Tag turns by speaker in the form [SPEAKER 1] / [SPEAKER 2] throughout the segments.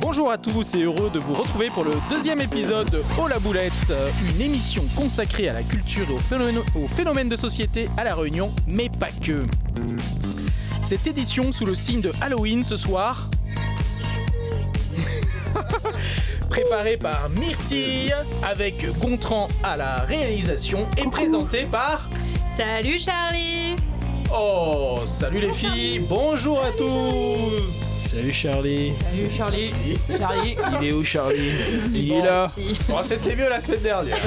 [SPEAKER 1] Bonjour à tous et heureux de vous retrouver pour le deuxième épisode de Oh la boulette, euh, une émission consacrée à la culture et aux phénomènes, aux phénomènes de société à La Réunion, mais pas que. Cette édition sous le signe de Halloween ce soir, préparée par Myrtille, avec Gontran à la réalisation et présentée par...
[SPEAKER 2] Salut Charlie
[SPEAKER 1] Oh, salut les filles, bonjour à tous
[SPEAKER 3] Salut Charlie.
[SPEAKER 4] Salut Charlie. Charlie.
[SPEAKER 3] Il est où Charlie Il est là.
[SPEAKER 2] Si.
[SPEAKER 1] Bon, Oh, c'était mieux la semaine dernière.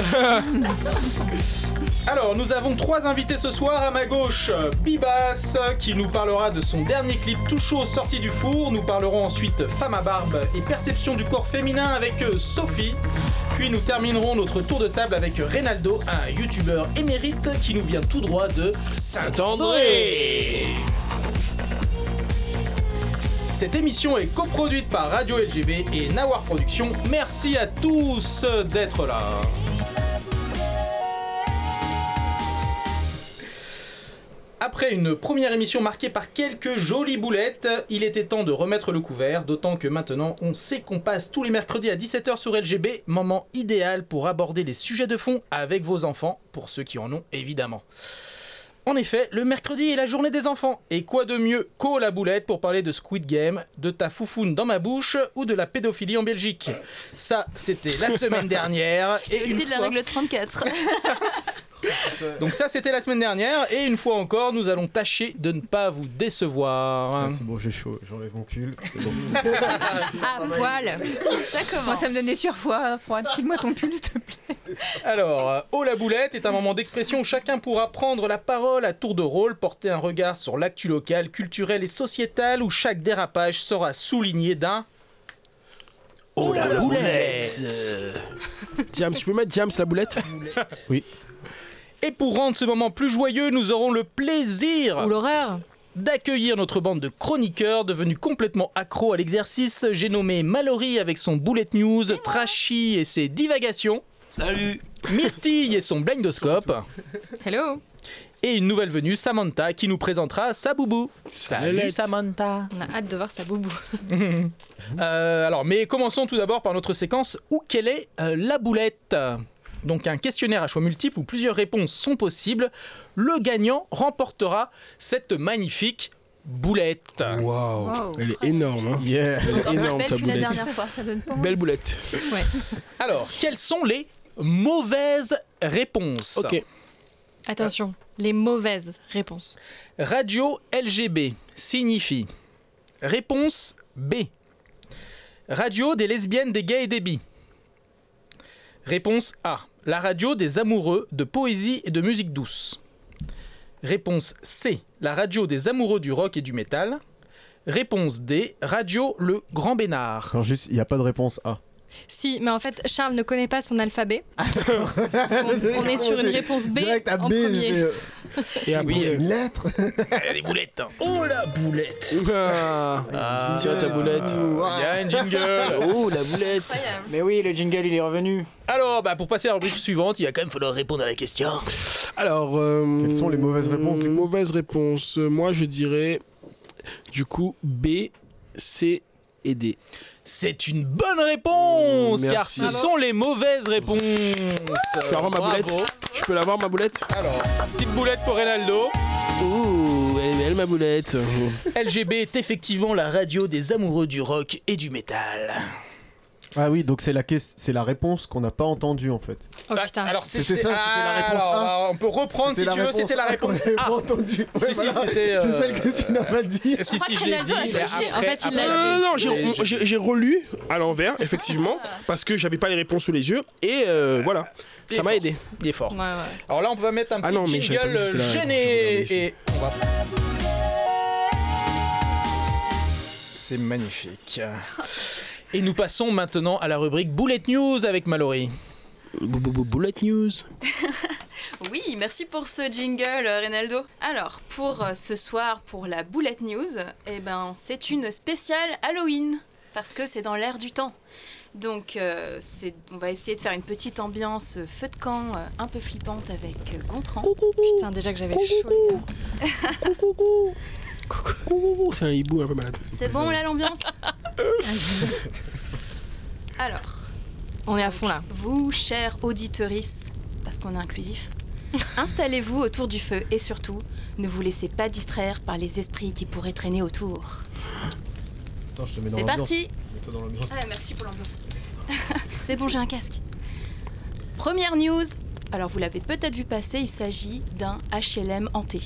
[SPEAKER 1] Alors, nous avons trois invités ce soir. À ma gauche, euh, Bibas, euh, qui nous parlera de son dernier clip tout chaud sorti du four. Nous parlerons ensuite Femme à barbe et perception du corps féminin avec euh, Sophie. Puis nous terminerons notre tour de table avec Reynaldo, un youtubeur émérite qui nous vient tout droit de Saint-André. Cette émission est coproduite par Radio LGB et Nawar Productions. Merci à tous d'être là. Après une première émission marquée par quelques jolies boulettes, il était temps de remettre le couvert, d'autant que maintenant on sait qu'on passe tous les mercredis à 17h sur LGB, moment idéal pour aborder les sujets de fond avec vos enfants, pour ceux qui en ont évidemment. En effet, le mercredi est la journée des enfants. Et quoi de mieux qu'au la boulette pour parler de Squid Game, de ta foufoune dans ma bouche ou de la pédophilie en Belgique Ça, c'était la semaine dernière.
[SPEAKER 2] Et
[SPEAKER 1] une
[SPEAKER 2] aussi de la
[SPEAKER 1] fois-
[SPEAKER 2] règle 34.
[SPEAKER 1] Donc ça, c'était la semaine dernière. Et une fois encore, nous allons tâcher de ne pas vous décevoir.
[SPEAKER 3] Ah, c'est bon, j'ai chaud, j'enlève mon pull.
[SPEAKER 2] Ah, poil Ça commence.
[SPEAKER 4] Moi, ça me donne des surfois froides. File-moi ton pull, s'il te plaît.
[SPEAKER 1] Alors, euh, Oh la boulette est un moment d'expression où chacun pourra prendre la parole à tour de rôle, porter un regard sur l'actu local, culturel et sociétal où chaque dérapage sera souligné d'un...
[SPEAKER 3] Oh la
[SPEAKER 1] boulette
[SPEAKER 3] Diams, tu peux mettre Diams la boulette Oui.
[SPEAKER 1] Et pour rendre ce moment plus joyeux, nous aurons le plaisir
[SPEAKER 2] Ou l'horreur
[SPEAKER 1] d'accueillir notre bande de chroniqueurs devenus complètement accros à l'exercice. J'ai nommé Mallory avec son Bullet News, Trashy et ses divagations. Salut Myrtille et son blindoscope.
[SPEAKER 2] Hello
[SPEAKER 1] Et une nouvelle venue, Samantha, qui nous présentera sa boubou. Salut
[SPEAKER 3] Salette.
[SPEAKER 1] Samantha
[SPEAKER 2] On a hâte de voir sa boubou.
[SPEAKER 1] Euh, Alors, mais commençons tout d'abord par notre séquence Où qu'elle est euh, la boulette donc un questionnaire à choix multiples où plusieurs réponses sont possibles. Le gagnant remportera cette magnifique boulette.
[SPEAKER 3] Waouh,
[SPEAKER 4] Wow.
[SPEAKER 3] elle est énorme. Hein. Elle est énorme
[SPEAKER 2] Belle
[SPEAKER 3] ta
[SPEAKER 2] depuis la
[SPEAKER 3] boulette.
[SPEAKER 2] dernière fois.
[SPEAKER 4] Ça donne pas
[SPEAKER 3] Belle boulette.
[SPEAKER 1] Alors, quelles sont les mauvaises réponses
[SPEAKER 3] Ok.
[SPEAKER 2] Attention, les mauvaises réponses.
[SPEAKER 1] Radio LGB signifie réponse B. Radio des lesbiennes, des gays et des bi. Réponse A. La radio des amoureux de poésie et de musique douce. Réponse C. La radio des amoureux du rock et du métal. Réponse D. Radio Le Grand Bénard.
[SPEAKER 5] Alors juste, il n'y a pas de réponse Ah. A.
[SPEAKER 2] Si, mais en fait, Charles ne connaît pas son alphabet.
[SPEAKER 5] Ah,
[SPEAKER 2] on, on est sur une réponse B
[SPEAKER 5] Direct à
[SPEAKER 2] en
[SPEAKER 5] B,
[SPEAKER 2] premier.
[SPEAKER 5] mais, euh,
[SPEAKER 3] Et après, euh,
[SPEAKER 1] Oui,
[SPEAKER 5] une lettre.
[SPEAKER 1] des boulettes.
[SPEAKER 3] oh la boulette. Ah. Tiens ta boulette.
[SPEAKER 1] Il y a un jingle.
[SPEAKER 3] Oh la boulette.
[SPEAKER 2] Incroyable.
[SPEAKER 6] Mais oui, le jingle il est revenu.
[SPEAKER 1] Alors, bah, pour passer à la rubrique suivante, il va quand même falloir répondre à la question.
[SPEAKER 3] Alors. euh,
[SPEAKER 5] Quelles sont les mauvaises réponses, du coup
[SPEAKER 3] Mauvaises réponses. Euh, Moi, je dirais du coup B, C et D.
[SPEAKER 1] C'est une bonne réponse,
[SPEAKER 3] Merci.
[SPEAKER 1] car ce sont les mauvaises réponses.
[SPEAKER 3] Tu peux avoir ma
[SPEAKER 1] Bravo.
[SPEAKER 3] boulette Je peux l'avoir ma boulette
[SPEAKER 1] Alors, petite boulette pour Reynaldo.
[SPEAKER 3] Ouh, elle est belle ma boulette.
[SPEAKER 1] LGB est effectivement la radio des amoureux du rock et du métal.
[SPEAKER 5] Ah oui, donc c'est la, ques- c'est la réponse qu'on n'a pas entendue en fait.
[SPEAKER 2] Oh
[SPEAKER 1] Bah,
[SPEAKER 2] putain.
[SPEAKER 5] C'était ça, c'était la réponse
[SPEAKER 1] alors,
[SPEAKER 5] A.
[SPEAKER 1] bah, on peut reprendre si tu veux, c'était la
[SPEAKER 5] A qu'on
[SPEAKER 1] réponse
[SPEAKER 5] n'avait
[SPEAKER 1] A.
[SPEAKER 5] pas entendue.
[SPEAKER 1] Si,
[SPEAKER 5] Ouais,
[SPEAKER 1] si,
[SPEAKER 5] voilà.
[SPEAKER 1] c'était,
[SPEAKER 5] C'est
[SPEAKER 1] euh,
[SPEAKER 5] celle que tu n'as pas dit.
[SPEAKER 1] Si,
[SPEAKER 2] crois
[SPEAKER 1] si,
[SPEAKER 2] que
[SPEAKER 1] je l'ai
[SPEAKER 2] Reynaldo a
[SPEAKER 1] dit, mais
[SPEAKER 2] triché. En
[SPEAKER 1] après-
[SPEAKER 2] fait, il l'a
[SPEAKER 1] après-
[SPEAKER 3] Non, non, non, non, j'ai-
[SPEAKER 1] Mais
[SPEAKER 3] on- j'ai j'ai relu à l'envers, effectivement, parce que j'avais pas les réponses sous les yeux, et euh, voilà,
[SPEAKER 1] Il est
[SPEAKER 3] ça m'a
[SPEAKER 1] fort.
[SPEAKER 3] aidé.
[SPEAKER 1] Il est fort.
[SPEAKER 2] Ouais, ouais.
[SPEAKER 1] Alors là, on va mettre un petit
[SPEAKER 3] Ah non, mais j'avais pas
[SPEAKER 1] jingle euh,
[SPEAKER 3] vu, c'était là, j'ai
[SPEAKER 1] gêné
[SPEAKER 3] regardé ici.
[SPEAKER 1] et on va. C'est magnifique. Et nous passons maintenant à la rubrique Bullet News avec Mallory.
[SPEAKER 3] Bou- bou- bou- Bullet News.
[SPEAKER 7] Oui, merci pour ce jingle, euh, Reynaldo. Alors, pour euh, ce soir, pour la Boulette News, eh ben, c'est une spéciale Halloween, parce que c'est dans l'air du temps. Donc, euh, c'est- on va essayer de faire une petite ambiance euh, feu de camp, euh, un peu flippante avec euh, Gontran.
[SPEAKER 2] Putain, déjà que j'avais chaud. les gars.
[SPEAKER 3] Coucou. Coucou. C'est un hibou un peu malade.
[SPEAKER 7] C'est bon, là, l'ambiance Alors,
[SPEAKER 2] On est à fond là.
[SPEAKER 7] vous, chers auditorices, parce qu'on est inclusif, installez-vous autour du feu et surtout, ne vous laissez pas distraire par les esprits qui pourraient traîner autour.
[SPEAKER 5] Attends, je te mets dans
[SPEAKER 7] C'est
[SPEAKER 5] l'ambiance.
[SPEAKER 7] parti
[SPEAKER 5] Mets-toi dans l'ambiance.
[SPEAKER 7] Ah, merci pour l'ambiance. C'est bon, j'ai un casque. Première news. Alors, vous l'avez peut-être vu passer, il s'agit d'un HLM hanté.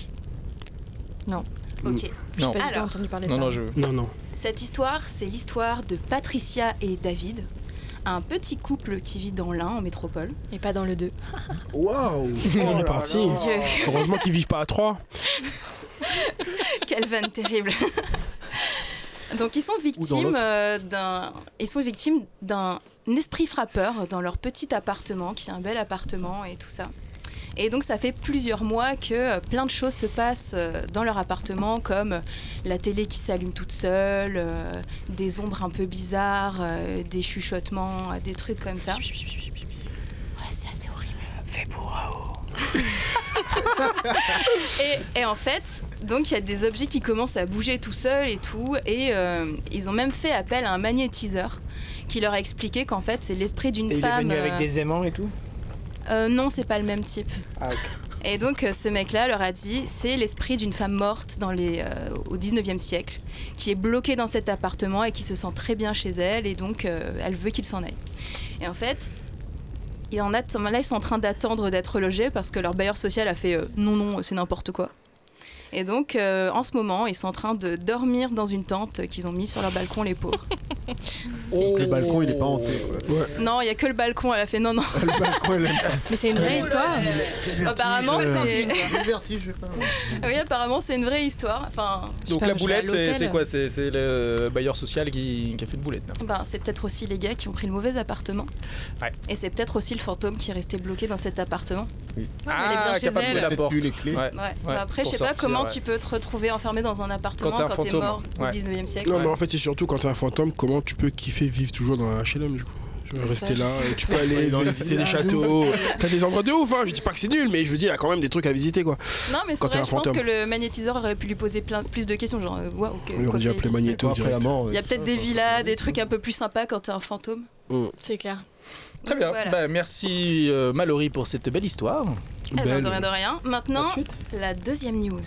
[SPEAKER 2] Non.
[SPEAKER 7] Ok.
[SPEAKER 1] Non.
[SPEAKER 2] Pas du tout
[SPEAKER 7] Alors.
[SPEAKER 2] entendu parler de
[SPEAKER 1] Non,
[SPEAKER 2] ça.
[SPEAKER 1] non, je.
[SPEAKER 3] Non, non.
[SPEAKER 7] Cette histoire, c'est l'histoire de Patricia et David, un petit couple qui vit dans l'Ain, en métropole.
[SPEAKER 2] Et pas dans le 2.
[SPEAKER 3] Waouh On est parti.
[SPEAKER 2] Oh
[SPEAKER 7] Dieu,
[SPEAKER 3] Heureusement qu'ils vivent pas à trois.
[SPEAKER 7] quelle vanne terrible Donc, ils sont victimes euh, d'un... Ils sont victimes d'un esprit frappeur dans leur petit appartement, qui est un bel appartement et tout ça. Et donc ça fait plusieurs mois que euh, plein de choses se passent euh, dans leur appartement, comme euh, la télé qui s'allume toute seule, euh, des ombres un peu bizarres, euh, des chuchotements, euh, des trucs comme ça. Ouais, c'est assez horrible. Fais pour et, et en fait, donc il y a des objets qui commencent à bouger tout seuls et tout, et euh, ils ont même fait appel à un magnétiseur qui leur a expliqué qu'en fait c'est l'esprit d'une
[SPEAKER 6] Et il est
[SPEAKER 7] femme.
[SPEAKER 6] venu
[SPEAKER 7] euh,
[SPEAKER 6] avec des aimants et tout
[SPEAKER 7] euh, non, c'est pas le même type.
[SPEAKER 6] Ah, ok.
[SPEAKER 7] Et donc euh, ce mec-là leur a dit, c'est l'esprit d'une femme morte dans les, euh, au 19e siècle, qui est bloquée dans cet appartement et qui se sent très bien chez elle, et donc euh, elle veut qu'il s'en aille. Et en fait, ils en att- là ils sont en train d'attendre d'être logés parce que leur bailleur social a fait, euh, non, non, c'est n'importe quoi. Et donc euh, en ce moment, ils sont en train de dormir dans une tente qu'ils ont mise sur leur balcon, les pauvres.
[SPEAKER 5] Donc Le balcon, il est pas hanté. quoi.
[SPEAKER 7] non, il y a que le balcon, elle a fait, non, non.
[SPEAKER 5] Le balcon, il est-
[SPEAKER 2] Mais c'est une vraie histoire.
[SPEAKER 7] Apparemment, c'est... Ah
[SPEAKER 5] Le vertige, je sais pas.
[SPEAKER 7] Oui, apparemment, c'est une vraie histoire. Enfin,
[SPEAKER 2] Je sais
[SPEAKER 1] Donc
[SPEAKER 2] pas,
[SPEAKER 1] la
[SPEAKER 2] moi, je vais à
[SPEAKER 1] boulette, c'est
[SPEAKER 2] l'hôtel.
[SPEAKER 1] c'est quoi C'est c'est le bailleur social qui, qui a fait une boulette. là.
[SPEAKER 7] Ben, c'est peut-être aussi les gars qui ont pris le mauvais appartement.
[SPEAKER 1] Ouais.
[SPEAKER 7] Et c'est peut-être aussi le fantôme qui est resté bloqué dans cet appartement.
[SPEAKER 2] mais elle est bien
[SPEAKER 1] qui a
[SPEAKER 2] chez
[SPEAKER 1] pas trouvé
[SPEAKER 2] elle.
[SPEAKER 1] la
[SPEAKER 5] Peut-être
[SPEAKER 1] porte.
[SPEAKER 5] plus les clés.
[SPEAKER 1] Ouais.
[SPEAKER 7] Ouais. Ben, après, je
[SPEAKER 1] pour
[SPEAKER 7] sais pas
[SPEAKER 1] sortir,
[SPEAKER 7] comment
[SPEAKER 1] ouais.
[SPEAKER 7] tu peux te retrouver enfermé dans un appartement
[SPEAKER 1] t'es un
[SPEAKER 7] quand, t'es
[SPEAKER 1] fantôme,
[SPEAKER 7] mort
[SPEAKER 1] ouais.
[SPEAKER 7] au 19 e siècle.
[SPEAKER 3] Non, mais en fait, c'est surtout quand t'es un fantôme, comment tu peux kiffer vivre toujours dans un HLM du coup je veux rester
[SPEAKER 7] je
[SPEAKER 3] là,
[SPEAKER 7] sais
[SPEAKER 3] et tu peux aller
[SPEAKER 5] Ouais, dans les
[SPEAKER 3] visiter des
[SPEAKER 5] villages.
[SPEAKER 3] châteaux. T'as des endroits de ouf, hein. je dis pas que c'est nul, mais je veux dire, il y a quand même des trucs à visiter quoi.
[SPEAKER 7] Non, mais c'est
[SPEAKER 3] Quand t'es
[SPEAKER 7] vrai,
[SPEAKER 3] un
[SPEAKER 7] je pense
[SPEAKER 3] fantôme.
[SPEAKER 7] que le magnétiseur aurait pu lui poser plein, plus de questions. Genre, euh, waouh, que-
[SPEAKER 3] Oui, on
[SPEAKER 7] quoi
[SPEAKER 3] dit
[SPEAKER 7] fait
[SPEAKER 3] appeler
[SPEAKER 7] Elisabeth
[SPEAKER 3] Magnéto
[SPEAKER 5] Après la
[SPEAKER 3] direct.
[SPEAKER 5] mort.
[SPEAKER 7] Il y a
[SPEAKER 3] euh,
[SPEAKER 7] peut-être des villas, des trucs un peu plus sympas quand t'es un fantôme.
[SPEAKER 3] Mm.
[SPEAKER 2] C'est clair.
[SPEAKER 1] Très bien.
[SPEAKER 7] Voilà.
[SPEAKER 1] Bah, merci euh, Mallory pour cette belle histoire.
[SPEAKER 7] Eh ben,
[SPEAKER 3] Belle.
[SPEAKER 7] de rien, de rien. Maintenant,
[SPEAKER 6] Ensuite
[SPEAKER 7] la deuxième news.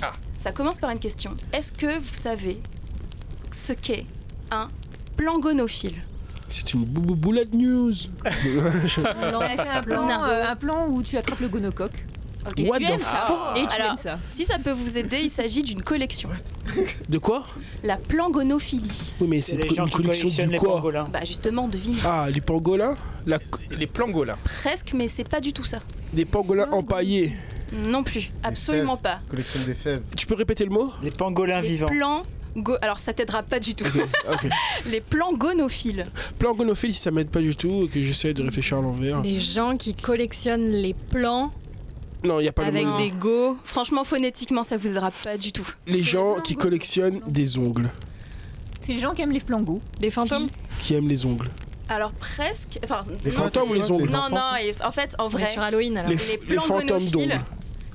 [SPEAKER 1] Ah.
[SPEAKER 7] Ça commence par une question. Est-ce que vous savez ce qu'est un plangonophile
[SPEAKER 3] C'est une bou- bou- boulette news.
[SPEAKER 4] c'est un plan, euh, un plan où tu attrapes le gonocoque.
[SPEAKER 7] Ok.
[SPEAKER 4] Et
[SPEAKER 3] What
[SPEAKER 4] tu
[SPEAKER 3] the
[SPEAKER 4] aimes ça.
[SPEAKER 3] fuck
[SPEAKER 4] Et tu
[SPEAKER 7] Alors-
[SPEAKER 4] aimes ça.
[SPEAKER 7] Si ça peut vous aider, il s'agit d'une collection.
[SPEAKER 3] De quoi
[SPEAKER 7] La plangonophilie.
[SPEAKER 3] Oui, mais c'est
[SPEAKER 6] les
[SPEAKER 3] co-
[SPEAKER 6] gens
[SPEAKER 3] une
[SPEAKER 6] qui
[SPEAKER 3] collection
[SPEAKER 6] collectionnent
[SPEAKER 3] du
[SPEAKER 6] les
[SPEAKER 3] quoi
[SPEAKER 6] pangolins.
[SPEAKER 7] Bah justement, devine.
[SPEAKER 3] Ah, les pangolins La... co-
[SPEAKER 1] Les plangolins.
[SPEAKER 7] Presque, mais c'est pas du tout ça.
[SPEAKER 3] Des pangolins empaillés.
[SPEAKER 7] Non plus. Absolument pas.
[SPEAKER 5] Collection des fèves.
[SPEAKER 3] Tu peux répéter le mot
[SPEAKER 6] Les pangolins
[SPEAKER 7] Les
[SPEAKER 6] vivants.
[SPEAKER 7] plans... Alors ça t'aidera pas du tout.
[SPEAKER 3] Ok.
[SPEAKER 7] Les plangonophiles.
[SPEAKER 3] Plangonophile, si ça m'aide pas du tout et que j'essaie de réfléchir à l'envers.
[SPEAKER 2] Les gens qui collectionnent les plans
[SPEAKER 3] Non, il y a pas le
[SPEAKER 2] avec
[SPEAKER 3] mot.
[SPEAKER 2] des go.
[SPEAKER 7] Franchement, phonétiquement, ça vous aidera pas du tout.
[SPEAKER 3] Les gens qui collectionnent des ongles,
[SPEAKER 4] C'est les gens qui aiment les flangos.
[SPEAKER 2] Des fantômes
[SPEAKER 3] qui aiment les ongles.
[SPEAKER 7] Alors presque... Enfin,
[SPEAKER 5] Les
[SPEAKER 7] non,
[SPEAKER 3] fantômes ou les
[SPEAKER 5] c'est-
[SPEAKER 3] ongles
[SPEAKER 7] Non,
[SPEAKER 5] enfants.
[SPEAKER 7] non, et en fait, en
[SPEAKER 2] On est
[SPEAKER 7] vrai,
[SPEAKER 2] sur Halloween alors.
[SPEAKER 3] Les,
[SPEAKER 7] les
[SPEAKER 3] f- les fantômes
[SPEAKER 7] plangolophiles.
[SPEAKER 3] d'ongles.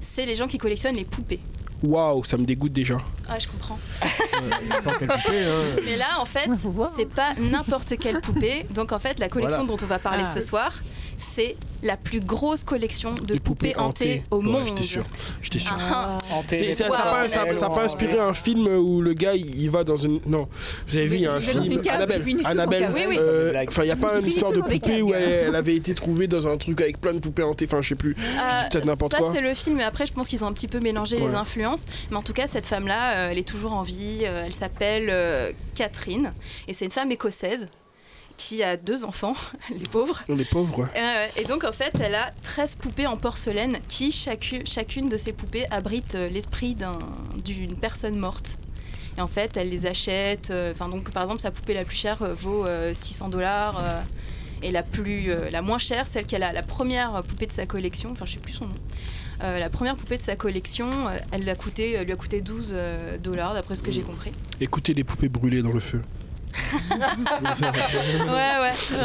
[SPEAKER 7] c'est les gens qui collectionnent les poupées.
[SPEAKER 3] Waouh, ça me dégoûte déjà.
[SPEAKER 7] Ah, je comprends.
[SPEAKER 5] Tant qu'elle poupée, hein.
[SPEAKER 7] Mais là, en fait,
[SPEAKER 4] Faut voir.
[SPEAKER 7] c'est pas n'importe quelle poupée. Donc, en fait, la collection dont on va parler
[SPEAKER 4] Ah.
[SPEAKER 7] ce soir, c'est la plus grosse collection de
[SPEAKER 3] Des
[SPEAKER 7] poupées, hantées au
[SPEAKER 3] Ouais,
[SPEAKER 7] monde.
[SPEAKER 3] J'étais sûr. J'étais sûr.
[SPEAKER 7] Ah,
[SPEAKER 6] Hantés,
[SPEAKER 3] C'est-
[SPEAKER 6] les
[SPEAKER 3] ça, ça a pas-
[SPEAKER 6] pangolins,
[SPEAKER 3] ça a-
[SPEAKER 6] les
[SPEAKER 3] ça a pas
[SPEAKER 6] pangolins.
[SPEAKER 3] inspiré un film où le gars il il va dans une. Non, vous avez vu, il y a un
[SPEAKER 4] Il va dans
[SPEAKER 3] film.
[SPEAKER 4] une cave, il
[SPEAKER 3] Annabelle.
[SPEAKER 4] finit sous son
[SPEAKER 3] Annabelle.
[SPEAKER 4] cave.
[SPEAKER 7] Oui, oui.
[SPEAKER 3] euh,
[SPEAKER 6] Blague.
[SPEAKER 3] Enfin, il n'y a pas
[SPEAKER 4] Il
[SPEAKER 3] une
[SPEAKER 4] finit
[SPEAKER 3] histoire de
[SPEAKER 4] toujours des
[SPEAKER 3] poupée
[SPEAKER 4] caves.
[SPEAKER 3] où elle, elle avait été trouvée dans un truc avec plein de poupées hantées. Enfin, je sais plus.
[SPEAKER 7] euh,
[SPEAKER 3] peut-être n'importe
[SPEAKER 7] ça,
[SPEAKER 3] quoi.
[SPEAKER 7] c'est le film. Et après, je pense qu'ils ont un petit peu mélangé les
[SPEAKER 3] Ouais.
[SPEAKER 7] influences. Mais en tout cas, cette femme-là, euh, elle est toujours en vie. Euh, elle s'appelle euh, Catherine. Et c'est une femme écossaise qui a deux enfants, les pauvres.
[SPEAKER 3] Les pauvres.
[SPEAKER 7] Euh, et donc en fait, elle a 13 poupées en porcelaine qui, chacu- chacune de ces poupées, abrite euh, l'esprit d'un- d'une personne morte. Et en fait, elle les achète. euh, Enfin, donc par exemple, sa poupée la plus chère euh, vaut euh, 600 dollars. et la, plus, euh, la moins chère, celle qu'elle a, la première poupée de sa collection, enfin je sais plus son nom, euh, la première poupée de sa collection, euh, elle l'a coûté, elle lui a coûté 12 euh, dollars d'après ce que j'ai compris.
[SPEAKER 3] Écoutez les poupées brûlées dans le feu.
[SPEAKER 7] Ouais, ouais.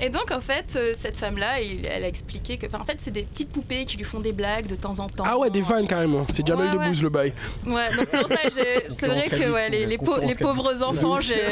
[SPEAKER 7] Et donc, en fait, euh, cette femme-là, il- elle a expliqué que. Enfin, en fait, c'est des petites poupées qui lui font des blagues de temps en temps.
[SPEAKER 3] Ah ouais, des vannes carrément. C'est Jamel
[SPEAKER 7] Ouais, ouais.
[SPEAKER 3] Debbouze le bail.
[SPEAKER 7] Ouais, donc c'est pour ça que j'ai- c'est vrai
[SPEAKER 5] Concurrence
[SPEAKER 7] que ouais,
[SPEAKER 5] Cadix,
[SPEAKER 7] les,
[SPEAKER 5] on
[SPEAKER 7] les,
[SPEAKER 5] a
[SPEAKER 7] pau- les
[SPEAKER 5] concurrence
[SPEAKER 7] pauvres
[SPEAKER 5] Cadix.
[SPEAKER 7] enfants, j'ai.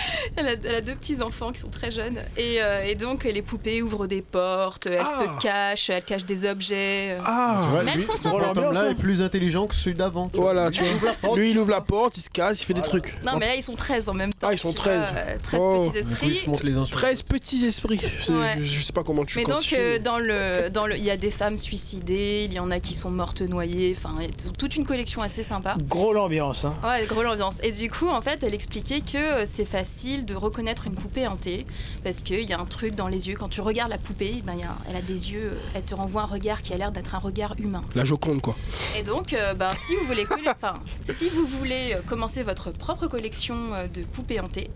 [SPEAKER 7] Elle a, elle a deux petits enfants qui sont très jeunes. Et, euh, et donc, les poupées ouvrent des portes, elles
[SPEAKER 3] Ah.
[SPEAKER 7] se cachent, elles cachent des objets. euh.
[SPEAKER 5] Tu vois,
[SPEAKER 3] Ah
[SPEAKER 7] Mais elles
[SPEAKER 5] lui,
[SPEAKER 7] sont
[SPEAKER 5] ce
[SPEAKER 7] sympas.
[SPEAKER 5] Roland-Tom-là est plus intelligent que celui d'avant. tu vois.
[SPEAKER 3] Voilà, tu
[SPEAKER 5] Il ouvre la porte.
[SPEAKER 3] Lui, il ouvre la porte, il se casse, il fait des trucs.
[SPEAKER 7] Non, mais là, ils sont 13 en même temps.
[SPEAKER 3] Ah, ils sont
[SPEAKER 7] tu vois,
[SPEAKER 3] 13.
[SPEAKER 7] euh, 13
[SPEAKER 3] Oh.
[SPEAKER 7] petits
[SPEAKER 5] Du coup, il
[SPEAKER 7] esprits.
[SPEAKER 5] se monte les insultes.
[SPEAKER 3] 13 petits esprits. C'est-
[SPEAKER 7] Ouais.
[SPEAKER 3] Je, je sais pas comment tu
[SPEAKER 7] Mais donc,
[SPEAKER 3] quantifies.
[SPEAKER 7] euh, dans le, dans le, il y a des femmes suicidées, il y en a qui sont mortes noyées, enfin, il y a t- toute une collection assez sympa.
[SPEAKER 6] Gros l'ambiance.
[SPEAKER 2] Oh.
[SPEAKER 6] Hein.
[SPEAKER 7] Ouais, gros l'ambiance. Et du coup, en fait, elle expliquait que euh, c'est facile de reconnaître une poupée hantée parce qu'il y a un truc dans les yeux. Quand tu regardes la poupée, ben, il y a un- elle a des yeux, euh, elle te renvoie un regard qui a l'air d'être un regard humain.
[SPEAKER 3] La Joconde, quoi.
[SPEAKER 7] Et donc, euh, ben, si vous voulez, colle- enfin, si vous voulez euh, commencer votre propre collection euh, de poupées hantées,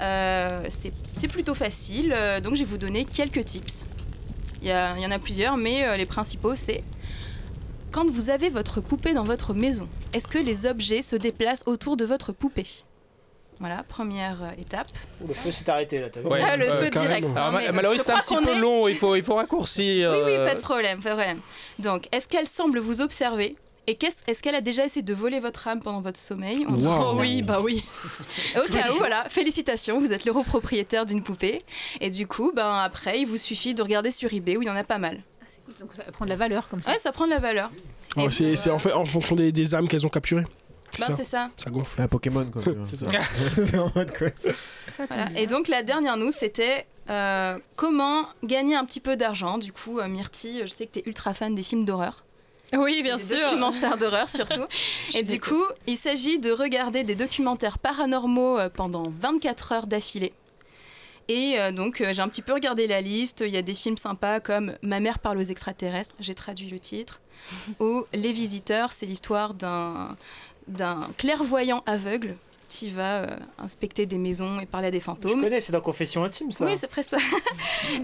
[SPEAKER 7] euh, c'est c'est plutôt facile. Euh, donc, je vais vous donner quelques tips. Il y, a- il y en a plusieurs, mais euh, les principaux, c'est quand vous avez votre poupée dans votre maison, est-ce que les objets se déplacent autour de votre poupée Voilà, première euh, étape.
[SPEAKER 6] Ouh, Oh, Le feu s'est arrêté là, t'as vu
[SPEAKER 1] Ouais.
[SPEAKER 7] ah, le
[SPEAKER 1] euh,
[SPEAKER 7] feu
[SPEAKER 3] carrément.
[SPEAKER 7] direct.
[SPEAKER 1] Alors,
[SPEAKER 7] Non, mais
[SPEAKER 1] ma- Mallory,
[SPEAKER 7] je
[SPEAKER 1] c'est un
[SPEAKER 7] crois
[SPEAKER 1] petit
[SPEAKER 7] qu'on
[SPEAKER 1] peu
[SPEAKER 7] est-
[SPEAKER 1] long, il faut, il faut raccourcir.
[SPEAKER 7] Oui, oui,
[SPEAKER 1] euh,
[SPEAKER 7] pas de problème, pas de problème. Donc, est-ce qu'elle semble vous observer et qu'est-ce- est-ce qu'elle a déjà essayé de voler votre âme pendant votre sommeil On
[SPEAKER 3] Wow.
[SPEAKER 2] Oh
[SPEAKER 7] trouve ça.
[SPEAKER 2] oui, bah oui.
[SPEAKER 7] Au cas où, voilà, félicitations, vous êtes l'euro propriétaire d'une poupée. Et du coup, ben après, il vous suffit de regarder sur eBay où il y en a pas mal.
[SPEAKER 4] Ah, c'est cool, donc ça va prendre de la valeur comme ça.
[SPEAKER 7] Ouais, ça prend de la valeur.
[SPEAKER 3] Ouais, c'est c'est en, fait, en fonction des, des âmes qu'elles ont capturées. C'est
[SPEAKER 7] Ben,
[SPEAKER 3] ça,
[SPEAKER 7] c'est ça.
[SPEAKER 3] ça gonfle.
[SPEAKER 5] C'est un Pokémon quoi.
[SPEAKER 3] C'est ça.
[SPEAKER 5] C'est en mode quoi.
[SPEAKER 7] Voilà. Et donc la dernière news, c'était euh, comment gagner un petit peu d'argent. Du coup, euh, Myrtille, je sais que tu es ultra fan des films d'horreur.
[SPEAKER 2] Oui, bien
[SPEAKER 7] des
[SPEAKER 2] sûr.
[SPEAKER 7] documentaires d'horreur surtout. Et du coup, il s'agit de regarder des documentaires paranormaux euh, pendant 24 heures d'affilée. Et euh, donc, euh, j'ai un petit peu regardé la liste. Il y a des films sympas comme Ma mère parle aux extraterrestres, j'ai traduit le titre, ou Les visiteurs, c'est l'histoire d'un d'un clairvoyant aveugle qui va euh, inspecter des maisons et parler à des
[SPEAKER 6] Je
[SPEAKER 7] fantômes.
[SPEAKER 6] connais, c'est dans Confession Intime ça.
[SPEAKER 7] Oui, c'est presque ça.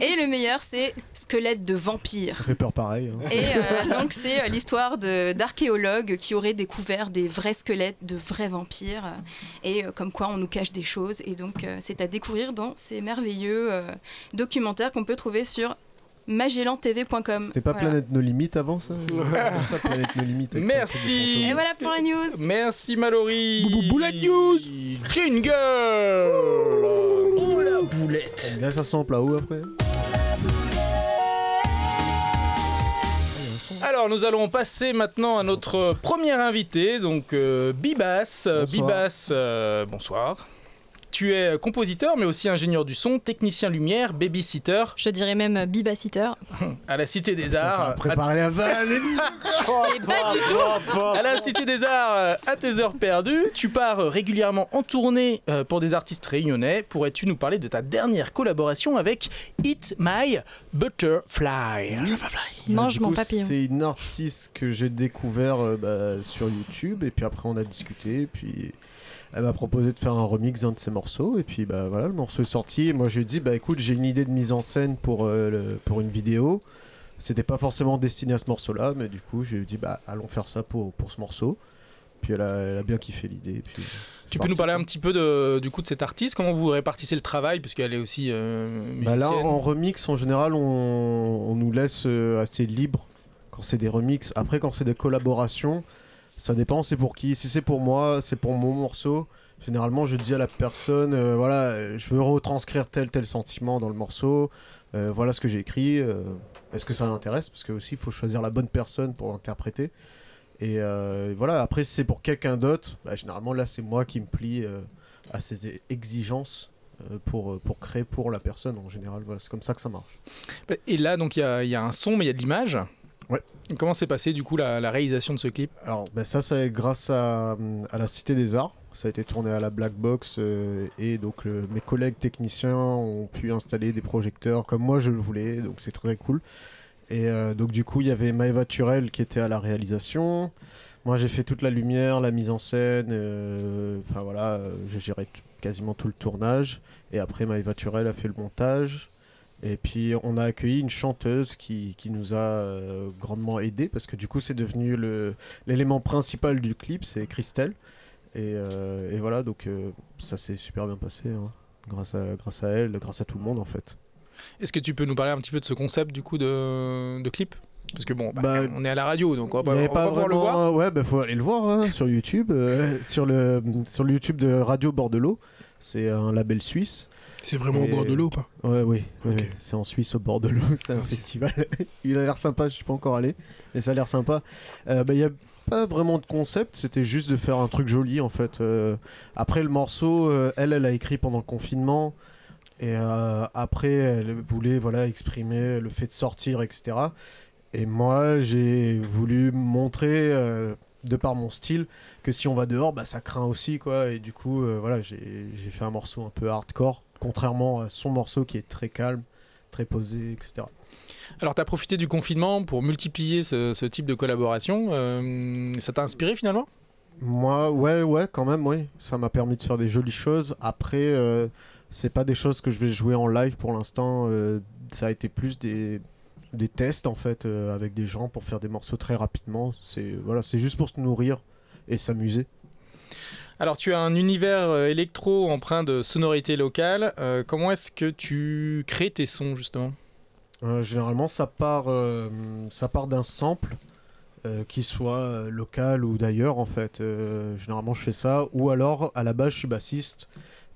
[SPEAKER 7] Et le meilleur, c'est Squelette de vampire.
[SPEAKER 5] Ça fait peur pareil. hein.
[SPEAKER 7] Et euh, donc, c'est euh, l'histoire de- d'archéologues qui auraient découvert des vrais squelettes de vrais vampires. euh, et euh, comme quoi, on nous cache des choses. Et donc, euh, c'est à découvrir dans ces merveilleux euh, documentaires qu'on peut trouver sur magellantv.com.
[SPEAKER 5] C'était pas
[SPEAKER 7] Voilà.
[SPEAKER 5] Planète No Limite avant ça Ça, Planète No Limite. avec
[SPEAKER 1] Merci.
[SPEAKER 7] Et voilà pour la news.
[SPEAKER 1] Merci Mallory.
[SPEAKER 3] Bou- bou- boulette news.
[SPEAKER 1] Jingle. Oh la boulette.
[SPEAKER 5] Bien ça sample là-haut après.
[SPEAKER 1] Alors nous allons passer maintenant à notre premier invité, donc euh, Bibas. Euh,
[SPEAKER 5] Bonsoir.
[SPEAKER 1] Bibas, euh, bonsoir. Tu es compositeur mais aussi ingénieur du son, technicien lumière, babysitter
[SPEAKER 2] Je dirais même euh, babysitter.
[SPEAKER 1] à la Cité des
[SPEAKER 5] Ça a
[SPEAKER 1] Arts.
[SPEAKER 5] préparé la vanne. Oh,
[SPEAKER 6] Mais pas du tout
[SPEAKER 1] À la Cité des Arts, euh, à tes heures perdues, tu pars euh, régulièrement en tournée euh, pour des artistes réunionnais. Pourrais-tu nous parler de ta dernière collaboration avec Eat My Butterfly
[SPEAKER 2] Mange
[SPEAKER 5] Du coup,
[SPEAKER 2] mon papillon.
[SPEAKER 5] C'est une artiste que j'ai découvert euh, bah, sur YouTube et puis après on a discuté et puis elle m'a proposé de faire un remix d'un de ses morceaux et puis bah voilà le morceau est sorti et moi j'ai dit bah écoute j'ai une idée de mise en scène pour euh, le- pour une vidéo c'était pas forcément destiné à ce morceau là mais du coup j'ai dit bah allons faire ça pour pour ce morceau puis elle a, elle a bien kiffé l'idée et puis c'est
[SPEAKER 1] Tu peux nous
[SPEAKER 5] parti.
[SPEAKER 1] parler un petit peu de, du coup de cette artiste Comment vous répartissez le travail Puisqu'elle est aussi euh,
[SPEAKER 5] Bah
[SPEAKER 1] musicienne.
[SPEAKER 5] là, en remix, en général, on, on nous laisse euh, assez libre quand c'est des remixes. Après, quand c'est des collaborations, ça dépend, c'est pour qui. Si c'est pour moi, c'est pour mon morceau. Généralement, je dis à la personne, euh, voilà, euh, je veux retranscrire tel tel sentiment dans le morceau. euh, voilà ce que j'ai écrit. euh, Est-ce que ça l'intéresse Parce que aussi, il faut choisir la bonne personne pour interpréter. Et euh, voilà. Après, si c'est pour quelqu'un d'autre, bah, généralement là, c'est moi qui me plie euh, à ses exigences euh, pour, euh, pour créer pour la personne en général. Voilà, c'est comme ça que ça marche.
[SPEAKER 1] Et là, donc, il y, a- il y a un son, mais il y a de l'image.
[SPEAKER 5] Ouais.
[SPEAKER 1] Comment s'est passée du coup la, la réalisation de ce clip
[SPEAKER 5] Alors ben ça, c'est grâce à, hum, à la Cité des Arts. Ça a été tourné à la Black Box euh, et donc le- mes collègues techniciens ont pu installer des projecteurs comme moi je le voulais, donc c'est très cool. Et euh, donc du coup, il y avait Maëva Turel qui était à la réalisation. Moi, j'ai fait toute la lumière, la mise en scène. euh, Enfin voilà, euh, j'ai géré tout- quasiment tout le tournage. Et après, Maëva Turel a fait le montage. Et puis, on a accueilli une chanteuse qui, qui nous a euh, grandement aidé parce que du coup, c'est devenu le, l'élément principal du clip, c'est Christelle. Et, euh, et voilà, donc euh, ça s'est super bien passé. hein. grâce à, grâce à elle, grâce à tout le monde en fait.
[SPEAKER 1] Est-ce que tu peux nous parler un petit peu de ce concept du coup de, de clip Parce que bon, bah,
[SPEAKER 5] Bah,
[SPEAKER 1] on est à la radio, donc on va
[SPEAKER 5] Il n'y
[SPEAKER 1] pas,
[SPEAKER 5] avait pas
[SPEAKER 1] on va pas pouvoir le voir.
[SPEAKER 5] vraiment. Ouais, bah faut aller le voir hein, sur YouTube, euh, sur le sur le YouTube de Radio Bordelot. C'est un label suisse.
[SPEAKER 3] C'est vraiment
[SPEAKER 5] Et-
[SPEAKER 3] au bord de l'eau ou pas
[SPEAKER 5] Ouais, oui. oui,
[SPEAKER 3] Ok.
[SPEAKER 5] oui. C'est en Suisse au Bordelot. C'est un festival. Il a l'air sympa. Je suis pas encore allé, mais ça a l'air sympa. Euh, bah, il n'y a pas vraiment de concept. C'était juste de faire un truc joli en fait. Euh, après le morceau, euh, elle, elle a écrit pendant le confinement. Et euh, après, elle voulait voilà, exprimer le fait de sortir, etc. Et moi, j'ai voulu montrer, euh, de par mon style, que si on va dehors, bah, ça craint aussi. Quoi. Et du coup, euh, voilà, j'ai j'ai fait un morceau un peu hardcore, contrairement à son morceau qui est très calme, très posé, etc.
[SPEAKER 1] Alors, tu as profité du confinement pour multiplier ce, ce type de collaboration. euh, ça t'a inspiré finalement
[SPEAKER 5] Moi, ouais, ouais, quand même, oui. Ça m'a permis de faire des jolies choses. Après, euh, c'est pas des choses que je vais jouer en live pour l'instant. euh, ça a été plus des, des tests en fait euh, avec des gens pour faire des morceaux très rapidement. C'est voilà, c'est juste pour se nourrir et s'amuser.
[SPEAKER 1] Alors, tu as un univers euh, électro empreint de sonorité locale. Euh, comment est-ce que tu crées tes sons justement
[SPEAKER 5] Euh, généralement, ça part, euh, ça part d'un sample, euh, qu'il soit euh, local ou d'ailleurs, en fait. Euh, généralement, je fais ça. Ou alors, à la base, je suis bassiste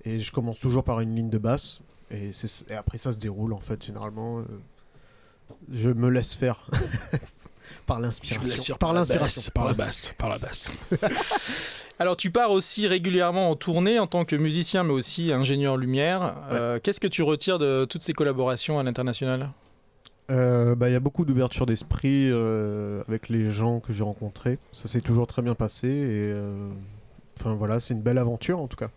[SPEAKER 5] et je commence toujours par une ligne de basse. Et, c'est- et après, ça se déroule, en fait, généralement. euh, je me laisse faire par
[SPEAKER 3] Je me
[SPEAKER 5] l'inspiration.
[SPEAKER 3] l'assure
[SPEAKER 1] Ah,
[SPEAKER 5] Par
[SPEAKER 1] bah,
[SPEAKER 3] la
[SPEAKER 5] l'inspiration.
[SPEAKER 3] basse, Par la basse, par la basse.
[SPEAKER 1] Alors, tu pars aussi régulièrement en tournée en tant que musicien, mais aussi ingénieur lumière. Euh, Qu'est-ce que tu retires de toutes ces collaborations à l'international
[SPEAKER 5] Euh, bah, Il y a beaucoup d'ouverture d'esprit euh, avec les gens que j'ai rencontrés. Ça s'est toujours très bien passé. Et, euh, Enfin voilà, c'est une belle aventure en tout cas.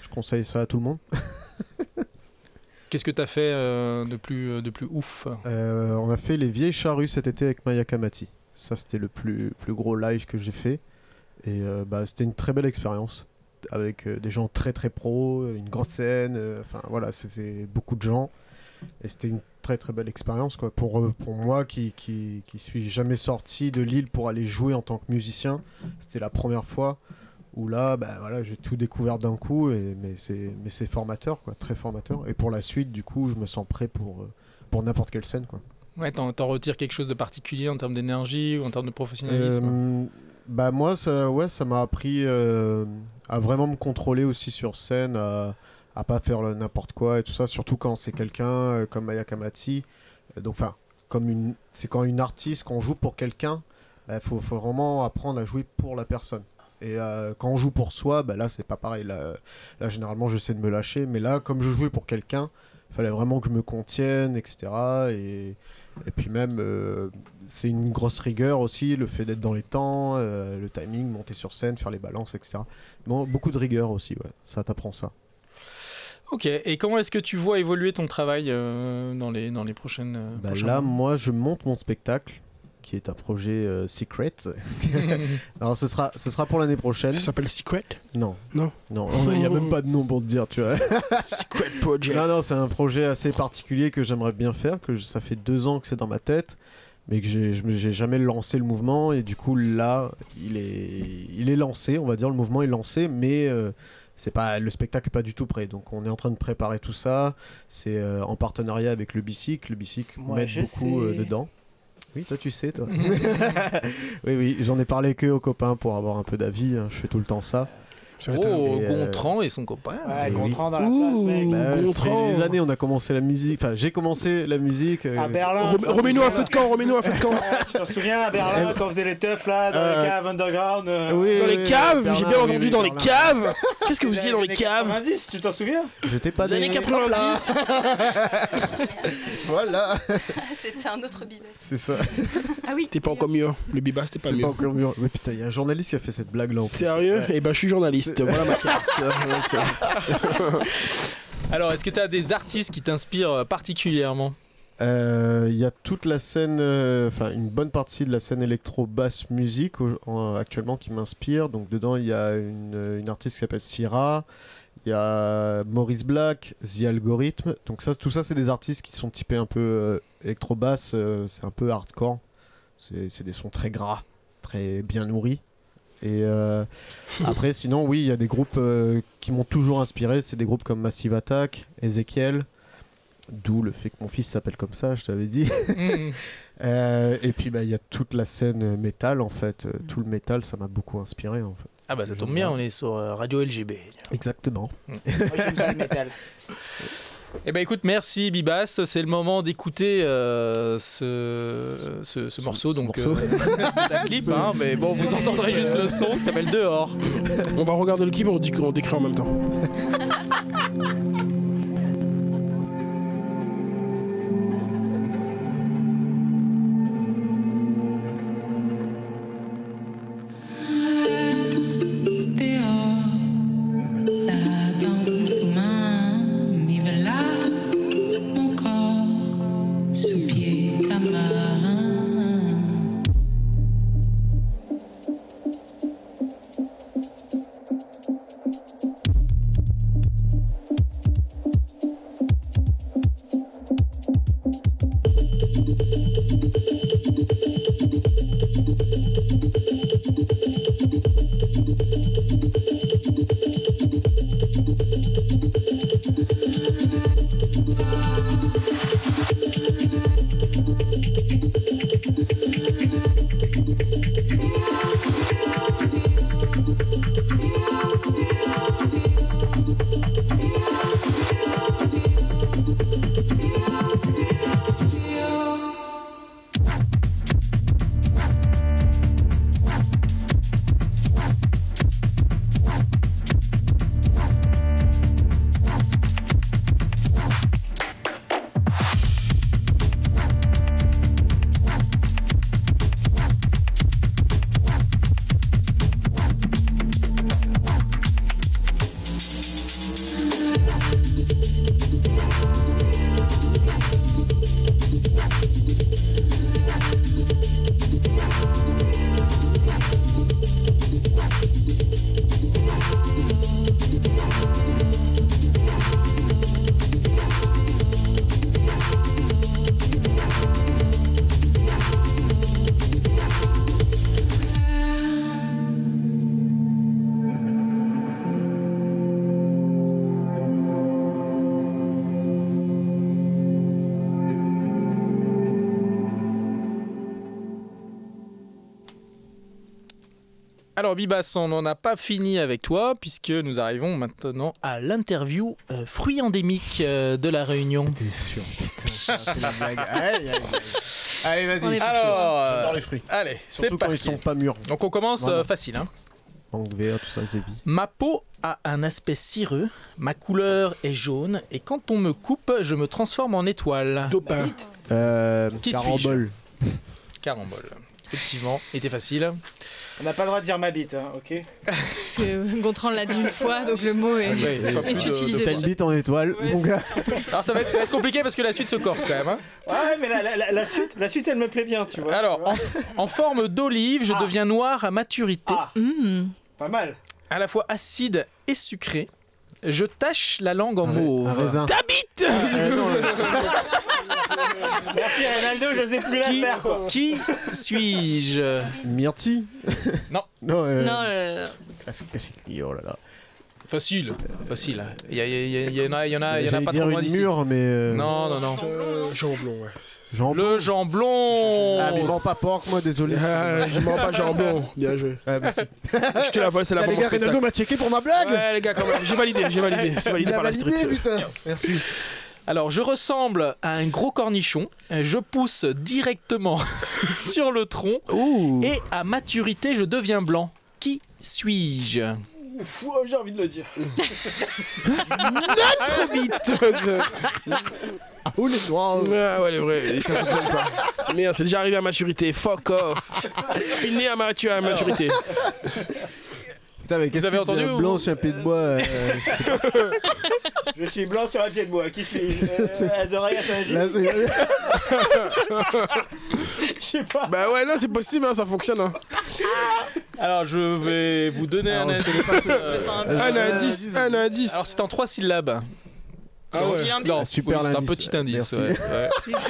[SPEAKER 5] Je conseille ça à tout le monde.
[SPEAKER 1] Qu'est-ce que tu as fait euh, de, plus, euh, de plus ouf
[SPEAKER 5] Euh, on a fait les vieilles charrues cet été avec Maya Kamati. Ça, c'était le plus, plus gros live que j'ai fait. Et euh, bah, c'était une très belle expérience. Avec euh, des gens très très pros, une grosse scène. euh, Enfin voilà, c'était beaucoup de gens. Et c'était une très très belle expérience. quoi. Pour, euh, pour moi qui, qui, qui suis jamais sorti de Lille pour aller jouer en tant que musicien, c'était la première fois où là, bah, voilà, j'ai tout découvert d'un coup. Et, mais c'est mais c'est formateur, quoi, très formateur. Et pour la suite, du coup, je me sens prêt pour, euh, pour n'importe quelle scène. Quoi.
[SPEAKER 1] Ouais, t'en, t'en retires quelque chose de particulier en termes d'énergie ou en termes de professionnalisme
[SPEAKER 5] Euh, bah moi, ça, ouais, ça m'a appris euh, à vraiment me contrôler aussi sur scène, à, à pas faire le n'importe quoi et tout ça, surtout quand c'est quelqu'un euh, comme Maya Kamati. Euh, Donc, enfin, comme une, c'est quand une artiste qu'on joue pour quelqu'un, il faut, faut vraiment apprendre à jouer pour la personne. Et euh, quand on joue pour soi, bah là c'est pas pareil. Là, euh, là, généralement j'essaie de me lâcher, mais là comme je jouais pour quelqu'un, fallait vraiment que je me contienne, etc. Et, et puis même, euh, c'est une grosse rigueur aussi, le fait d'être dans les temps, euh, le timing, monter sur scène, faire les balances, etc. Bon, beaucoup de rigueur aussi, ouais. ça t'apprend ça.
[SPEAKER 1] Ok, et comment est-ce que tu vois évoluer ton travail euh, dans, les, dans les prochaines. euh,
[SPEAKER 5] Bah
[SPEAKER 1] prochains
[SPEAKER 5] là,
[SPEAKER 1] mois
[SPEAKER 5] moi, je monte mon spectacle, qui est un projet euh, secret. Alors, ce sera, ce sera pour l'année prochaine.
[SPEAKER 3] Ça s'appelle Secret.
[SPEAKER 5] Non.
[SPEAKER 3] Non.
[SPEAKER 5] Non, il n'y a même pas de nom pour te dire, tu vois.
[SPEAKER 3] Secret Project.
[SPEAKER 5] Non, non, c'est un projet assez particulier que j'aimerais bien faire, que je- ça fait deux ans que c'est dans ma tête, mais que j'ai- je me- j'ai jamais lancé le mouvement. Et du coup, là, il est, il est lancé, on va dire, le mouvement est lancé, mais euh, c'est pas, le spectacle n'est pas du tout prêt. Donc, on est en train de préparer tout ça. C'est euh, en partenariat avec le bicycle. Le bicycle
[SPEAKER 6] Moi,
[SPEAKER 5] m'aide
[SPEAKER 6] je
[SPEAKER 5] beaucoup euh,
[SPEAKER 6] sais.
[SPEAKER 5] dedans. Oui, toi, tu sais, toi. oui, oui, j'en ai parlé que aux copains pour avoir un peu d'avis. hein, Je fais tout le temps ça.
[SPEAKER 3] Ça va être un-
[SPEAKER 1] Oh,
[SPEAKER 5] Et, euh, Eh
[SPEAKER 1] Gontran et son copain.
[SPEAKER 6] Ouais,
[SPEAKER 5] oui.
[SPEAKER 6] Gontran dans la
[SPEAKER 3] Ouh.
[SPEAKER 6] place, mec.
[SPEAKER 3] Bah,
[SPEAKER 5] ça fait
[SPEAKER 3] Gontran.
[SPEAKER 5] des années, on a commencé la musique. Enfin, j'ai commencé la musique. euh,
[SPEAKER 6] À Berlin.
[SPEAKER 3] Rem- Remets-nous un feu de camp, remets-nous un feu de camp.
[SPEAKER 6] Ah, Tu t'en souviens à
[SPEAKER 5] Eh
[SPEAKER 6] Berlin quand on faisait les teufs là, Ah, dans
[SPEAKER 5] Euh,
[SPEAKER 6] les caves underground euh,
[SPEAKER 5] oui,
[SPEAKER 3] Dans les
[SPEAKER 5] oui,
[SPEAKER 3] caves,
[SPEAKER 5] Berlin,
[SPEAKER 3] j'ai bien
[SPEAKER 5] oui,
[SPEAKER 3] entendu
[SPEAKER 5] oui,
[SPEAKER 3] dans les
[SPEAKER 5] Berlin.
[SPEAKER 3] caves. Qu'est-ce que vous
[SPEAKER 6] les
[SPEAKER 3] faisiez dans les
[SPEAKER 6] années
[SPEAKER 3] caves
[SPEAKER 6] 90, tu t'en souviens
[SPEAKER 5] J'étais pas
[SPEAKER 3] Des années
[SPEAKER 5] né.
[SPEAKER 3] 90
[SPEAKER 5] Voilà,
[SPEAKER 7] C'était un autre bibet.
[SPEAKER 5] c'est ça.
[SPEAKER 4] Ah oui.
[SPEAKER 3] T'es pas encore mieux, hein. le biba c'était pas
[SPEAKER 5] C'est
[SPEAKER 3] mieux.
[SPEAKER 5] pas encore mieux. Mais putain, il y a un journaliste qui a fait cette blague là. En plus.
[SPEAKER 3] Sérieux Eh ben je suis journaliste, voilà ma carte.
[SPEAKER 1] Alors, est-ce que tu as des artistes qui t'inspirent euh, particulièrement
[SPEAKER 5] Euh, Il y a toute la scène, euh, enfin une bonne partie de la scène électro basse musique au- en- actuellement qui m'inspire. Donc dedans, il y a une, euh, une artiste qui s'appelle Syrah. Il y a Maurice Black, The Algorithm. Donc ça, tout ça, c'est des artistes qui sont typés un peu euh, électro Euh, basse. c'est un peu hardcore. C'est c'est des sons très gras, très bien nourris. Et euh, après, sinon, oui, il y a des groupes euh, qui m'ont toujours inspiré. C'est des groupes comme Massive Attack, Ezekiel, d'où le fait que mon fils s'appelle comme ça, je t'avais dit.
[SPEAKER 1] Mhm.
[SPEAKER 5] Euh, et puis, bah, il y a toute la scène euh, métal, en fait.
[SPEAKER 1] Mm.
[SPEAKER 5] Euh, Tout le métal, ça m'a beaucoup inspiré, en fait.
[SPEAKER 1] Ah bah ça tombe bien, on est sur euh, Radio LGB.
[SPEAKER 5] Exactement.
[SPEAKER 1] Mm. Eh ben écoute, merci Bibas, c'est le moment d'écouter euh, ce, ce, ce morceau donc
[SPEAKER 5] morceau.
[SPEAKER 1] euh, d'un clip, hein, mais bon vous entendrez juste le son qui s'appelle Dehors.
[SPEAKER 3] On va regarder le clip et on, dit, on décrit en même temps.
[SPEAKER 8] Dehors, ta tombe sous main, nivela mon corps sous pied ta main.
[SPEAKER 1] Alors Bibas, on n'en a pas fini avec toi puisque nous arrivons maintenant à l'interview euh, fruit endémique euh, de la Réunion.
[SPEAKER 5] T'es sûr, putain. c'est une blague. Aïe, aïe, aïe. Allez, vas-y.
[SPEAKER 2] On est parti.
[SPEAKER 1] Alors, euh,
[SPEAKER 5] J'adore les fruits.
[SPEAKER 1] allez, c'est
[SPEAKER 5] Surtout quand
[SPEAKER 1] parti.
[SPEAKER 5] ils sont pas mûrs.
[SPEAKER 1] Donc on commence euh,
[SPEAKER 5] Vraiment.
[SPEAKER 1] facile. Hein.
[SPEAKER 5] Manque vert, tout ça, zébi.
[SPEAKER 1] Ma peau a un aspect cireux, ma couleur est jaune et quand on me coupe, je me transforme en étoile.
[SPEAKER 3] Dopin.
[SPEAKER 5] Euh,
[SPEAKER 1] Qui suis-je
[SPEAKER 5] carambole.
[SPEAKER 1] Carambole. Effectivement, était facile.
[SPEAKER 6] On n'a pas le droit de dire ma bite, hein, ok
[SPEAKER 2] Parce que Gontran l'a dit une fois, donc le mot est.
[SPEAKER 1] Ouais, il faut plus
[SPEAKER 2] Et tu
[SPEAKER 1] de-
[SPEAKER 2] utilises
[SPEAKER 1] de-
[SPEAKER 2] le
[SPEAKER 5] T'as une bite en étoile, mon gars.
[SPEAKER 1] Alors ça va, être, ça va être compliqué parce que la suite se corse quand même. hein.
[SPEAKER 6] Ouais, mais la, la- la- la suite, la suite, elle me plaît bien, tu vois.
[SPEAKER 1] Alors, en, en forme d'olive, je
[SPEAKER 6] Ah.
[SPEAKER 1] deviens noir à maturité,
[SPEAKER 6] Ah,
[SPEAKER 2] Hmm.
[SPEAKER 6] pas mal.
[SPEAKER 1] à la fois acide et sucré. Je tache la langue en
[SPEAKER 5] Un,
[SPEAKER 1] mauve.
[SPEAKER 5] un raisin.
[SPEAKER 1] T'habites
[SPEAKER 5] Euh, non, euh,
[SPEAKER 6] Merci Ronaldo, je sais plus la
[SPEAKER 1] Qui,
[SPEAKER 6] faire, quoi.
[SPEAKER 1] qui suis-je
[SPEAKER 5] Myrtille
[SPEAKER 1] Non.
[SPEAKER 5] Non, euh,
[SPEAKER 2] Non, le-
[SPEAKER 5] classique, classique. Oh là là.
[SPEAKER 1] Facile. Facile. Il y, a- il y a- il y en a, il y en a, Ah, il y en a
[SPEAKER 5] J'allais
[SPEAKER 1] pas
[SPEAKER 5] dire
[SPEAKER 1] trop loin
[SPEAKER 5] une
[SPEAKER 1] d'ici.
[SPEAKER 5] mûre, mais. euh,
[SPEAKER 1] Non, non, non.
[SPEAKER 3] Euh, Jean Blond, ouais.
[SPEAKER 5] Jean
[SPEAKER 1] Le jamblon.
[SPEAKER 5] Ah, mais vends pas porc, moi, désolé.
[SPEAKER 3] Ah, je mens pas Jean Blond. Bien joué.
[SPEAKER 5] Ouais, merci.
[SPEAKER 3] Je te la vois, c'est la
[SPEAKER 5] Ah, les
[SPEAKER 3] bombe
[SPEAKER 5] gars, Ronaldo m'a checké pour ma blague
[SPEAKER 3] Ouais, les gars, quand même. J'ai validé, j'ai validé. C'est validé
[SPEAKER 5] Il a
[SPEAKER 3] par la
[SPEAKER 5] validé,
[SPEAKER 3] street.
[SPEAKER 5] putain Merci.
[SPEAKER 1] Alors, je ressemble à un gros cornichon. Je pousse directement sur le tronc.
[SPEAKER 3] Ouh.
[SPEAKER 1] Et à maturité, je deviens blanc. Qui suis-je
[SPEAKER 6] Ouf, ouais, j'ai envie de le dire.
[SPEAKER 5] euh, Ah, oh, les noirs euh.
[SPEAKER 3] Ah ouais, les vrais, et ça fonctionne pas. Merde, c'est déjà arrivé à maturité. Fuck off. Fini à, matu- à maturité.
[SPEAKER 5] Putain, mais qu'est-ce
[SPEAKER 1] avez
[SPEAKER 5] qu'il devient
[SPEAKER 1] entendu ou-
[SPEAKER 5] blanc sur un pied de bois euh,
[SPEAKER 6] Je suis blanc sur un pied de bois. Qui suis-je
[SPEAKER 5] C'est-
[SPEAKER 6] euh, à Zoraya Saint-Gilles
[SPEAKER 5] là, c'est-
[SPEAKER 6] Je sais pas.
[SPEAKER 3] Bah ouais, là, c'est possible, hein, ça fonctionne. Hein.
[SPEAKER 1] Alors, je vais vous donner
[SPEAKER 3] Ah,
[SPEAKER 5] Alors,
[SPEAKER 1] un
[SPEAKER 5] je
[SPEAKER 1] indice. euh,
[SPEAKER 3] Un indice, un indice.
[SPEAKER 1] Alors, c'est en trois syllabes.
[SPEAKER 3] Ah ouais.
[SPEAKER 1] Non,
[SPEAKER 5] Super
[SPEAKER 1] oui, c'est un
[SPEAKER 5] l'indice.
[SPEAKER 1] petit indice.
[SPEAKER 5] Merci.
[SPEAKER 1] ouais, ouais.
[SPEAKER 3] Ah,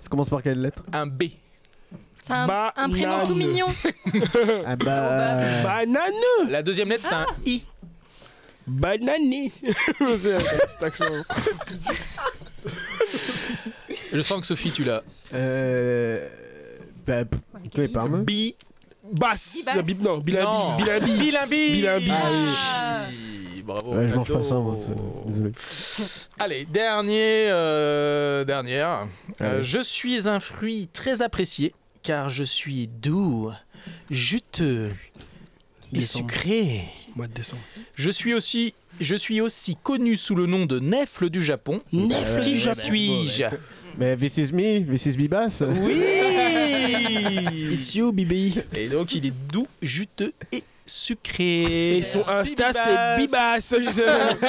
[SPEAKER 5] Ça commence par quelle lettre
[SPEAKER 1] Un B.
[SPEAKER 2] C'est un,
[SPEAKER 5] bah,
[SPEAKER 2] un prénom
[SPEAKER 3] Banane.
[SPEAKER 2] tout mignon.
[SPEAKER 5] Ah bah.
[SPEAKER 3] Banane Ah.
[SPEAKER 1] La deuxième lettre, c'est un I.
[SPEAKER 3] Banane C'est cet accent.
[SPEAKER 1] Je sens que Sophie, tu l'as.
[SPEAKER 5] Euh. Bah. p- Vous connaissez pas me
[SPEAKER 3] Bi. Basse.
[SPEAKER 4] Bibas.
[SPEAKER 3] hein Non, bi- non,
[SPEAKER 1] Non.
[SPEAKER 3] bilabi. Bilabi.
[SPEAKER 1] Bilimbi
[SPEAKER 3] Bilimbi.
[SPEAKER 1] Ah oui. Bravo.
[SPEAKER 5] Ouais, je mange pas
[SPEAKER 1] Renato.
[SPEAKER 5] ça, moi. c'est- Désolé.
[SPEAKER 1] Allez, dernier, euh, dernière. Euh,
[SPEAKER 5] Allez.
[SPEAKER 1] je suis un fruit très apprécié car je suis doux, juteux et
[SPEAKER 3] Décembre.
[SPEAKER 1] sucré.
[SPEAKER 3] Mois de décembre.
[SPEAKER 1] Je suis aussi, je suis aussi connu sous le nom de nefle du Japon.
[SPEAKER 3] Nefle
[SPEAKER 1] Qui
[SPEAKER 3] du Japon.
[SPEAKER 1] suis-je
[SPEAKER 5] Mais this is me, this is Bibas.
[SPEAKER 1] Oui.
[SPEAKER 3] It's you, BBI.
[SPEAKER 1] Et donc il est doux, juteux et sucré.
[SPEAKER 3] Et son
[SPEAKER 1] Merci,
[SPEAKER 3] Insta, c'est
[SPEAKER 1] Bibas.
[SPEAKER 3] Bibas.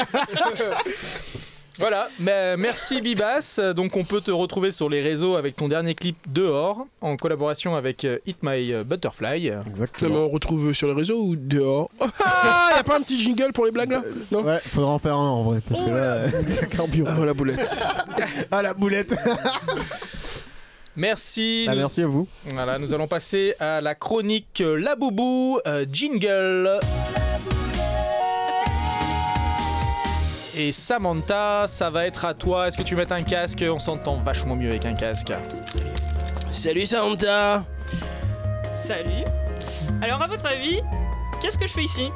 [SPEAKER 1] Voilà, mais euh, merci Bibas. Donc on peut te retrouver sur les réseaux avec ton dernier clip dehors en collaboration avec euh, Hit My Butterfly.
[SPEAKER 3] Non, mais
[SPEAKER 5] Exactement.
[SPEAKER 3] on retrouve sur les réseaux ou dehors Ah, y a pas un petit jingle pour les blagues
[SPEAKER 1] Euh,
[SPEAKER 3] là Non Oh
[SPEAKER 5] Ouais, faudra en faire un en vrai. Parce que là, c'est campion.
[SPEAKER 3] Ah, la boulette.
[SPEAKER 5] Ah la boulette
[SPEAKER 1] Merci.
[SPEAKER 5] Ah,
[SPEAKER 1] Nous-
[SPEAKER 5] Merci à vous.
[SPEAKER 1] Voilà, nous allons passer à la chronique euh, La Boubou euh, Jingle. Et Samantha, ça va être à toi. Est-ce que tu mets un casque On s'entend vachement mieux avec un casque.
[SPEAKER 3] Salut Santa
[SPEAKER 9] Salut. Alors, à votre avis, qu'est-ce que je fais ici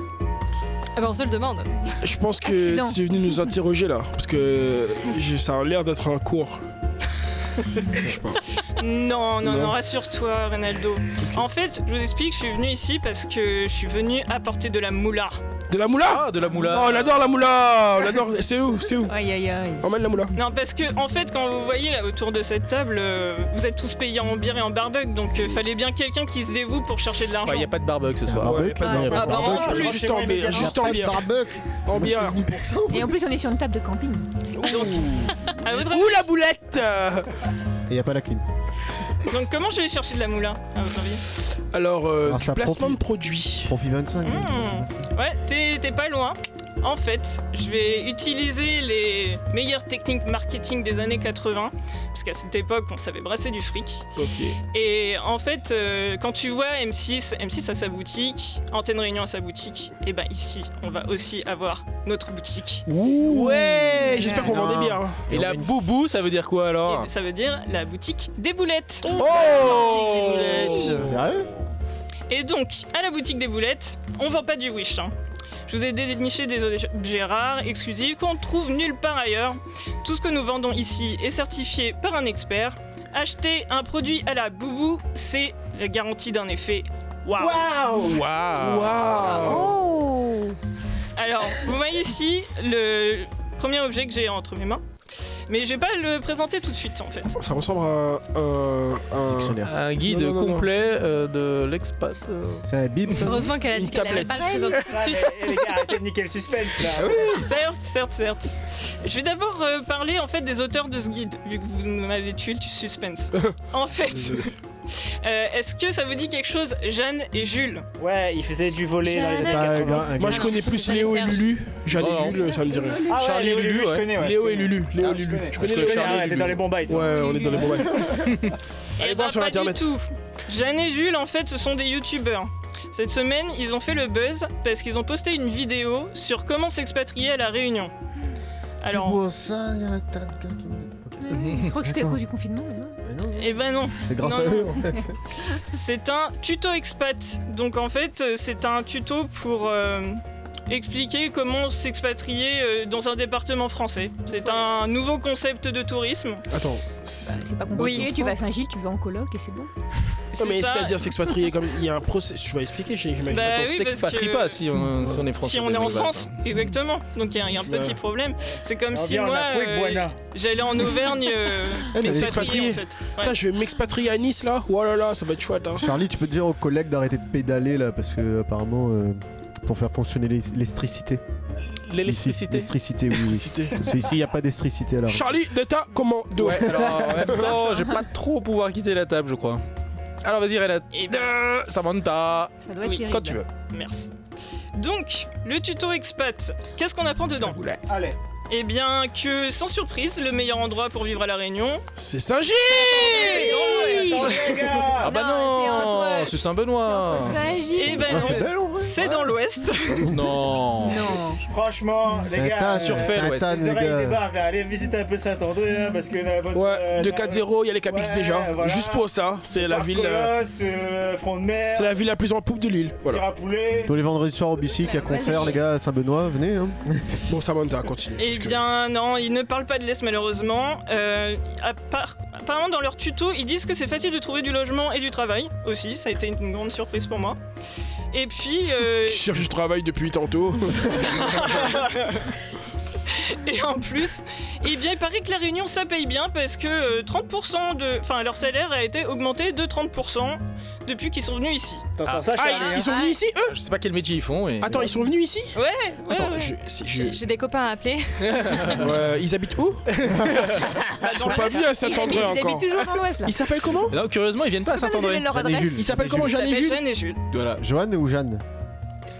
[SPEAKER 2] Ah bah, on se le demande.
[SPEAKER 3] Je pense que
[SPEAKER 4] Accident.
[SPEAKER 3] c'est venu nous interroger là, parce que j'ai- ça a l'air d'être un cours. Je sais pas.
[SPEAKER 9] Non, non,
[SPEAKER 3] Non.
[SPEAKER 9] non, rassure-toi, Ronaldo. En fait, je vous explique, je suis venue ici parce que je suis venue apporter de la moula.
[SPEAKER 3] De la moula
[SPEAKER 1] Ah, de la moula.
[SPEAKER 3] Oh, on adore la moula On adore. C'est où C'est où
[SPEAKER 4] Aïe aïe aïe.
[SPEAKER 3] Emmène la moula.
[SPEAKER 9] Non, parce que, en fait, quand vous voyez là autour de cette table, euh, vous êtes tous payés en bière et en barbecue, donc euh, fallait bien quelqu'un qui se dévoue pour chercher de l'argent.
[SPEAKER 1] Il n'y a pas de barbecue ce soir.
[SPEAKER 3] Ouais, pas de
[SPEAKER 5] Ah, non,
[SPEAKER 3] barbecue.
[SPEAKER 9] bah,
[SPEAKER 5] pas de barbecue.
[SPEAKER 9] en plus,
[SPEAKER 3] juste en bière. Juste en
[SPEAKER 5] Pas de
[SPEAKER 3] bière.
[SPEAKER 5] barbecue.
[SPEAKER 3] En bière.
[SPEAKER 4] Et en plus, on est sur une table de camping.
[SPEAKER 9] Donc, à votre
[SPEAKER 3] Ouh la boulette
[SPEAKER 5] Et y a pas la clim.
[SPEAKER 9] avis- donc, comment je vais chercher de la moula, à votre avis
[SPEAKER 3] Alors, euh,
[SPEAKER 5] Ah,
[SPEAKER 3] du
[SPEAKER 5] ça
[SPEAKER 3] placement de Mm. produit.
[SPEAKER 5] Profi 25. oui,
[SPEAKER 9] Mmh.
[SPEAKER 5] Profi 25.
[SPEAKER 9] Ouais, t'es- t'es pas loin. En fait, je vais utiliser les meilleures techniques marketing des années 80, parce qu'à cette époque, on savait brasser du fric.
[SPEAKER 3] Ok.
[SPEAKER 9] Et en fait, euh, quand tu vois M6, M6 a sa boutique, Antenne Réunion a sa boutique, et ben ici, on va aussi avoir notre boutique.
[SPEAKER 3] Ouh Ouais J'espère qu'on
[SPEAKER 5] Non.
[SPEAKER 3] vendait bien. hein.
[SPEAKER 9] hein.
[SPEAKER 1] Et la boubou, ça veut dire quoi alors
[SPEAKER 9] Et Eh ben, ça veut dire la boutique des boulettes.
[SPEAKER 3] Oh
[SPEAKER 5] Sérieux
[SPEAKER 9] Et donc, à la boutique des boulettes, on vend pas du Wish. hein. Je vous ai déniché des objets rares, exclusifs, qu'on ne trouve nulle part ailleurs. Tout ce que nous vendons ici est certifié par un expert. Acheter un produit à la boubou, c'est la garantie d'un effet. Waouh
[SPEAKER 1] Waouh
[SPEAKER 3] Waouh
[SPEAKER 4] Oh
[SPEAKER 9] Alors, vous voyez ici le premier objet que j'ai entre mes mains. Mais je vais pas le présenter tout de suite en fait.
[SPEAKER 3] Ça ressemble à un. un- un-
[SPEAKER 5] Dictionnaire.
[SPEAKER 1] Un guide
[SPEAKER 3] Non, non, non, non.
[SPEAKER 1] complet euh, de l'expat. euh.
[SPEAKER 5] C'est un bip.
[SPEAKER 2] Heureusement qu'elle a dit
[SPEAKER 3] Une
[SPEAKER 2] qu'elle allait pas le
[SPEAKER 3] tablette.
[SPEAKER 2] présenter tout de suite.
[SPEAKER 6] les gars, arrêtez de niquer le suspense là.
[SPEAKER 9] certes, certes, certes. Je vais d'abord euh, parler en fait des auteurs de ce guide, vu que vous m'avez tué le suspense. en fait, euh, est-ce que ça vous dit quelque chose, Jeanne et Jules
[SPEAKER 6] Ouais, il faisait du volet dans les années
[SPEAKER 2] Jeanne,
[SPEAKER 5] Pas
[SPEAKER 6] 80.
[SPEAKER 5] grave,
[SPEAKER 3] Moi je connais plus Léo et Lulu. J'allais
[SPEAKER 1] Oh, non.
[SPEAKER 3] Jules, ça me dirait.
[SPEAKER 6] Ah ouais,
[SPEAKER 1] Charlie et Lulu,
[SPEAKER 6] je
[SPEAKER 1] ouais.
[SPEAKER 6] connais, ouais.
[SPEAKER 3] Léo
[SPEAKER 6] je
[SPEAKER 3] et
[SPEAKER 6] connais.
[SPEAKER 3] Lulu. Léo
[SPEAKER 6] Ah,
[SPEAKER 3] et
[SPEAKER 6] je
[SPEAKER 3] Lulu.
[SPEAKER 6] connais.
[SPEAKER 3] Je
[SPEAKER 6] Je
[SPEAKER 3] connais
[SPEAKER 1] connais
[SPEAKER 3] Lulu.
[SPEAKER 1] Charlie et
[SPEAKER 6] Ah, t'es
[SPEAKER 1] Lulu.
[SPEAKER 6] dans les bons bails, toi.
[SPEAKER 3] Ouais, on est dans les bons bails.
[SPEAKER 9] Eh
[SPEAKER 3] Allez
[SPEAKER 9] ben,
[SPEAKER 3] voir sur
[SPEAKER 9] pas
[SPEAKER 3] internet.
[SPEAKER 9] Du tout. Jeanne et Jules, en fait, ce sont des youtubeurs. Cette semaine, ils ont fait le buzz parce qu'ils ont posté une vidéo sur comment s'expatrier à la Réunion. Alors,
[SPEAKER 5] pour ça, il y a un tas de gars qui me- Ok.
[SPEAKER 4] Je crois que c'était à cause du confinement, mais non.
[SPEAKER 5] Mais non,
[SPEAKER 9] eh ben non,
[SPEAKER 5] c'est grâce
[SPEAKER 9] Non,
[SPEAKER 5] à
[SPEAKER 9] non.
[SPEAKER 5] eux en fait.
[SPEAKER 9] C'est un tuto expat. Donc en fait, euh, c'est un tuto pour euh, expliquer comment s'expatrier euh, dans un département français. C'est un nouveau concept de tourisme.
[SPEAKER 3] Attends.
[SPEAKER 4] Bah, C'est pas compliqué.
[SPEAKER 2] Oui.
[SPEAKER 4] Tu vas à Saint-Gilles, tu vas en coloc et c'est bon.
[SPEAKER 3] Non, mais
[SPEAKER 9] C'est ça.
[SPEAKER 3] c'est-à-dire s'expatrier comme. Il y a un procès. Tu vas expliquer, j'imagine.
[SPEAKER 9] Bah,
[SPEAKER 1] On
[SPEAKER 9] oui,
[SPEAKER 1] s'expatrie
[SPEAKER 9] parce que-
[SPEAKER 1] pas si on, si on est français.
[SPEAKER 9] si on est
[SPEAKER 1] déjà,
[SPEAKER 9] en
[SPEAKER 1] de base,
[SPEAKER 9] France,
[SPEAKER 1] hein.
[SPEAKER 9] exactement. Donc il y a- il y, a un petit
[SPEAKER 3] Ouais.
[SPEAKER 9] problème. C'est comme
[SPEAKER 6] On
[SPEAKER 9] si
[SPEAKER 6] vient en
[SPEAKER 9] moi
[SPEAKER 6] Afro avec
[SPEAKER 9] euh,
[SPEAKER 6] Boana.
[SPEAKER 9] j'allais en Auvergne euh,
[SPEAKER 5] Eh, mais
[SPEAKER 9] m'expatrier en
[SPEAKER 3] t'es
[SPEAKER 9] fait. Ouais.
[SPEAKER 3] Putain, je vais m'expatrier à Nice là. Oh là là, ça va être chouette. Hein.
[SPEAKER 5] Charlie, tu peux dire aux collègues d'arrêter de pédaler là parce que apparemment euh, pour faire fonctionner l'é- l'électricité. Ici,
[SPEAKER 1] L'électricité.
[SPEAKER 5] L'électricité, oui. oui.
[SPEAKER 3] Cité.
[SPEAKER 5] Parce que ici, il n'y a pas d'électricité alors.
[SPEAKER 3] Charlie, d'état, comment de-
[SPEAKER 1] Ouais, alors en même temps, je vais pas trop pouvoir quitter la table, je crois. Alors vas-y, Renat.
[SPEAKER 9] Et ben,
[SPEAKER 1] Euh, Samantha,
[SPEAKER 4] Eh Ça doit être
[SPEAKER 9] Oui,
[SPEAKER 4] terrible.
[SPEAKER 1] quand tu veux.
[SPEAKER 9] merci. Donc, le tuto expat, qu'est-ce qu'on apprend dedans
[SPEAKER 6] Allez,
[SPEAKER 9] Eh bien que, sans surprise, le meilleur endroit pour vivre à La Réunion...
[SPEAKER 3] C'est Saint-Gilles
[SPEAKER 1] Ah bah
[SPEAKER 4] Non,
[SPEAKER 1] non, c'est Saint-Benoît.
[SPEAKER 9] Eh ben
[SPEAKER 5] Ah, c'est
[SPEAKER 9] non,
[SPEAKER 5] belle en vrai.
[SPEAKER 9] c'est dans l'Ouest.
[SPEAKER 1] Non.
[SPEAKER 4] Non.
[SPEAKER 6] Franchement, les gars,
[SPEAKER 5] Saint-Anne,
[SPEAKER 6] sur
[SPEAKER 1] surfait, ouais,
[SPEAKER 5] Saint-Anne,
[SPEAKER 6] les
[SPEAKER 5] les
[SPEAKER 6] oreilles
[SPEAKER 5] gars.
[SPEAKER 6] débarquent, là. allez visiter un peu Saint-André, hein, parce que la bonne- euh,
[SPEAKER 3] Ouais, de
[SPEAKER 6] la-
[SPEAKER 3] 4-0, il y a les Cabix
[SPEAKER 6] Ouais,
[SPEAKER 3] déjà.
[SPEAKER 6] voilà.
[SPEAKER 3] Juste pour ça, c'est la
[SPEAKER 6] Parc
[SPEAKER 3] ville. euh,
[SPEAKER 6] Colosse, euh, front de mer,
[SPEAKER 3] C'est la ville la plus en poupe de l'île. Voilà.
[SPEAKER 6] Pierre à poulet.
[SPEAKER 5] Tous les vendredis soirs au BC, il y a concert, les gars, à Saint-Benoît, venez. Hein.
[SPEAKER 3] Bon, Samantha, continue.
[SPEAKER 9] Eh
[SPEAKER 3] parce que-
[SPEAKER 9] bien non, ils ne parlent pas de l'Est malheureusement. Euh, à part- apparemment dans leur tuto, ils disent que c'est facile de trouver du logement et du travail aussi. Ça a été une grande surprise pour moi. Et puis, euh,
[SPEAKER 3] Qui cherche du travail depuis tantôt.
[SPEAKER 9] et en plus, eh bien, il paraît que la Réunion ça paye bien parce que euh, 30% de, enfin, leur salaire a été augmenté de 30% depuis qu'ils sont venus ici.
[SPEAKER 6] T'entends ça,
[SPEAKER 3] Ah,
[SPEAKER 6] Charlie,
[SPEAKER 3] ils,
[SPEAKER 6] hein
[SPEAKER 3] ils sont venus ici, eux
[SPEAKER 1] Je sais pas quel métier ils font. Et...
[SPEAKER 3] Attends, ils sont venus ici
[SPEAKER 9] Ouais, ouais,
[SPEAKER 3] Attends,
[SPEAKER 9] ouais.
[SPEAKER 3] je- si je-
[SPEAKER 2] J'ai j'ai des copains à appeler.
[SPEAKER 3] Ouais, ils habitent où Ils sont pas venus à Saint-André
[SPEAKER 4] Ils habitent
[SPEAKER 3] encore.
[SPEAKER 4] toujours dans l'Ouest là.
[SPEAKER 3] Ils s'appellent comment
[SPEAKER 1] Là, curieusement, ils viennent pas à Saint-André.
[SPEAKER 4] leur
[SPEAKER 5] Jeanne et
[SPEAKER 4] adresse.
[SPEAKER 5] Jules.
[SPEAKER 3] Ils s'appellent
[SPEAKER 5] Jeanne
[SPEAKER 3] comment
[SPEAKER 5] et
[SPEAKER 9] Ça
[SPEAKER 3] Jeanne et
[SPEAKER 9] s'appelle
[SPEAKER 3] Jules
[SPEAKER 9] Jeanne et Jules.
[SPEAKER 1] Voilà.
[SPEAKER 5] Jules. Joanne ou Jeanne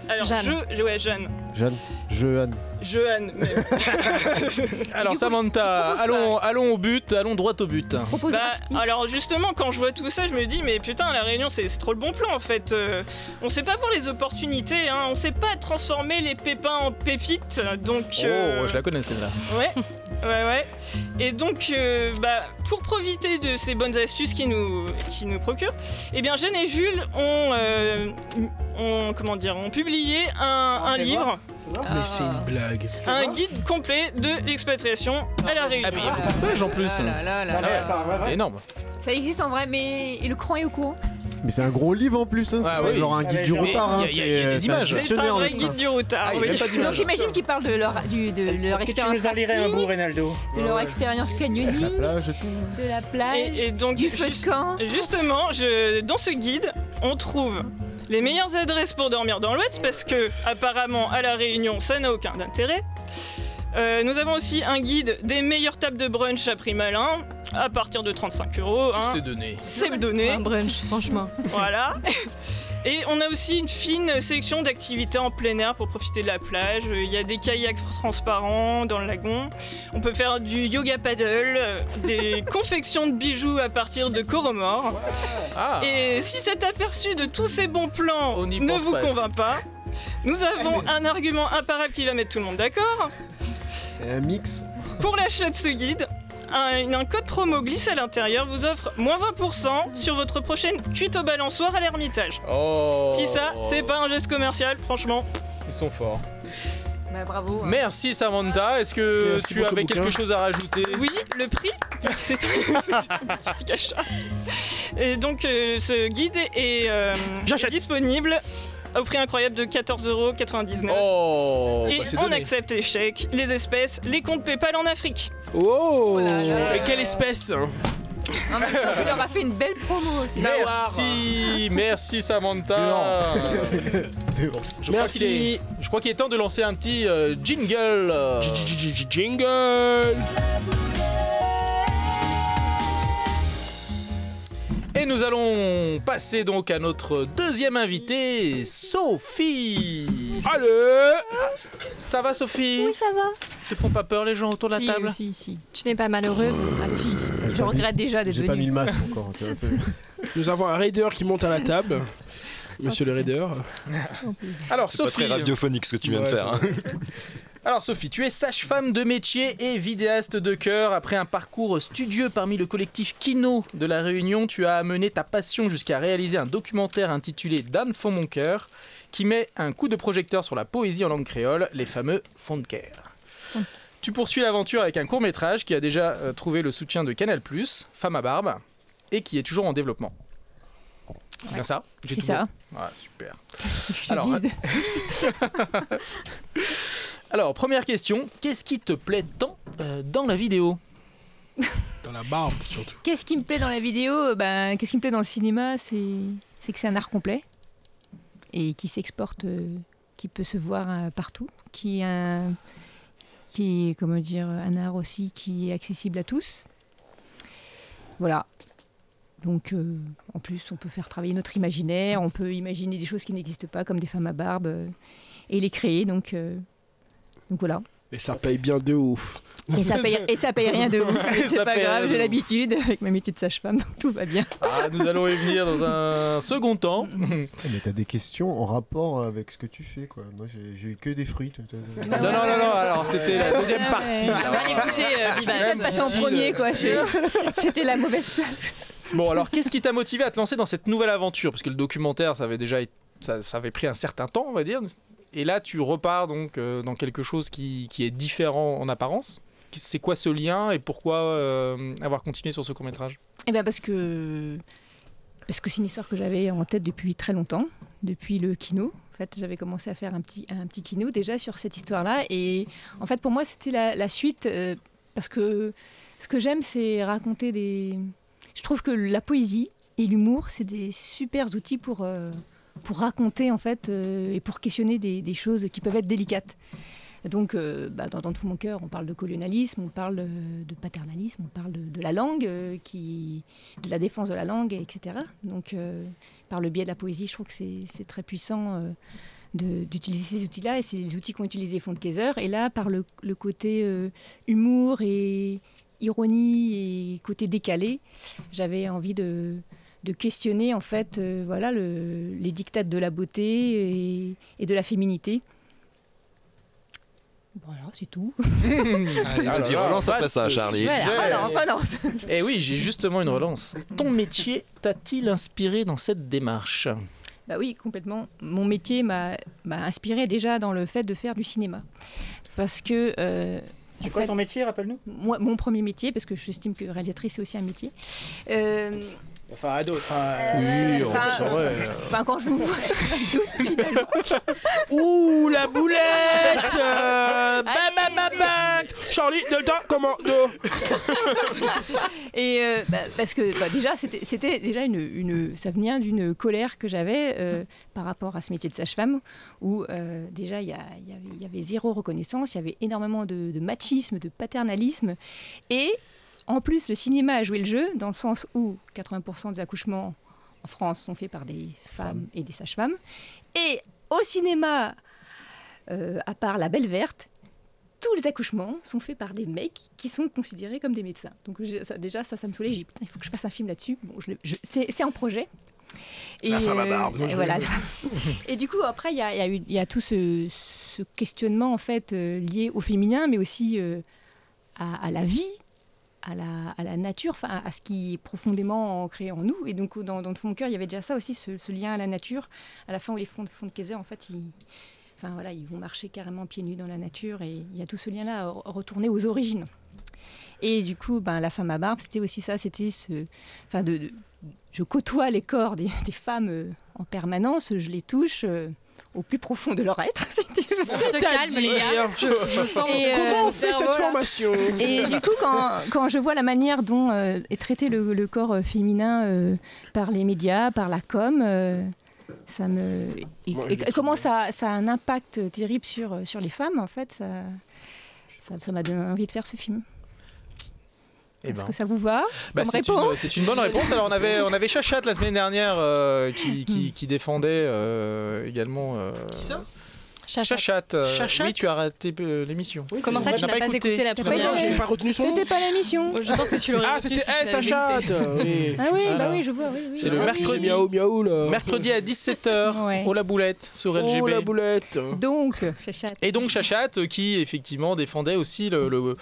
[SPEAKER 9] Alors,
[SPEAKER 2] Jeanne.
[SPEAKER 9] Je, ouais, Jeanne.
[SPEAKER 5] Jeanne Jeanne.
[SPEAKER 9] Jeanne, mais-
[SPEAKER 1] Alors, Samantha, allons, allons au but, allons droit au but.
[SPEAKER 4] Propose
[SPEAKER 9] Bah, alors justement, quand je vois tout ça, je me dis, mais putain, la Réunion, c'est c'est trop le bon plan en fait. Euh, on sait pas voir les opportunités, hein. on sait pas transformer les pépins en pépites, donc. euh,
[SPEAKER 1] Oh, je la connais celle-là.
[SPEAKER 9] Ouais, ouais, ouais. Et donc, euh, bah, pour profiter de ces bonnes astuces qui nous, qui nous procurent, eh bien, Jeanne et Jules ont, euh, ont comment dire, ont publié
[SPEAKER 1] Ah,
[SPEAKER 9] un, un
[SPEAKER 6] Fais
[SPEAKER 9] livre,
[SPEAKER 3] Mais c'est une blague.
[SPEAKER 9] un
[SPEAKER 6] voir.
[SPEAKER 9] guide complet de l'expatriation à la
[SPEAKER 1] Ah, mais il y
[SPEAKER 9] Réunion.
[SPEAKER 1] a beaucoup de pages en plus.
[SPEAKER 6] Non, mais attends, ouais, ouais.
[SPEAKER 1] Énorme.
[SPEAKER 4] Ça existe en vrai, mais le cran est au courant.
[SPEAKER 5] Mais c'est un gros livre en plus, hein. c'est
[SPEAKER 1] Ah
[SPEAKER 5] pas
[SPEAKER 1] oui.
[SPEAKER 5] genre un guide du
[SPEAKER 6] Mais
[SPEAKER 5] retard. hein,
[SPEAKER 1] il y a- il y a
[SPEAKER 5] c'est-
[SPEAKER 1] des
[SPEAKER 5] c'est
[SPEAKER 1] images.
[SPEAKER 9] C'est
[SPEAKER 5] dictionnaire,
[SPEAKER 9] un
[SPEAKER 5] le
[SPEAKER 9] vrai
[SPEAKER 5] truc, hein.
[SPEAKER 9] guide du retard.
[SPEAKER 1] Ah, il y a
[SPEAKER 9] oui.
[SPEAKER 1] même pas
[SPEAKER 4] Donc
[SPEAKER 1] d'image.
[SPEAKER 4] j'imagine qu'ils parlent de leur, du- de leur
[SPEAKER 6] Est-ce que tu
[SPEAKER 4] expérience
[SPEAKER 6] nous en lirais un
[SPEAKER 4] rafting,
[SPEAKER 6] bout, Reynaldo
[SPEAKER 4] de leur expérience canyoning,
[SPEAKER 5] Là, je tout.
[SPEAKER 4] de la plage,
[SPEAKER 9] Et, et donc,
[SPEAKER 4] du feu de
[SPEAKER 9] juste-
[SPEAKER 4] camp.
[SPEAKER 9] Justement, je- dans ce guide, on trouve les meilleures adresses pour dormir dans l'Ouest parce que, apparemment, à La Réunion, ça n'a aucun intérêt. Euh, nous avons aussi un guide des meilleures tables de brunch à prix malin à partir de 35 euros. hein.
[SPEAKER 1] C'est donné.
[SPEAKER 9] C'est donné,
[SPEAKER 2] Un brunch, franchement.
[SPEAKER 9] voilà. Et on a aussi une fine sélection d'activités en plein air pour profiter de la plage. Euh, Il y a des kayaks transparents dans le lagon. On peut faire du yoga paddle, euh, des confections de bijoux à partir de coromores.
[SPEAKER 1] Ah.
[SPEAKER 9] Et si cet aperçu de tous ces bons plans
[SPEAKER 1] On n'y
[SPEAKER 9] ne
[SPEAKER 1] pense
[SPEAKER 9] vous
[SPEAKER 1] pas
[SPEAKER 9] convainc pas, nous avons un argument imparable qui va mettre tout le monde d'accord.
[SPEAKER 5] C'est un mix.
[SPEAKER 9] Pour l'achat de ce guide, un, un code promo glisse à l'intérieur vous offre moins 20% sur votre prochaine cuite au balançoire à l'ermitage.
[SPEAKER 1] Oh.
[SPEAKER 9] Si ça, c'est pas un geste commercial, franchement.
[SPEAKER 1] Ils sont forts.
[SPEAKER 4] Bah, bravo. hein.
[SPEAKER 1] Merci Samantha. Est-ce que
[SPEAKER 3] Merci
[SPEAKER 1] tu
[SPEAKER 3] pour ce
[SPEAKER 1] avais quelque
[SPEAKER 3] bouquin.
[SPEAKER 1] chose à rajouter
[SPEAKER 9] Oui, le prix, c'est c'est un petit achat. Et donc, euh, ce guide est, euh,
[SPEAKER 3] J'achète.
[SPEAKER 9] est disponible au prix incroyable de 14,99€.
[SPEAKER 1] Oh.
[SPEAKER 9] Et
[SPEAKER 1] bah, c'est
[SPEAKER 9] on
[SPEAKER 1] donné.
[SPEAKER 9] accepte les chèques, les espèces, les comptes PayPal en Afrique.
[SPEAKER 3] Oh
[SPEAKER 4] là là.
[SPEAKER 3] Et quelle espèce hein
[SPEAKER 4] En même temps, tu leur as fait une belle promo aussi.
[SPEAKER 1] Merci, merci Samantha.
[SPEAKER 5] Dehors. Dehors.
[SPEAKER 1] Je crois
[SPEAKER 3] Merci.
[SPEAKER 1] qu'il est, je crois qu'il est temps de lancer un petit euh, jingle. euh.
[SPEAKER 3] J-j-j-j- Jingle
[SPEAKER 1] Et nous allons passer donc à notre deuxième invitée, Sophie.
[SPEAKER 3] Allez
[SPEAKER 1] Ça va Sophie
[SPEAKER 4] Oui, ça va.
[SPEAKER 1] Te font pas peur les gens autour de la
[SPEAKER 4] Si,
[SPEAKER 1] table
[SPEAKER 4] Si, si.
[SPEAKER 2] Tu n'es pas malheureuse
[SPEAKER 5] J'ai
[SPEAKER 4] Je
[SPEAKER 5] pas mis-
[SPEAKER 4] regrette déjà d'être
[SPEAKER 5] J'ai pas mis
[SPEAKER 4] venu.
[SPEAKER 5] le masque encore. tu vois, c'est-
[SPEAKER 3] Nous avons un raider qui monte à la table. Monsieur le raider.
[SPEAKER 1] Alors
[SPEAKER 10] C'est pas très
[SPEAKER 1] Sophie,
[SPEAKER 10] radiophonique ce que tu viens
[SPEAKER 3] Ouais,
[SPEAKER 10] de faire. hein.
[SPEAKER 1] alors Sophie, tu es sage-femme de métier et vidéaste de cœur. Après un parcours studieux parmi le collectif Kino de la Réunion, tu as amené ta passion jusqu'à réaliser un documentaire intitulé Dan font mon cœur, qui met un coup de projecteur sur la poésie en langue créole, les fameux fonds de cœur. Tu poursuis l'aventure avec un court métrage qui a déjà euh, trouvé le soutien de Canal+, Femme à barbe, et qui est toujours en développement. C'est bien ça J'ai
[SPEAKER 4] C'est
[SPEAKER 1] tout
[SPEAKER 4] ça.
[SPEAKER 1] bon Ah, super.
[SPEAKER 4] Je
[SPEAKER 1] Alors, euh,
[SPEAKER 4] dis-
[SPEAKER 1] Alors, première question, qu'est-ce qui te plaît tant euh, dans la vidéo
[SPEAKER 3] Dans la barbe, surtout.
[SPEAKER 4] Qu'est-ce qui me plaît dans la vidéo ben, Qu'est-ce qui me plaît dans le cinéma C'est c'est que c'est un art complet et qui s'exporte, euh, qui peut se voir euh, partout, qui est, un, qui est comment dire, un art aussi qui est accessible à tous. Voilà. Donc, euh, en plus, on peut faire travailler notre imaginaire, on peut imaginer des choses qui n'existent pas, comme des femmes à barbe, euh, et les créer. Donc, euh, donc voilà.
[SPEAKER 3] Et ça paye bien de ouf.
[SPEAKER 4] Et ça paye, et ça paye rien de ouf. mais
[SPEAKER 1] Ça
[SPEAKER 4] C'est pas
[SPEAKER 1] paye rien
[SPEAKER 4] grave,
[SPEAKER 1] de
[SPEAKER 4] j'ai
[SPEAKER 1] ouf.
[SPEAKER 4] l'habitude avec ma métier de sage-femme, donc tout va bien.
[SPEAKER 1] Ah, nous allons y venir dans un second temps.
[SPEAKER 5] Eh, Mais t'as des questions en rapport avec ce que tu fais, quoi. Moi, j'ai j'ai eu que des fruits. tout à l'heure.
[SPEAKER 1] Non, non, non, non, alors c'était la deuxième partie.
[SPEAKER 2] Ah, mal écouté, euh, Viva.
[SPEAKER 4] Ça se passait en
[SPEAKER 1] Style,
[SPEAKER 4] premier, quoi.
[SPEAKER 1] style.
[SPEAKER 4] C'était la mauvaise place.
[SPEAKER 1] Bon, alors qu'est-ce qui t'a motivé à te lancer dans cette nouvelle aventure Parce que le documentaire, ça avait déjà été- ça, ça avait pris un certain temps, on va dire. Et là, tu repars donc euh, dans quelque chose qui, qui est différent en apparence. C'est quoi ce lien et pourquoi euh, avoir continué sur ce court métrage
[SPEAKER 4] Eh bien, parce que parce que c'est une histoire que j'avais en tête depuis très longtemps, depuis le kino. En fait, j'avais commencé à faire un petit un petit kino déjà sur cette histoire-là, et en fait, pour moi, c'était la, la suite euh, parce que ce que j'aime, c'est raconter des. Je trouve que la poésie et l'humour, c'est des super outils pour euh, pour raconter en fait euh, et pour questionner des, des choses qui peuvent être délicates. Donc, euh, bah, dans Dans tout mon cœur, on parle de colonialisme, on parle euh, de paternalisme, on parle de, de la langue, euh, qui, de la défense de la langue, etc. Donc, euh, par le biais de la poésie, je trouve que c'est c'est très puissant euh, de- d'utiliser ces outils-là, et c'est les outils qu'ont utilisés Fondkaiser. Et là, par le, le côté euh, humour et ironie et côté décalé, j'avais envie de, de questionner en fait, euh, voilà, le- les dictates de la beauté et, et de la féminité. Voilà, c'est tout.
[SPEAKER 1] Allez,
[SPEAKER 10] Vas-y, relance après ça, Charlie.
[SPEAKER 4] Voilà, relance.
[SPEAKER 1] Et Eh oui, j'ai justement une relance. Ton métier t'a-t-il inspiré dans cette démarche
[SPEAKER 4] Bah oui, complètement. Mon métier m'a inspiré déjà dans le fait de faire du cinéma. Parce que euh,
[SPEAKER 6] C'est quoi ton métier, rappelle-nous
[SPEAKER 4] moi, mon premier métier, parce que j'estime que réalisatrice c'est aussi un métier, euh,
[SPEAKER 6] Enfin, ado. Enfin,
[SPEAKER 1] Oui,
[SPEAKER 4] enfin, euh,
[SPEAKER 1] c'est vrai.
[SPEAKER 4] enfin, quand je vous vois, je doute finalement.
[SPEAKER 3] Ouh, la boulette euh, Bam, bam, bam, bam Charlie, Delta, commando
[SPEAKER 4] Et euh, bah, parce que bah, déjà, c'était- c'était déjà une, une- ça venait d'une colère que j'avais euh, par rapport à ce métier de sage-femme, où euh, déjà il y, a- il y avait- il y avait zéro reconnaissance, il y avait énormément de, de machisme, de paternalisme, et en plus le cinéma a joué le jeu dans le sens où 80% des accouchements en France sont faits par des femmes et des sages-femmes, et au cinéma, euh, à part La Belle Verte, tous les accouchements sont faits par des mecs qui sont considérés comme des médecins. Donc j'ai- ça- déjà, ça, ça me soulège. J'ai dit, Putain, Il faut que je fasse un film là-dessus. Bon, je le- je- c'est c'est en projet. Et,
[SPEAKER 10] femme à
[SPEAKER 4] euh,
[SPEAKER 10] barbe.
[SPEAKER 4] et voilà. et du coup, après, il y a, il y a eu- il y a tout ce, ce questionnement en fait euh, lié au féminin, mais aussi euh, à, à la vie, à la, à la nature, enfin, à- à ce qui est profondément ancré en nous. Et donc, dans, dans mon cœur, il y avait déjà ça aussi, ce, ce lien à la nature. À la fin, où les fonds, fonds de Kaiser, en fait, ils, Enfin voilà, ils vont marcher carrément pieds nus dans la nature et il y a tout ce lien-là à re- retourner aux origines. Et du coup, ben, la femme à barbe, c'était aussi ça, c'était ce... Enfin, de, de- je côtoie les corps des, des femmes euh, en permanence, je les touche euh, au plus profond de leur être. C'était
[SPEAKER 2] On
[SPEAKER 4] ça.
[SPEAKER 2] se calme, les gars. Je sens
[SPEAKER 4] Et,
[SPEAKER 2] mon-
[SPEAKER 4] euh,
[SPEAKER 3] Comment
[SPEAKER 2] mon
[SPEAKER 3] on fait
[SPEAKER 2] cerveau,
[SPEAKER 3] cette
[SPEAKER 2] là.
[SPEAKER 3] formation
[SPEAKER 4] Et du coup, quand, quand je vois la manière dont euh, est traité le, le corps euh, féminin euh, par les médias, par la com, euh, ça me. Et,
[SPEAKER 3] Moi,
[SPEAKER 4] et
[SPEAKER 3] je le
[SPEAKER 4] comment
[SPEAKER 3] trouve
[SPEAKER 4] ça, ça a un impact terrible sur, euh, sur les femmes, en fait, ça. ça- ça m'a donné envie de faire ce film.
[SPEAKER 1] Eh
[SPEAKER 4] Est-ce
[SPEAKER 1] ben.
[SPEAKER 4] que ça vous va
[SPEAKER 1] Bah,
[SPEAKER 4] Comme
[SPEAKER 1] c'est
[SPEAKER 4] réponse.
[SPEAKER 1] une, c'est une bonne réponse. Alors on avait on avait Chachat la semaine dernière euh, qui, qui, qui défendait euh, également. euh,
[SPEAKER 2] Chacha,
[SPEAKER 1] Chachat. euh,
[SPEAKER 3] Chachat
[SPEAKER 1] Oui, tu as raté euh, l'émission.
[SPEAKER 2] Comment ça,
[SPEAKER 1] On
[SPEAKER 2] tu n'as pas écouté, la
[SPEAKER 4] T'as
[SPEAKER 2] première
[SPEAKER 4] pas
[SPEAKER 3] J'ai pas retenu son nom.
[SPEAKER 4] C'était pas la mission
[SPEAKER 2] Je pense que tu l'aurais
[SPEAKER 3] Ah,
[SPEAKER 2] retenu
[SPEAKER 3] c'était
[SPEAKER 2] si tu
[SPEAKER 3] Eh,
[SPEAKER 2] l'avais
[SPEAKER 3] ça chatte
[SPEAKER 2] écouté.
[SPEAKER 3] Oui.
[SPEAKER 4] Ah oui,
[SPEAKER 1] Voilà.
[SPEAKER 4] bah oui, je vois, oui, oui.
[SPEAKER 1] C'est le
[SPEAKER 4] Ah oui.
[SPEAKER 1] mercredi.
[SPEAKER 3] Miaou, miaou, là.
[SPEAKER 1] Mercredi à 17h,
[SPEAKER 4] Ouais.
[SPEAKER 1] oh la boulette sur LGB.
[SPEAKER 3] Oh, la boulette
[SPEAKER 4] Donc, chachate.
[SPEAKER 1] Et donc Chachat euh, qui effectivement défendait aussi le, le,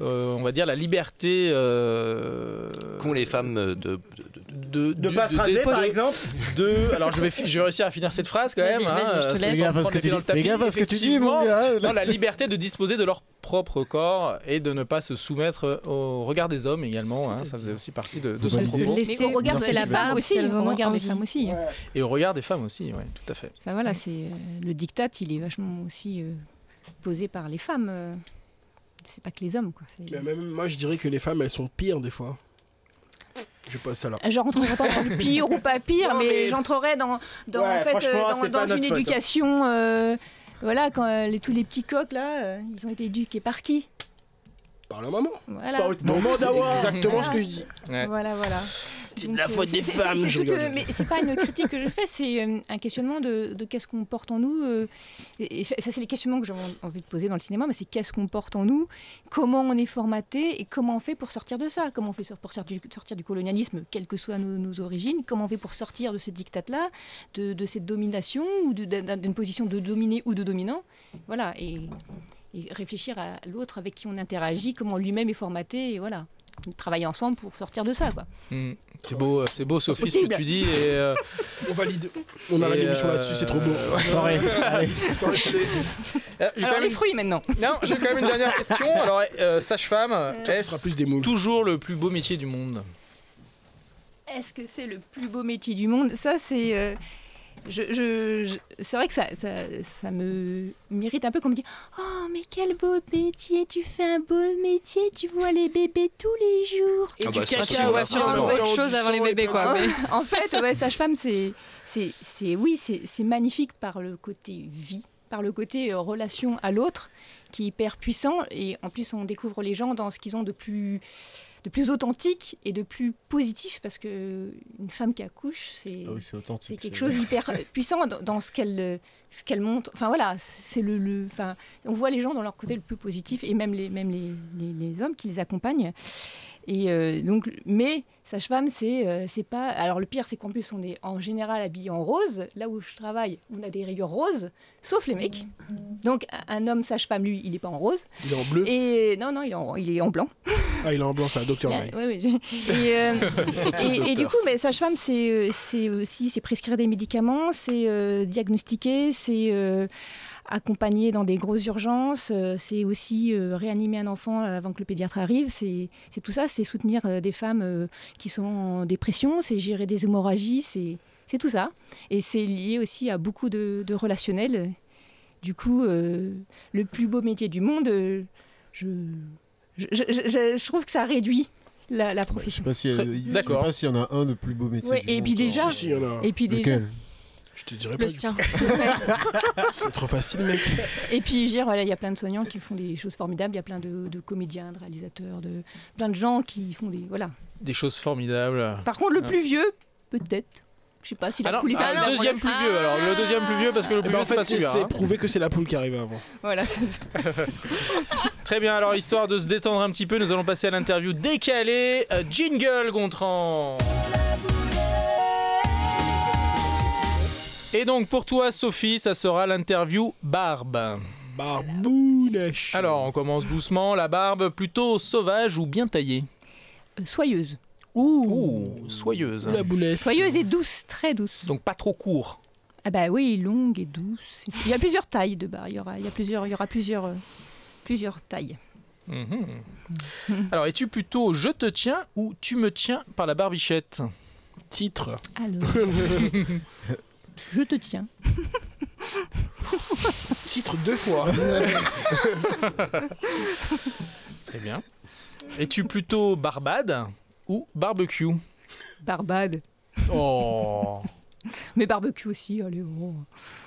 [SPEAKER 1] euh, on va dire la liberté euh,
[SPEAKER 10] Qu'ont les femmes euh, de. de- de-
[SPEAKER 1] de,
[SPEAKER 6] De
[SPEAKER 1] du-
[SPEAKER 6] pas se
[SPEAKER 1] de-
[SPEAKER 6] raser,
[SPEAKER 1] de-
[SPEAKER 6] par exemple
[SPEAKER 1] de- alors je vais fi- je vais réussir à finir cette phrase quand
[SPEAKER 2] Vas-y,
[SPEAKER 1] même
[SPEAKER 2] vas-y, je te
[SPEAKER 1] euh,
[SPEAKER 2] laisse.
[SPEAKER 1] sans
[SPEAKER 5] Fais gaffe à ce
[SPEAKER 1] prendre
[SPEAKER 5] que tu
[SPEAKER 1] le pied
[SPEAKER 5] dis.
[SPEAKER 1] dans le
[SPEAKER 5] Fais
[SPEAKER 1] tapis.
[SPEAKER 5] gaffe à ce que tu dis, mon gars.
[SPEAKER 1] Non, la liberté de disposer de leur propre corps et de ne pas se soumettre au regard des hommes également. hein, ça faisait aussi partie de, de son
[SPEAKER 5] Bonne idée.
[SPEAKER 1] propos.
[SPEAKER 2] Laisser
[SPEAKER 4] Mais on regarde
[SPEAKER 2] pousser
[SPEAKER 4] les
[SPEAKER 2] la
[SPEAKER 4] femmes
[SPEAKER 2] barbe si
[SPEAKER 4] aussi,
[SPEAKER 2] elles en
[SPEAKER 4] on
[SPEAKER 2] ont
[SPEAKER 4] regarde les
[SPEAKER 2] envie.
[SPEAKER 4] femmes aussi.
[SPEAKER 1] Et au regard des femmes aussi, ouais, tout à fait.
[SPEAKER 4] Enfin voilà, c'est euh, le diktat, il est vachement aussi euh, posé par les femmes. euh. c'est pas que les hommes, quoi. C'est-
[SPEAKER 3] Mais même moi, je dirais que les femmes, elles sont pires des fois. Je passe ça là.
[SPEAKER 4] Je rentrerai pas dans le pire ou pas pire,
[SPEAKER 6] Non,
[SPEAKER 4] mais,
[SPEAKER 6] mais-
[SPEAKER 4] j'entrerai dans, dans,
[SPEAKER 6] Ouais,
[SPEAKER 4] en fait,
[SPEAKER 6] franchement,
[SPEAKER 4] euh,
[SPEAKER 6] c'est
[SPEAKER 4] dans,
[SPEAKER 6] pas
[SPEAKER 4] dans une
[SPEAKER 6] notre faute, hein.
[SPEAKER 4] éducation. euh, voilà, quand euh, les- tous les petits coqs, là, euh, ils ont été éduqués par qui
[SPEAKER 3] Par la maman.
[SPEAKER 4] Voilà.
[SPEAKER 6] Pas autrement,
[SPEAKER 3] c'est
[SPEAKER 6] Mandawa.
[SPEAKER 3] exactement
[SPEAKER 4] Voilà.
[SPEAKER 3] ce que je dis.
[SPEAKER 1] Ouais.
[SPEAKER 4] Voilà, voilà.
[SPEAKER 3] C'est de la
[SPEAKER 4] Donc,
[SPEAKER 3] faute
[SPEAKER 4] euh,
[SPEAKER 3] des
[SPEAKER 4] c'est- c'est-
[SPEAKER 3] femmes,
[SPEAKER 4] c'est
[SPEAKER 3] je
[SPEAKER 4] tout,
[SPEAKER 3] rigole.
[SPEAKER 4] euh, Mais c'est pas une critique que je fais, c'est euh, un questionnement de, de qu'est-ce qu'on porte en nous. euh, et, et ça, c'est les questionnements que j'ai envie de poser dans le cinéma, mais c'est qu'est-ce qu'on porte en nous, comment on est formaté et comment on fait pour sortir de ça, comment on fait sur- pour sortir du, sortir du colonialisme, quelles que soient nos, nos origines, comment on fait pour sortir de ces dictates-là, de, de cette domination ou de- d'un- d'une position de dominé ou de dominant. Voilà, et, et réfléchir à l'autre avec qui on interagit, comment lui-même est formaté, et voilà. Travailler ensemble pour sortir de ça, quoi.
[SPEAKER 1] Hmm. C'est beau, euh, c'est beau, Sophie, ce que
[SPEAKER 4] possible.
[SPEAKER 1] tu dis. Et, euh,
[SPEAKER 3] On valide. On arrête
[SPEAKER 1] et,
[SPEAKER 3] l'émission
[SPEAKER 1] euh,
[SPEAKER 3] là-dessus, c'est trop beau.
[SPEAKER 1] Forêt, allez. Euh, j'ai quand
[SPEAKER 4] Alors
[SPEAKER 1] même
[SPEAKER 4] les fruits maintenant.
[SPEAKER 1] Non, j'ai quand même une dernière question. Alors, euh, sage-femme,
[SPEAKER 3] sera
[SPEAKER 1] est-ce
[SPEAKER 3] plus des moules.
[SPEAKER 1] toujours le plus beau métier du monde
[SPEAKER 4] Est-ce que c'est le plus beau métier du monde Ça, c'est. euh, je, je- je- c'est vrai que ça, ça, ça me m'irrite un peu qu'on me dit Oh, mais quel beau métier Tu fais un beau métier, tu vois les bébés tous les jours.
[SPEAKER 3] Et
[SPEAKER 10] Ah
[SPEAKER 3] du
[SPEAKER 10] bah, ça,
[SPEAKER 3] caca
[SPEAKER 10] c'est
[SPEAKER 3] au
[SPEAKER 10] vrai,
[SPEAKER 3] assiettes
[SPEAKER 10] forcément.
[SPEAKER 3] en
[SPEAKER 2] Autre
[SPEAKER 3] temps,
[SPEAKER 2] chose
[SPEAKER 3] du
[SPEAKER 2] avant les
[SPEAKER 3] sang et
[SPEAKER 2] bébés,
[SPEAKER 3] plein
[SPEAKER 2] quoi.
[SPEAKER 3] de-
[SPEAKER 2] mais-
[SPEAKER 4] en fait, ouais, sage-femme, c'est, c'est, c'est, oui, c'est, c'est magnifique par le côté vie, par le côté euh, relation à l'autre, qui est hyper puissant. Et en plus, on découvre les gens dans ce qu'ils ont de plus, de plus authentique et de plus positif, parce que une femme qui accouche, c'est,
[SPEAKER 5] Ah oui, c'est
[SPEAKER 4] c'est
[SPEAKER 5] authentique.
[SPEAKER 4] quelque
[SPEAKER 5] c'est-
[SPEAKER 4] chose d'hyper euh, puissant dans, dans ce qu'elle, euh, ce qu'elle montre. Enfin voilà, c'est le, le- enfin, on voit les gens dans leur côté le plus positif et même les, même les, les- les hommes qui les accompagnent. Et euh, donc, mais sage-femme, c'est, euh, c'est pas. Alors le pire, c'est qu'en plus on est en général habillé en rose. Là où je travaille, on a des rayures roses, sauf les mecs. Donc un homme sage-femme, lui, il n'est pas en rose.
[SPEAKER 3] Il est en bleu.
[SPEAKER 4] Et non, non, il est en, il est en blanc.
[SPEAKER 3] Ah, il est en blanc, c'est un docteur.
[SPEAKER 4] Ah, ouais, ouais, j'ai- Et, euh, et- et du
[SPEAKER 3] docteurs.
[SPEAKER 4] coup, mais sage-femme, c'est euh, c'est aussi c'est prescrire des médicaments, c'est euh, diagnostiquer, c'est euh, accompagner dans des grosses urgences, euh, c'est aussi euh, réanimer un enfant avant que le pédiatre arrive. C'est c'est tout ça, c'est soutenir euh, des femmes euh, qui sont en dépression, c'est gérer des hémorragies, c'est c'est tout ça. Et c'est lié aussi à beaucoup de, de relationnels. Du coup, euh, le plus beau métier du monde, euh, je, je, je- je- je trouve que ça réduit la, la
[SPEAKER 5] Je sais
[SPEAKER 4] profession.
[SPEAKER 5] pas si
[SPEAKER 1] Très-
[SPEAKER 5] il- je sais
[SPEAKER 1] d'accord.
[SPEAKER 5] pas s'il y en a un de plus beau métier.
[SPEAKER 4] Ouais,
[SPEAKER 5] du
[SPEAKER 4] et
[SPEAKER 5] monde,
[SPEAKER 4] puis
[SPEAKER 5] quoi.
[SPEAKER 4] déjà-
[SPEAKER 3] Si, si, il y en a.
[SPEAKER 4] Et puis déjà,
[SPEAKER 5] Lequel
[SPEAKER 3] Je te dirais pas.
[SPEAKER 2] Le sien.
[SPEAKER 3] C'est trop facile, mec. Eh ben,
[SPEAKER 4] et puis je veux dire, voilà, il y a plein de soignants qui font des choses formidables, il y a plein de, de comédiens, de réalisateurs, de plein de gens qui font des voilà.
[SPEAKER 1] Des choses formidables.
[SPEAKER 4] Par contre, le
[SPEAKER 1] Ah.
[SPEAKER 4] plus vieux, peut-être, je sais pas s'il a
[SPEAKER 1] Alors,
[SPEAKER 4] coulé
[SPEAKER 1] ah,
[SPEAKER 4] par
[SPEAKER 1] le
[SPEAKER 4] le
[SPEAKER 1] deuxième plus vieux, alors le deuxième plus vieux, parce que le
[SPEAKER 3] Eh
[SPEAKER 1] plus
[SPEAKER 3] ben,
[SPEAKER 1] vieux,
[SPEAKER 3] en
[SPEAKER 1] c'est
[SPEAKER 3] fait,
[SPEAKER 1] pas
[SPEAKER 3] c'est
[SPEAKER 1] celui-là. hein.
[SPEAKER 3] prouvé que c'est la poule qui arrivait avant.
[SPEAKER 4] Voilà, c'est ça.
[SPEAKER 1] Très bien, alors histoire de se détendre un petit peu, nous allons passer à l'interview décalée. Euh, jingle, Gontran Et donc pour toi, Sophie, ça sera l'interview barbe.
[SPEAKER 3] Barbounèche.
[SPEAKER 1] Alors on commence doucement, la barbe plutôt sauvage ou bien taillée
[SPEAKER 4] Euh, soyeuse.
[SPEAKER 1] Ouh, soyeuse.
[SPEAKER 3] Ou la boulette.
[SPEAKER 4] Soyeuse et douce, très douce.
[SPEAKER 1] Hein. Donc pas trop court.
[SPEAKER 4] Ah bah oui, longue et douce. Il y a plusieurs tailles de barbe, il y aura, il y a plusieurs, il y aura plusieurs, euh, plusieurs tailles.
[SPEAKER 1] Mhm. Alors es-tu plutôt je te tiens ou tu me tiens par la barbichette
[SPEAKER 3] Titre.
[SPEAKER 4] Alors, je te tiens.
[SPEAKER 3] Titre deux fois.
[SPEAKER 1] Très bien. Es-tu plutôt barbade ou barbecue
[SPEAKER 4] Barbade.
[SPEAKER 1] Oh
[SPEAKER 4] Mais barbecue aussi, allez. oh.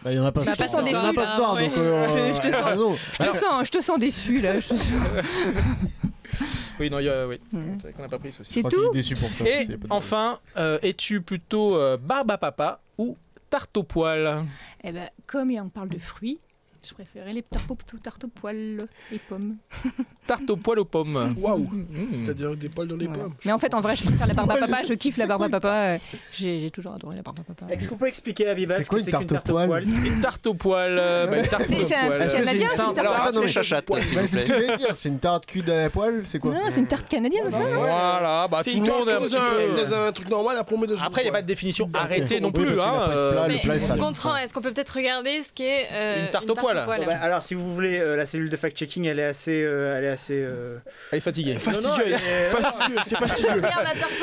[SPEAKER 5] Bah, Il y en a pas
[SPEAKER 2] Bah,
[SPEAKER 5] ce
[SPEAKER 2] pas
[SPEAKER 5] soir.
[SPEAKER 2] sans
[SPEAKER 5] Il y en a
[SPEAKER 2] déçu,
[SPEAKER 5] pas
[SPEAKER 2] là,
[SPEAKER 5] ce soir,
[SPEAKER 2] ouais.
[SPEAKER 5] donc. euh,
[SPEAKER 4] Je te sens.
[SPEAKER 5] ah non.
[SPEAKER 4] Je te, sens, je te sens déçu là. je te sens-
[SPEAKER 1] Oui, non, il y a- oui.
[SPEAKER 4] Ouais.
[SPEAKER 1] C'est vrai qu'on n'a pas pris ceci.
[SPEAKER 5] Je
[SPEAKER 4] C'est
[SPEAKER 5] crois qu'il est
[SPEAKER 4] tout
[SPEAKER 5] déçu pour ça.
[SPEAKER 1] Et
[SPEAKER 5] Il y a pas de-
[SPEAKER 1] enfin, euh, es-tu plutôt euh, barbe à papa ou tarte au poil
[SPEAKER 4] Eh ben, comme on parle de fruits, je préférais les tartes au- tartes au poil, les pommes.
[SPEAKER 1] Tarte au poil aux pommes.
[SPEAKER 3] Waouh.
[SPEAKER 1] Mhm.
[SPEAKER 3] C'est-à-dire des poils dans les
[SPEAKER 4] Voilà.
[SPEAKER 3] pommes.
[SPEAKER 4] Mais en fait, en vrai, je préfère la barbe à
[SPEAKER 3] Ouais, je
[SPEAKER 4] papa.
[SPEAKER 3] sais.
[SPEAKER 4] Je kiffe la barbe à papa. euh, J'ai j'ai toujours adoré la barbe à papa.
[SPEAKER 6] Est-ce qu'on peut expliquer à Biba
[SPEAKER 5] C'est
[SPEAKER 6] ce
[SPEAKER 5] quoi
[SPEAKER 6] que
[SPEAKER 5] une
[SPEAKER 6] c'est
[SPEAKER 5] tarte
[SPEAKER 6] qu'une
[SPEAKER 5] au
[SPEAKER 6] tarte au
[SPEAKER 5] poil
[SPEAKER 6] poil
[SPEAKER 1] Une tarte au poil. euh, bah, une tarte
[SPEAKER 4] C'est-
[SPEAKER 1] au
[SPEAKER 4] c'est un-
[SPEAKER 1] poil.
[SPEAKER 4] Est-ce que
[SPEAKER 5] c'est
[SPEAKER 4] Canadien,
[SPEAKER 5] une
[SPEAKER 4] c'est
[SPEAKER 5] tarte-
[SPEAKER 4] une tarte-
[SPEAKER 5] alors,
[SPEAKER 10] Alors,
[SPEAKER 5] attends,
[SPEAKER 10] les
[SPEAKER 5] mais-
[SPEAKER 10] chachates, s'il
[SPEAKER 5] Bah,
[SPEAKER 10] vous
[SPEAKER 5] c'est ce que
[SPEAKER 10] plaît.
[SPEAKER 5] j'allais dire, c'est une tarte cul de la poêle, c'est quoi
[SPEAKER 4] Non, c'est une tarte canadienne, ça
[SPEAKER 1] Voilà, bah,
[SPEAKER 3] C'est
[SPEAKER 1] tout
[SPEAKER 3] une
[SPEAKER 1] le monde
[SPEAKER 3] tarte
[SPEAKER 1] est un
[SPEAKER 3] dans
[SPEAKER 1] petit
[SPEAKER 3] un,
[SPEAKER 1] peu-
[SPEAKER 3] dans un truc normal, après on met dans
[SPEAKER 1] Après, il n'y a pas de définition arrêtée
[SPEAKER 5] Ok.
[SPEAKER 1] non
[SPEAKER 5] Oui, parce
[SPEAKER 1] plus.
[SPEAKER 5] qu'il
[SPEAKER 1] hein,
[SPEAKER 5] n'a pas de
[SPEAKER 1] euh,
[SPEAKER 2] Ah,
[SPEAKER 5] plat,
[SPEAKER 1] mais-
[SPEAKER 5] le plat est sale.
[SPEAKER 2] Gontran, est-ce qu'on peut peut-être regarder ce qu'est euh,
[SPEAKER 1] Une tarte au poil.
[SPEAKER 6] Bon, bah, Alors, si vous voulez, euh, la cellule de fact-checking, elle est assez. euh, elle est assez. euh,
[SPEAKER 1] Elle est fatiguée.
[SPEAKER 3] Fastidieux,
[SPEAKER 6] euh,
[SPEAKER 3] fastidieux, c'est fastidieux.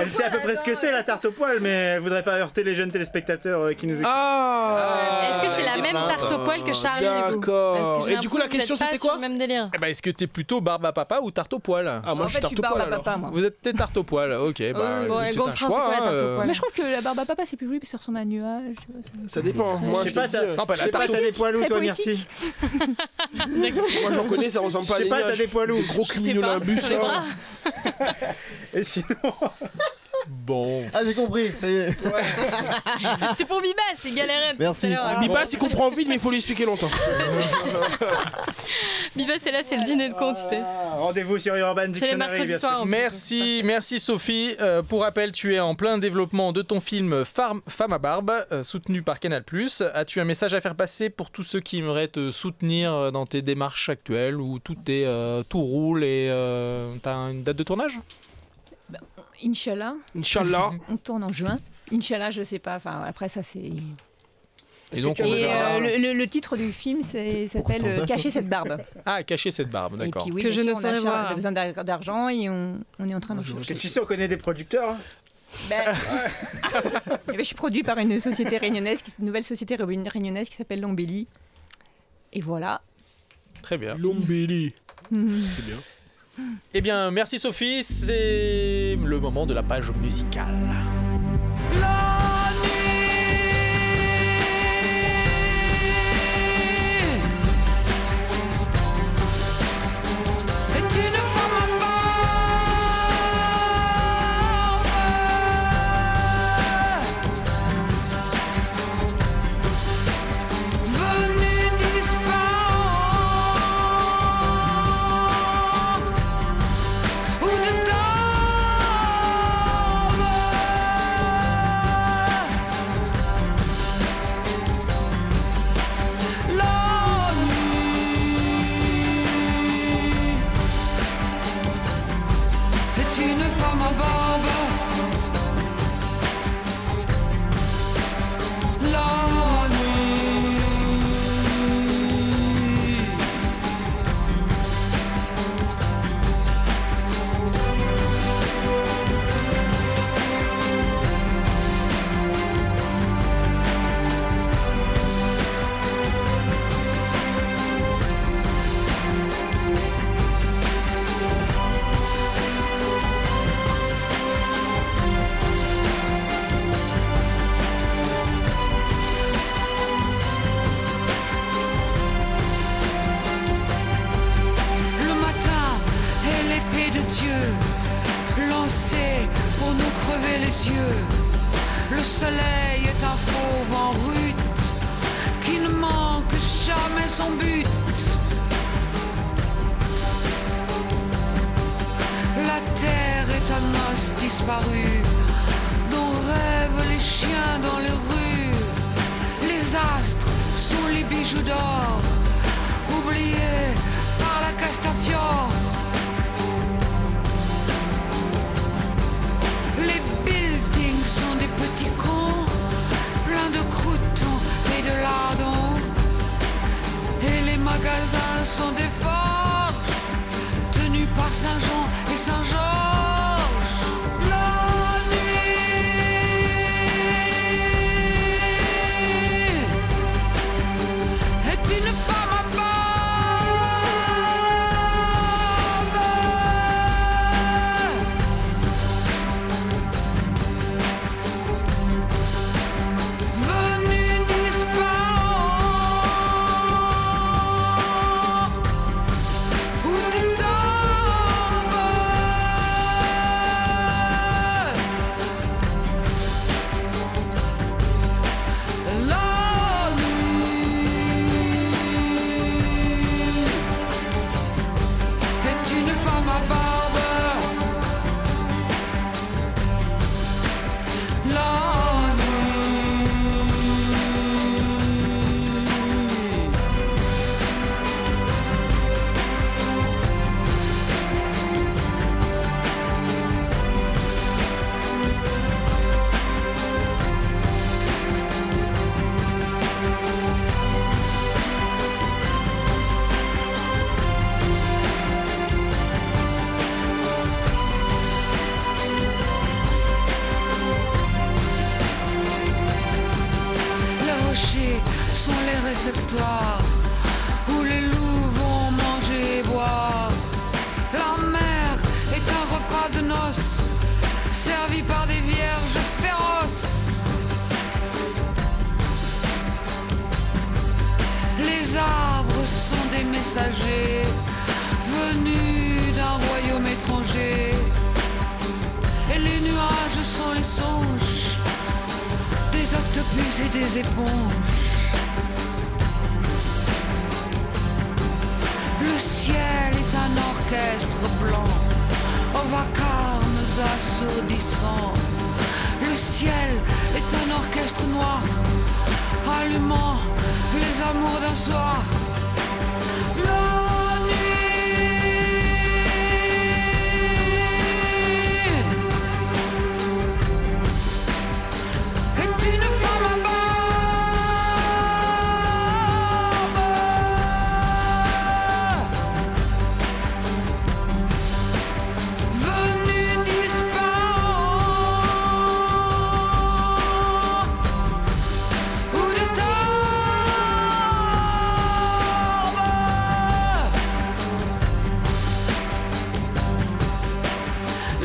[SPEAKER 6] Elle sait à peu près ce que c'est la tarte au poil, mais elle voudrait pas heurter les jeunes téléspectateurs euh, qui nous écoutent.
[SPEAKER 3] Ah
[SPEAKER 2] hein. Est-ce que c'est la
[SPEAKER 10] des
[SPEAKER 2] même
[SPEAKER 10] plaintes.
[SPEAKER 2] tarte au poil que Charlie du coup Parce
[SPEAKER 3] D'accord.
[SPEAKER 2] que j'ai
[SPEAKER 3] Et du coup, la
[SPEAKER 2] l'impression que
[SPEAKER 3] question
[SPEAKER 2] vous êtes
[SPEAKER 3] c'était
[SPEAKER 2] pas sur
[SPEAKER 3] quoi
[SPEAKER 2] le même délire.
[SPEAKER 1] Eh ben, Est-ce que t'es plutôt barbe à papa ou tarte au poil
[SPEAKER 3] Ah, moi
[SPEAKER 4] En
[SPEAKER 3] je
[SPEAKER 4] fait,
[SPEAKER 3] suis
[SPEAKER 4] je
[SPEAKER 3] tarte
[SPEAKER 4] suis
[SPEAKER 3] au poil.
[SPEAKER 4] barbe à
[SPEAKER 3] alors.
[SPEAKER 4] papa, moi.
[SPEAKER 1] Vous êtes peut-être tarte au poil, ok. Bah,
[SPEAKER 2] Bon,
[SPEAKER 1] écoute, c'est un
[SPEAKER 2] Gontran, c'est
[SPEAKER 1] choix.
[SPEAKER 2] quoi la tarte au
[SPEAKER 1] hein,
[SPEAKER 2] poil
[SPEAKER 4] Mais je trouve que la barbe à papa, c'est plus joli, puis ça ressemble à un nuage. tu vois, ça-
[SPEAKER 3] Ça dépend. Moi,
[SPEAKER 6] je sais
[SPEAKER 3] je
[SPEAKER 6] pas,
[SPEAKER 3] te
[SPEAKER 6] t'as
[SPEAKER 3] dis,
[SPEAKER 1] Non, pas
[SPEAKER 6] je
[SPEAKER 1] la
[SPEAKER 6] sais pas,
[SPEAKER 1] tarte
[SPEAKER 6] t'as des poilous,
[SPEAKER 4] Très
[SPEAKER 6] toi,
[SPEAKER 4] poétique.
[SPEAKER 6] merci.
[SPEAKER 3] moi j'en connais, ça
[SPEAKER 6] Je
[SPEAKER 3] ressemble pas à
[SPEAKER 6] sais
[SPEAKER 3] des
[SPEAKER 6] pas, t'as
[SPEAKER 3] nuages.
[SPEAKER 6] des poilous.
[SPEAKER 3] Gros
[SPEAKER 2] Je sais pas,
[SPEAKER 3] cumulonimbus
[SPEAKER 2] sur les
[SPEAKER 3] là.
[SPEAKER 2] bras.
[SPEAKER 6] Et sinon,
[SPEAKER 1] bon.
[SPEAKER 5] Ah, j'ai compris, ça y est.
[SPEAKER 2] C'était pour Bibas, il galérait. depuis tout
[SPEAKER 5] Merci.
[SPEAKER 2] à l'heure.
[SPEAKER 3] Bibas, il comprend vite, mais il faut lui expliquer longtemps.
[SPEAKER 2] Bibas, c'est là, c'est le dîner de con, tu sais.
[SPEAKER 6] Rendez-vous sur Urban
[SPEAKER 2] C'est les
[SPEAKER 6] Dictionary,
[SPEAKER 2] mercredis
[SPEAKER 6] bien sûr.
[SPEAKER 2] soirs. en plus.
[SPEAKER 1] Merci, merci Sophie. Euh, pour rappel, tu es en plein développement de ton film Farm- Femme à barbe, euh, soutenu par Canal+. As-tu un message à faire passer pour tous ceux qui aimeraient te soutenir euh, dans tes démarches actuelles où tout est euh, tout roule et euh, t'as une date de tournage
[SPEAKER 4] Inch'Allah,
[SPEAKER 3] Inch'Allah.
[SPEAKER 4] on tourne en juin. Inch'Allah, je sais pas. Enfin, après, ça, c'est.
[SPEAKER 1] Et donc
[SPEAKER 4] Et
[SPEAKER 1] on
[SPEAKER 4] euh,
[SPEAKER 1] verra.
[SPEAKER 4] le, le- le titre du film c'est- s'appelle
[SPEAKER 5] t'en
[SPEAKER 4] euh,
[SPEAKER 5] as
[SPEAKER 4] Cacher cette barbe.
[SPEAKER 1] Ah, cacher cette barbe,
[SPEAKER 4] Et
[SPEAKER 1] d'accord.
[SPEAKER 4] puis, oui,
[SPEAKER 2] Que
[SPEAKER 4] bien
[SPEAKER 2] je ne
[SPEAKER 4] sûr, on a
[SPEAKER 2] saurais
[SPEAKER 4] cher-
[SPEAKER 2] voir.
[SPEAKER 4] On a besoin d'ar- d'argent et on, on est en train
[SPEAKER 1] Ah,
[SPEAKER 4] de
[SPEAKER 6] Parce que
[SPEAKER 4] chercher.
[SPEAKER 6] tu sais, on connaît des producteurs. hein.
[SPEAKER 4] Ben, eh ben, je suis produit par une société réunionnaise, qui, une nouvelle société réun- réunionnaise qui s'appelle Lombelli. Et voilà.
[SPEAKER 1] Très bien.
[SPEAKER 3] Lombelli.
[SPEAKER 4] Hmm.
[SPEAKER 3] C'est bien.
[SPEAKER 1] Eh bien, merci Sophie, c'est le moment de la page musicale.
[SPEAKER 8] Le matin et l'épée de Dieu lancée pour nous crever les yeux. Le soleil est un fauve en rute qui ne manque jamais son but. La terre est un os disparu dont rêvent les chiens dans les rues. Les astres sont les bijoux d'or oubliés par la Castafiore. Les buildings sont des petits cons, pleins de croutons et de lardons. Et les magasins sont des forges, tenus par Saint-Jean et Saint-Georges. La nuit est une femme à barbe. Venue d'Espagne, où tu tombes. La nuit est une femme à barbe. La nuit. Les rochers sont les réfectoires où les loups vont manger et boire. La mer est un repas de noces servi par des vierges féroces. Les arbres sont des messagers venus d'un royaume étranger. Et les nuages sont les songes des octopus et des éponges. Le ciel est un orchestre blanc, aux vacarmes assourdissants. Le ciel est un orchestre noir, allumant les amours d'un soir. La nuit est une femme à barbe, venue d'Hispan ou de Tarbes.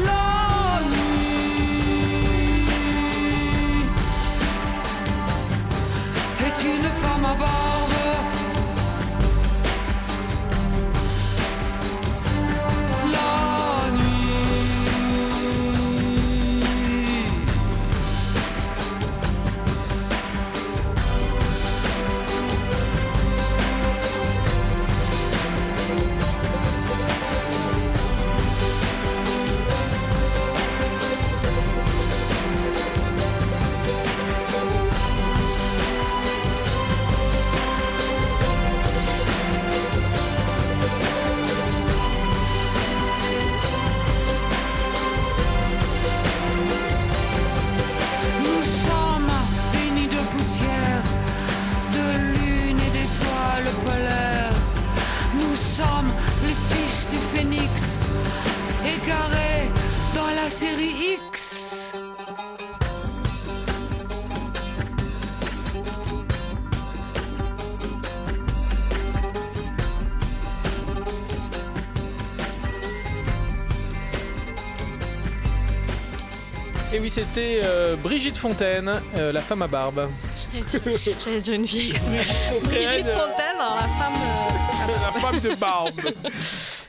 [SPEAKER 8] La nuit est une femme à barbe. La nuit Nous sommes des nids de poussière, de lune et d'étoiles polaires. Nous sommes les fils du phénix, égarés dans la série X.
[SPEAKER 1] Et oui, c'était euh, Brigitte Fontaine, euh, la femme à barbe.
[SPEAKER 2] J'allais dire une vieille.
[SPEAKER 1] Brigitte
[SPEAKER 2] Brigitte Fontaine, alors la femme.
[SPEAKER 3] La femme de barbe.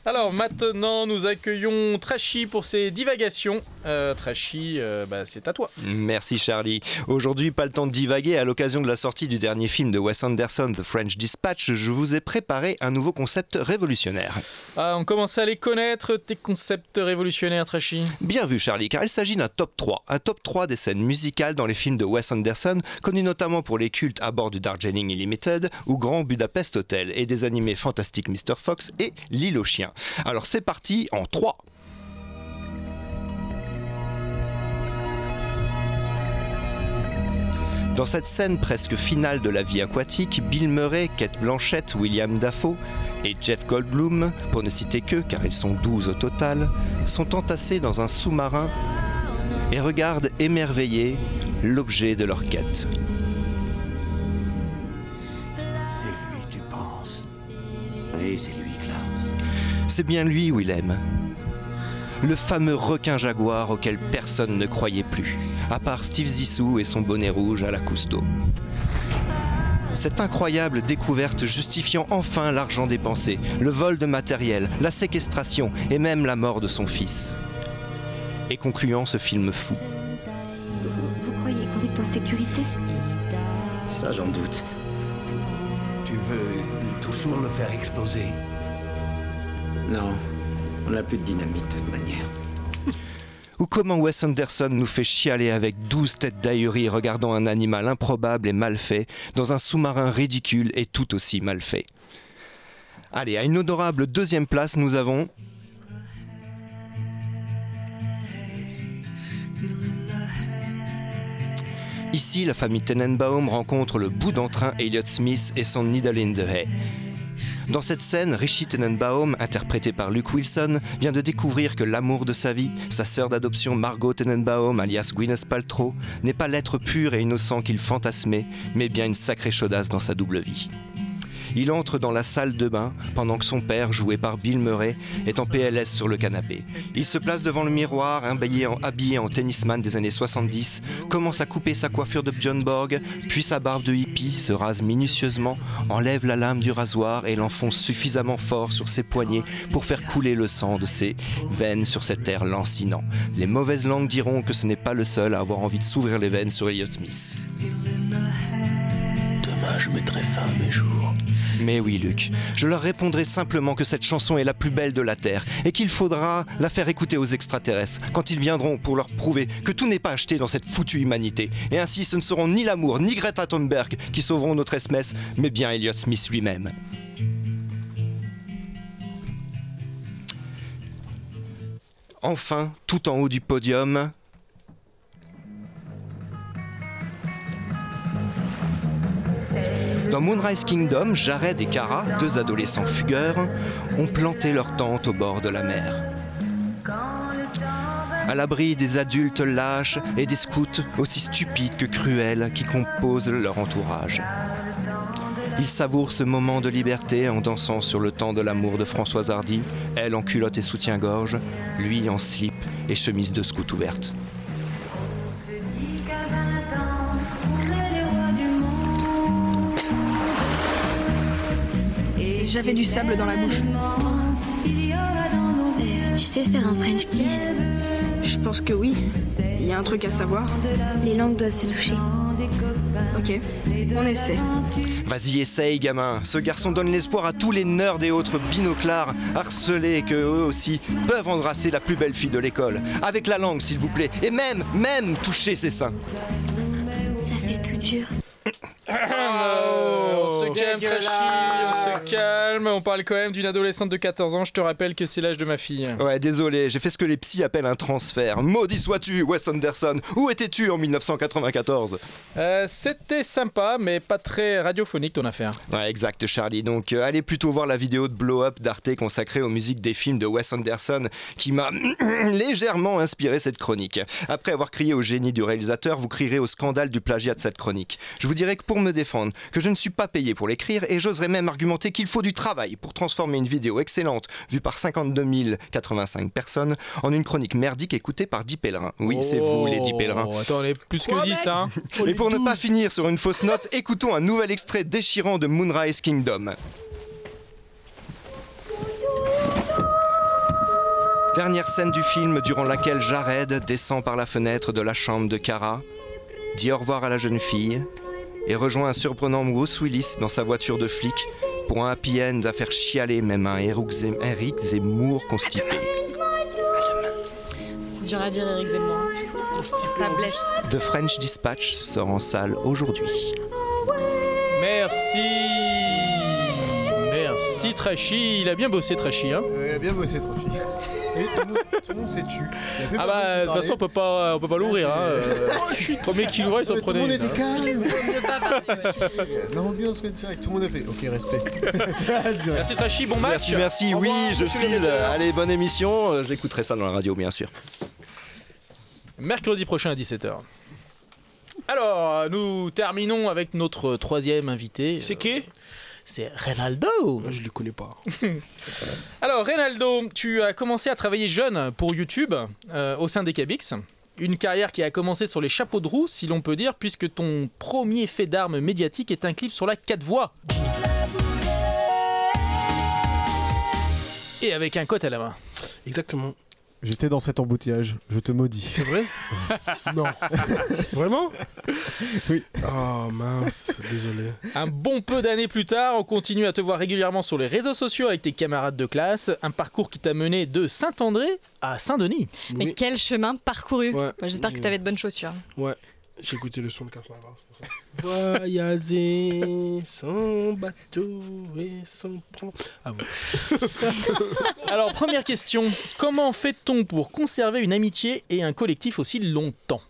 [SPEAKER 1] Alors maintenant, nous accueillons Trashy pour ses divagations. Euh, Trashy, euh, bah, c'est à toi.
[SPEAKER 10] Merci Charlie. Aujourd'hui, pas le temps de divaguer. À l'occasion de la sortie du dernier film de Wes Anderson, The French Dispatch, je vous ai préparé un nouveau concept révolutionnaire.
[SPEAKER 1] Ah, on commence à les connaître, tes concepts révolutionnaires, Trashy.
[SPEAKER 10] Bien vu Charlie, car il s'agit d'un top 3. Un top 3 des scènes musicales dans les films de Wes Anderson, connus notamment pour les cultes à bord du Darjeeling Limited ou Grand Budapest Hotel, et des animés fantastiques Mr. Fox et L'île aux chiens. Alors c'est parti en 3. Dans cette scène presque finale de la vie aquatique, Bill Murray, Kate Blanchett, William Dafoe et Jeff Goldblum, pour ne citer que car ils sont 12 au total, sont entassés dans un sous-marin et regardent émerveillés l'objet de leur quête.
[SPEAKER 11] C'est lui, tu penses Oui, c'est lui, Klaus.
[SPEAKER 10] C'est bien lui, Willem. Le fameux requin jaguar auquel personne ne croyait plus, à part Steve Zissou et son bonnet rouge à la Cousteau. Cette incroyable découverte justifiant enfin l'argent dépensé, le vol de matériel, la séquestration et même la mort de son fils. Et concluant ce film fou.
[SPEAKER 12] Vous croyez qu'on est en sécurité
[SPEAKER 11] Ça, j'en doute. Tu veux toujours le faire exploser Non, on n'a plus de dynamite de toute manière.
[SPEAKER 10] Ou comment Wes Anderson nous fait chialer avec 12 têtes d'ahurie regardant un animal improbable et mal fait dans un sous-marin ridicule et tout aussi mal fait. Allez, à une honorable deuxième place, nous avons Ici, la famille Tenenbaum rencontre le bout d'entrain Elliot Smith et son Needle in the Hay. Dans cette scène, Richie Tenenbaum, interprété par Luke Wilson, vient de découvrir que l'amour de sa vie, sa sœur d'adoption Margot Tenenbaum, alias Gwyneth Paltrow, n'est pas l'être pur et innocent qu'il fantasmait, mais bien une sacrée chaudasse dans sa double vie. il entre dans la salle de bain pendant que son père, joué par Bill Murray, est en PLS sur le canapé. Il se place devant le miroir, habillé en, habillé en tennisman des années 70, commence à couper sa coiffure de John Borg, puis sa barbe de hippie, se rase minutieusement, enlève la lame du rasoir et l'enfonce suffisamment fort sur ses poignets pour faire couler le sang de ses veines sur cette terre lancinant. Les mauvaises langues diront que ce n'est pas le seul à avoir envie de s'ouvrir les veines sur Elliott Smith.
[SPEAKER 11] Demain, Bah, je mettrai fin à mes jours.
[SPEAKER 10] Mais oui, Luc, je leur répondrai simplement que cette chanson est la plus belle de la Terre et qu'il faudra la faire écouter aux extraterrestres quand ils viendront pour leur prouver que tout n'est pas acheté dans cette foutue humanité. Et ainsi, ce ne seront ni l'amour ni Greta Thunberg qui sauveront notre espèce, mais bien Elliott Smith lui-même. Enfin, tout en haut du podium, Dans Moonrise Kingdom, Jared et Kara, deux adolescents fugueurs, ont planté leur tente au bord de la mer. À l'abri des adultes lâches et des scouts aussi stupides que cruels qui composent leur entourage. Ils savourent ce moment de liberté en dansant sur le temps de l'amour de Françoise Hardy, elle en culotte et soutien-gorge, lui en slip et chemise de scout ouverte.
[SPEAKER 2] euh,
[SPEAKER 13] J'avais du sable dans la bouche.
[SPEAKER 12] Tu sais faire un French kiss
[SPEAKER 13] Je pense que oui. Il y a un truc à savoir.
[SPEAKER 12] Les langues doivent se toucher.
[SPEAKER 13] Ok, on essaie.
[SPEAKER 10] Vas-y, essaye, gamin. Ce garçon donne l'espoir à tous les nerds et autres binoclars harcelés que eux aussi peuvent embrasser la plus belle fille de l'école. Avec la langue, s'il vous plaît. Et même, même toucher ses seins.
[SPEAKER 12] Ça fait tout dur.
[SPEAKER 6] Oh,
[SPEAKER 1] on
[SPEAKER 5] Oh,
[SPEAKER 1] se calme, Trashy, on se calme. On parle quand même d'une adolescente de 14 ans. Je te rappelle que c'est l'âge de ma fille.
[SPEAKER 10] Ouais, désolé, j'ai fait ce que les psys appellent un transfert. Maudit sois-tu, Wes Anderson. Où étais-tu en 1994
[SPEAKER 1] Euh, C'était sympa, mais pas très radiophonique ton affaire.
[SPEAKER 10] Ouais, exact, Charlie. Donc, euh, allez plutôt voir la vidéo de Blow Up d'Arte consacrée aux musiques des films de Wes Anderson qui m'a légèrement inspiré cette chronique. Après avoir crié au génie du réalisateur, vous crierez au scandale du plagiat de cette chronique. Je vous dirai que pour me défendre, que je ne suis pas payé pour l'écrire et j'oserais même argumenter qu'il faut du travail pour transformer une vidéo excellente vue par 52 085 personnes en une chronique merdique écoutée par 10 pèlerins. Oui, c'est vous, les 10 pèlerins.
[SPEAKER 1] Oh, Attends, on est plus que 10 hein.
[SPEAKER 10] Et pour ne pas finir sur une fausse note, écoutons un nouvel extrait déchirant de Moonrise Kingdom. Dernière scène du film durant laquelle Jared descend par la fenêtre de la chambre de Kara, dit au revoir à la jeune fille et rejoint un surprenant Bruce Willis dans sa voiture de flic pour un happy end à faire chialer même un Eric Zem- Eric Zemmour constipé.
[SPEAKER 2] C'est dur à dire, Eric Zemmour. hein. Ça blesse.
[SPEAKER 10] The French Dispatch sort en salle aujourd'hui.
[SPEAKER 1] Merci. Merci Trashy, il a bien bossé Trashy hein.
[SPEAKER 5] Il a bien bossé, Trophy. Et tout le monde- tout le monde s'est tu.
[SPEAKER 1] Ah bah de toute façon on peut pas on peut pas l'ouvrir hein. euh,
[SPEAKER 5] Oh,
[SPEAKER 1] Ton mec qui l'ouvrait il s'en
[SPEAKER 5] Tout le
[SPEAKER 1] prenait.
[SPEAKER 5] monde
[SPEAKER 1] une,
[SPEAKER 5] était
[SPEAKER 1] hein.
[SPEAKER 5] calme. L'ambiance est directe. Tout le monde a fait. Ok, respect. Direct.
[SPEAKER 1] Merci Trashy, bon match.
[SPEAKER 10] Merci, merci,
[SPEAKER 1] Au
[SPEAKER 10] oui,
[SPEAKER 1] revoir,
[SPEAKER 10] je
[SPEAKER 1] monsieur
[SPEAKER 10] file.
[SPEAKER 1] Lagardère.
[SPEAKER 10] Allez, bonne émission, euh, j'écouterai ça dans la radio bien sûr.
[SPEAKER 1] Mercredi prochain à 17h. Alors, nous terminons avec notre troisième invité. C'est qui C'est Ronaldo. Je ne le connais pas. Alors, Reynaldo, tu as commencé à travailler jeune pour YouTube euh, au sein des Cabix. Une carrière qui a commencé sur les chapeaux de roue, si l'on peut dire, puisque ton premier fait d'armes médiatique est un clip sur la 4 voies. Et avec un cote à la main.
[SPEAKER 3] Exactement.
[SPEAKER 5] J'étais dans cet embouteillage, je te maudis.
[SPEAKER 3] C'est vrai Non. Vraiment
[SPEAKER 5] Oui.
[SPEAKER 3] Oh mince, désolé.
[SPEAKER 1] Un bon peu d'années plus tard, on continue à te voir régulièrement sur les réseaux sociaux avec tes camarades de classe, un parcours qui t'a mené de Saint-André à Saint-Denis.
[SPEAKER 2] Mais quel chemin parcouru.
[SPEAKER 3] Ouais.
[SPEAKER 2] Bah, J'espère que t'avais de bonnes chaussures.
[SPEAKER 3] Ouais, j'ai écouté le son de Carl Malvar, c'est pour ça. Voyager son bateau et son plan. Ah bon
[SPEAKER 1] Alors, première question, comment fait-on pour conserver une amitié et un collectif aussi longtemps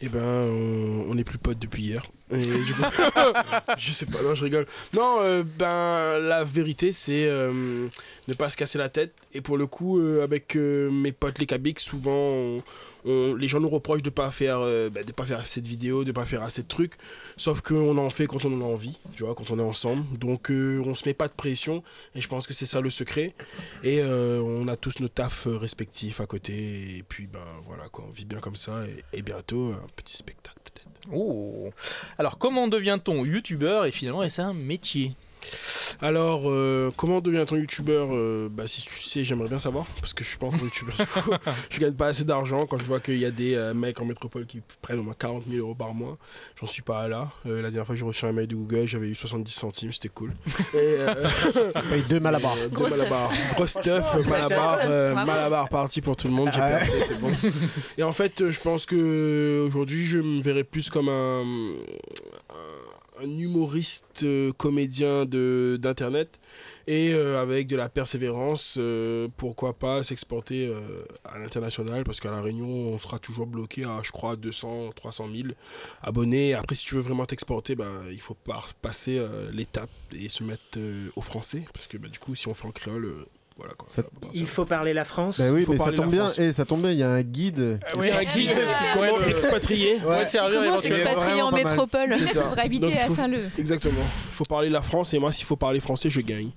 [SPEAKER 3] Eh ben, on, on est plus potes depuis hier. Et du coup, je sais pas, non, je rigole. Non, euh, ben, la vérité, c'est euh, ne pas se casser la tête. Et pour le coup, euh, avec euh, mes potes les Kabiks, souvent, on- on- les gens nous reprochent de pas faire, euh, ben, de pas faire assez de vidéos, de pas faire assez de trucs. Sauf qu'on en fait quand on en a envie, tu vois, quand on est ensemble. Donc, euh, on se met pas de pression. Et je pense que c'est ça le secret. Et euh, on a tous nos tafs euh, respectifs à côté. Et puis, ben, voilà, quoi, on vit bien comme ça. Et, et bientôt, un petit spectacle.
[SPEAKER 1] Oh. Alors, comment devient-on youtubeur et finalement est-ce un métier
[SPEAKER 3] Alors, euh, comment devient-on youtubeur Euh, Bah, si tu sais, j'aimerais bien savoir, parce que je suis pas encore youtubeur. du coup. je gagne pas assez d'argent quand je vois qu'il y a des euh, mecs en métropole qui prennent au moins 40 000 euros par mois. J'en suis pas là. Euh, la dernière fois, j'ai reçu un mail de Google, j'avais eu 70 centimes, c'était cool. Et, euh,
[SPEAKER 5] paye deux Malabar.
[SPEAKER 3] euh, deux
[SPEAKER 5] Gros stuff.
[SPEAKER 3] Malabar. Gros stuff,
[SPEAKER 5] Franchement,
[SPEAKER 3] Malabar,
[SPEAKER 5] hashtag
[SPEAKER 3] euh,
[SPEAKER 5] Bravo.
[SPEAKER 3] Malabar parti pour tout le monde, j'ai
[SPEAKER 5] Ah ouais.
[SPEAKER 3] percé, c'est bon. Et en fait, euh, je pense que aujourd'hui, je me verrais plus comme un, un humoriste euh, comédien de d'internet et euh, avec de la persévérance euh, pourquoi pas s'exporter euh, à l'international parce qu'à la Réunion on sera toujours bloqué à je crois 200 300 000 abonnés après si tu veux vraiment t'exporter ben il faut par- passer euh, l'étape et se mettre euh, au français parce que ben, du coup si on fait en créole euh, voilà quoi ça va pas
[SPEAKER 6] Il faut parler la France.
[SPEAKER 5] Bah oui,
[SPEAKER 3] Faut
[SPEAKER 5] mais ça
[SPEAKER 3] parler
[SPEAKER 5] tombe
[SPEAKER 3] la
[SPEAKER 5] bien,
[SPEAKER 3] France.
[SPEAKER 5] et ça tombe bien, il y a un
[SPEAKER 1] Euh,
[SPEAKER 5] guide.
[SPEAKER 1] Ah
[SPEAKER 3] oui, un guide qui
[SPEAKER 5] Ouais.
[SPEAKER 3] comment expatrier.
[SPEAKER 5] Comment Ouais. servir
[SPEAKER 7] Comment éventuellement. s'expatrier en
[SPEAKER 3] Vraiment pas mal.
[SPEAKER 7] métropole.
[SPEAKER 3] C'est
[SPEAKER 7] Peut-être
[SPEAKER 3] ça.
[SPEAKER 7] vous voudrez habiter
[SPEAKER 3] Donc,
[SPEAKER 7] à
[SPEAKER 3] faut-
[SPEAKER 7] Saint-Leu.
[SPEAKER 3] Exactement. Il faut parler la France et moi, s'il faut parler français, je gagne.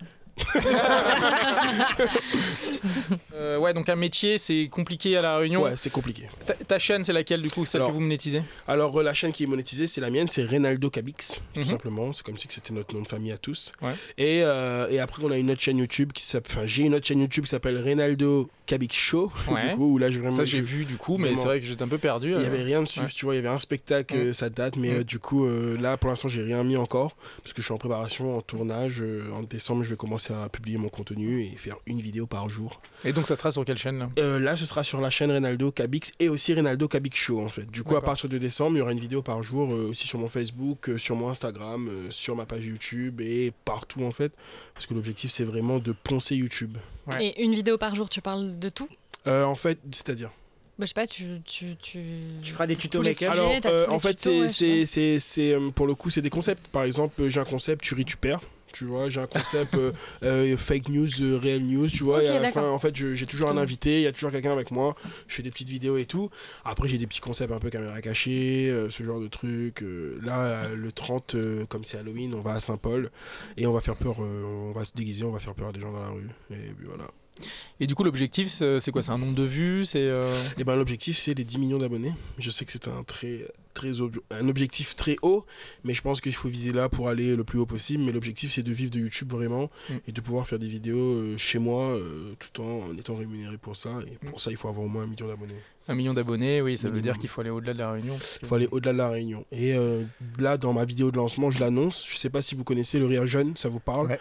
[SPEAKER 1] Euh, Ouais, donc un métier, c'est compliqué à La Réunion
[SPEAKER 3] Ouais, c'est compliqué.
[SPEAKER 1] Ta, ta chaîne, c'est laquelle du coup Celle
[SPEAKER 3] Alors-
[SPEAKER 1] que vous monétisez
[SPEAKER 3] Alors, euh, la chaîne qui est monétisée, c'est la mienne, c'est Reynaldo Cabix,
[SPEAKER 1] Mhm.
[SPEAKER 3] tout simplement. C'est comme si que c'était notre nom de famille à tous.
[SPEAKER 1] Ouais.
[SPEAKER 3] Et, euh, et après, on a une autre chaîne YouTube qui s'appelle. Enfin, j'ai une autre chaîne YouTube qui s'appelle Reynaldo Cabix Show.
[SPEAKER 1] Ouais.
[SPEAKER 3] Du coup, où là, je vraiment.
[SPEAKER 1] Ça, j'ai
[SPEAKER 3] je-
[SPEAKER 1] vu du coup, mais
[SPEAKER 3] vraiment-
[SPEAKER 1] c'est vrai que j'étais un peu perdu.
[SPEAKER 3] Il n'y
[SPEAKER 1] euh.
[SPEAKER 3] avait rien dessus,
[SPEAKER 1] Ouais.
[SPEAKER 3] tu vois, il y avait un spectacle, euh, ça date, mais euh, du coup, euh, là, pour l'instant, j'ai rien mis encore, parce que je suis en préparation, en tournage. euh, en décembre, je vais commencer à publier mon contenu et faire une vidéo par jour.
[SPEAKER 1] Et donc, ça sera sur quelle chaîne là
[SPEAKER 3] Euh, là, ce sera sur la chaîne Reynaldo Cabix et aussi Reynaldo Cabix Show, en fait. Du coup, à
[SPEAKER 1] D'accord.
[SPEAKER 3] partir de décembre, il y aura une vidéo par jour, euh, aussi sur mon Facebook, euh, sur mon Instagram, euh, sur ma page YouTube et partout, en fait, parce que l'objectif, c'est vraiment de poncer YouTube.
[SPEAKER 2] Et une vidéo par jour, tu parles de tout
[SPEAKER 3] Euh, en fait, c'est-à-dire
[SPEAKER 2] bah, Je sais pas, tu. Tu, tu...
[SPEAKER 6] feras des
[SPEAKER 2] tutos Tous les make-up. sujets,
[SPEAKER 3] Alors,
[SPEAKER 2] t'as
[SPEAKER 3] euh,
[SPEAKER 2] tous les
[SPEAKER 3] en fait,
[SPEAKER 2] tutos,
[SPEAKER 3] c'est-
[SPEAKER 2] ouais, je
[SPEAKER 3] c'est- c'est- c'est, euh, pour le coup, c'est des concepts. Par exemple, euh, j'ai un concept, tu ris, tu perds. Tu vois, j'ai un concept euh, euh, fake news, euh, réel news, tu vois.
[SPEAKER 2] Ok,
[SPEAKER 3] et à la fin,
[SPEAKER 2] d'accord.
[SPEAKER 3] en fait, je- j'ai toujours un invité, il y a toujours quelqu'un avec moi. Je fais des petites vidéos et tout. Après, j'ai des petits concepts un peu caméra cachée, euh, ce genre de truc. Euh, là, euh, le 30, euh, comme c'est Halloween, on va à Saint-Paul et on va faire peur, euh, on va se déguiser, on va faire peur à des gens dans la rue. Et puis voilà.
[SPEAKER 1] Et du coup, l'objectif, c'est c'est quoi C'est un nombre de vues C'est. euh,
[SPEAKER 3] Et ben l'objectif c'est les 10 millions d'abonnés. Je sais que c'est un très très ob- un objectif très haut, mais je pense qu'il faut viser là pour aller le plus haut possible. Mais l'objectif c'est de vivre de YouTube vraiment
[SPEAKER 1] Mm.
[SPEAKER 3] et de pouvoir faire des vidéos euh, chez moi euh, tout en étant rémunéré pour ça. Et
[SPEAKER 1] Mm.
[SPEAKER 3] pour ça il faut avoir au moins un million d'abonnés.
[SPEAKER 1] Un million d'abonnés, oui, ça veut
[SPEAKER 3] Minimum.
[SPEAKER 1] dire qu'il faut aller au-delà de la Réunion.
[SPEAKER 3] Il faut aller au-delà de la réunion. Et euh, là, dans ma vidéo de lancement, je l'annonce. Je sais pas si vous connaissez le Rire Jeune, ça vous parle.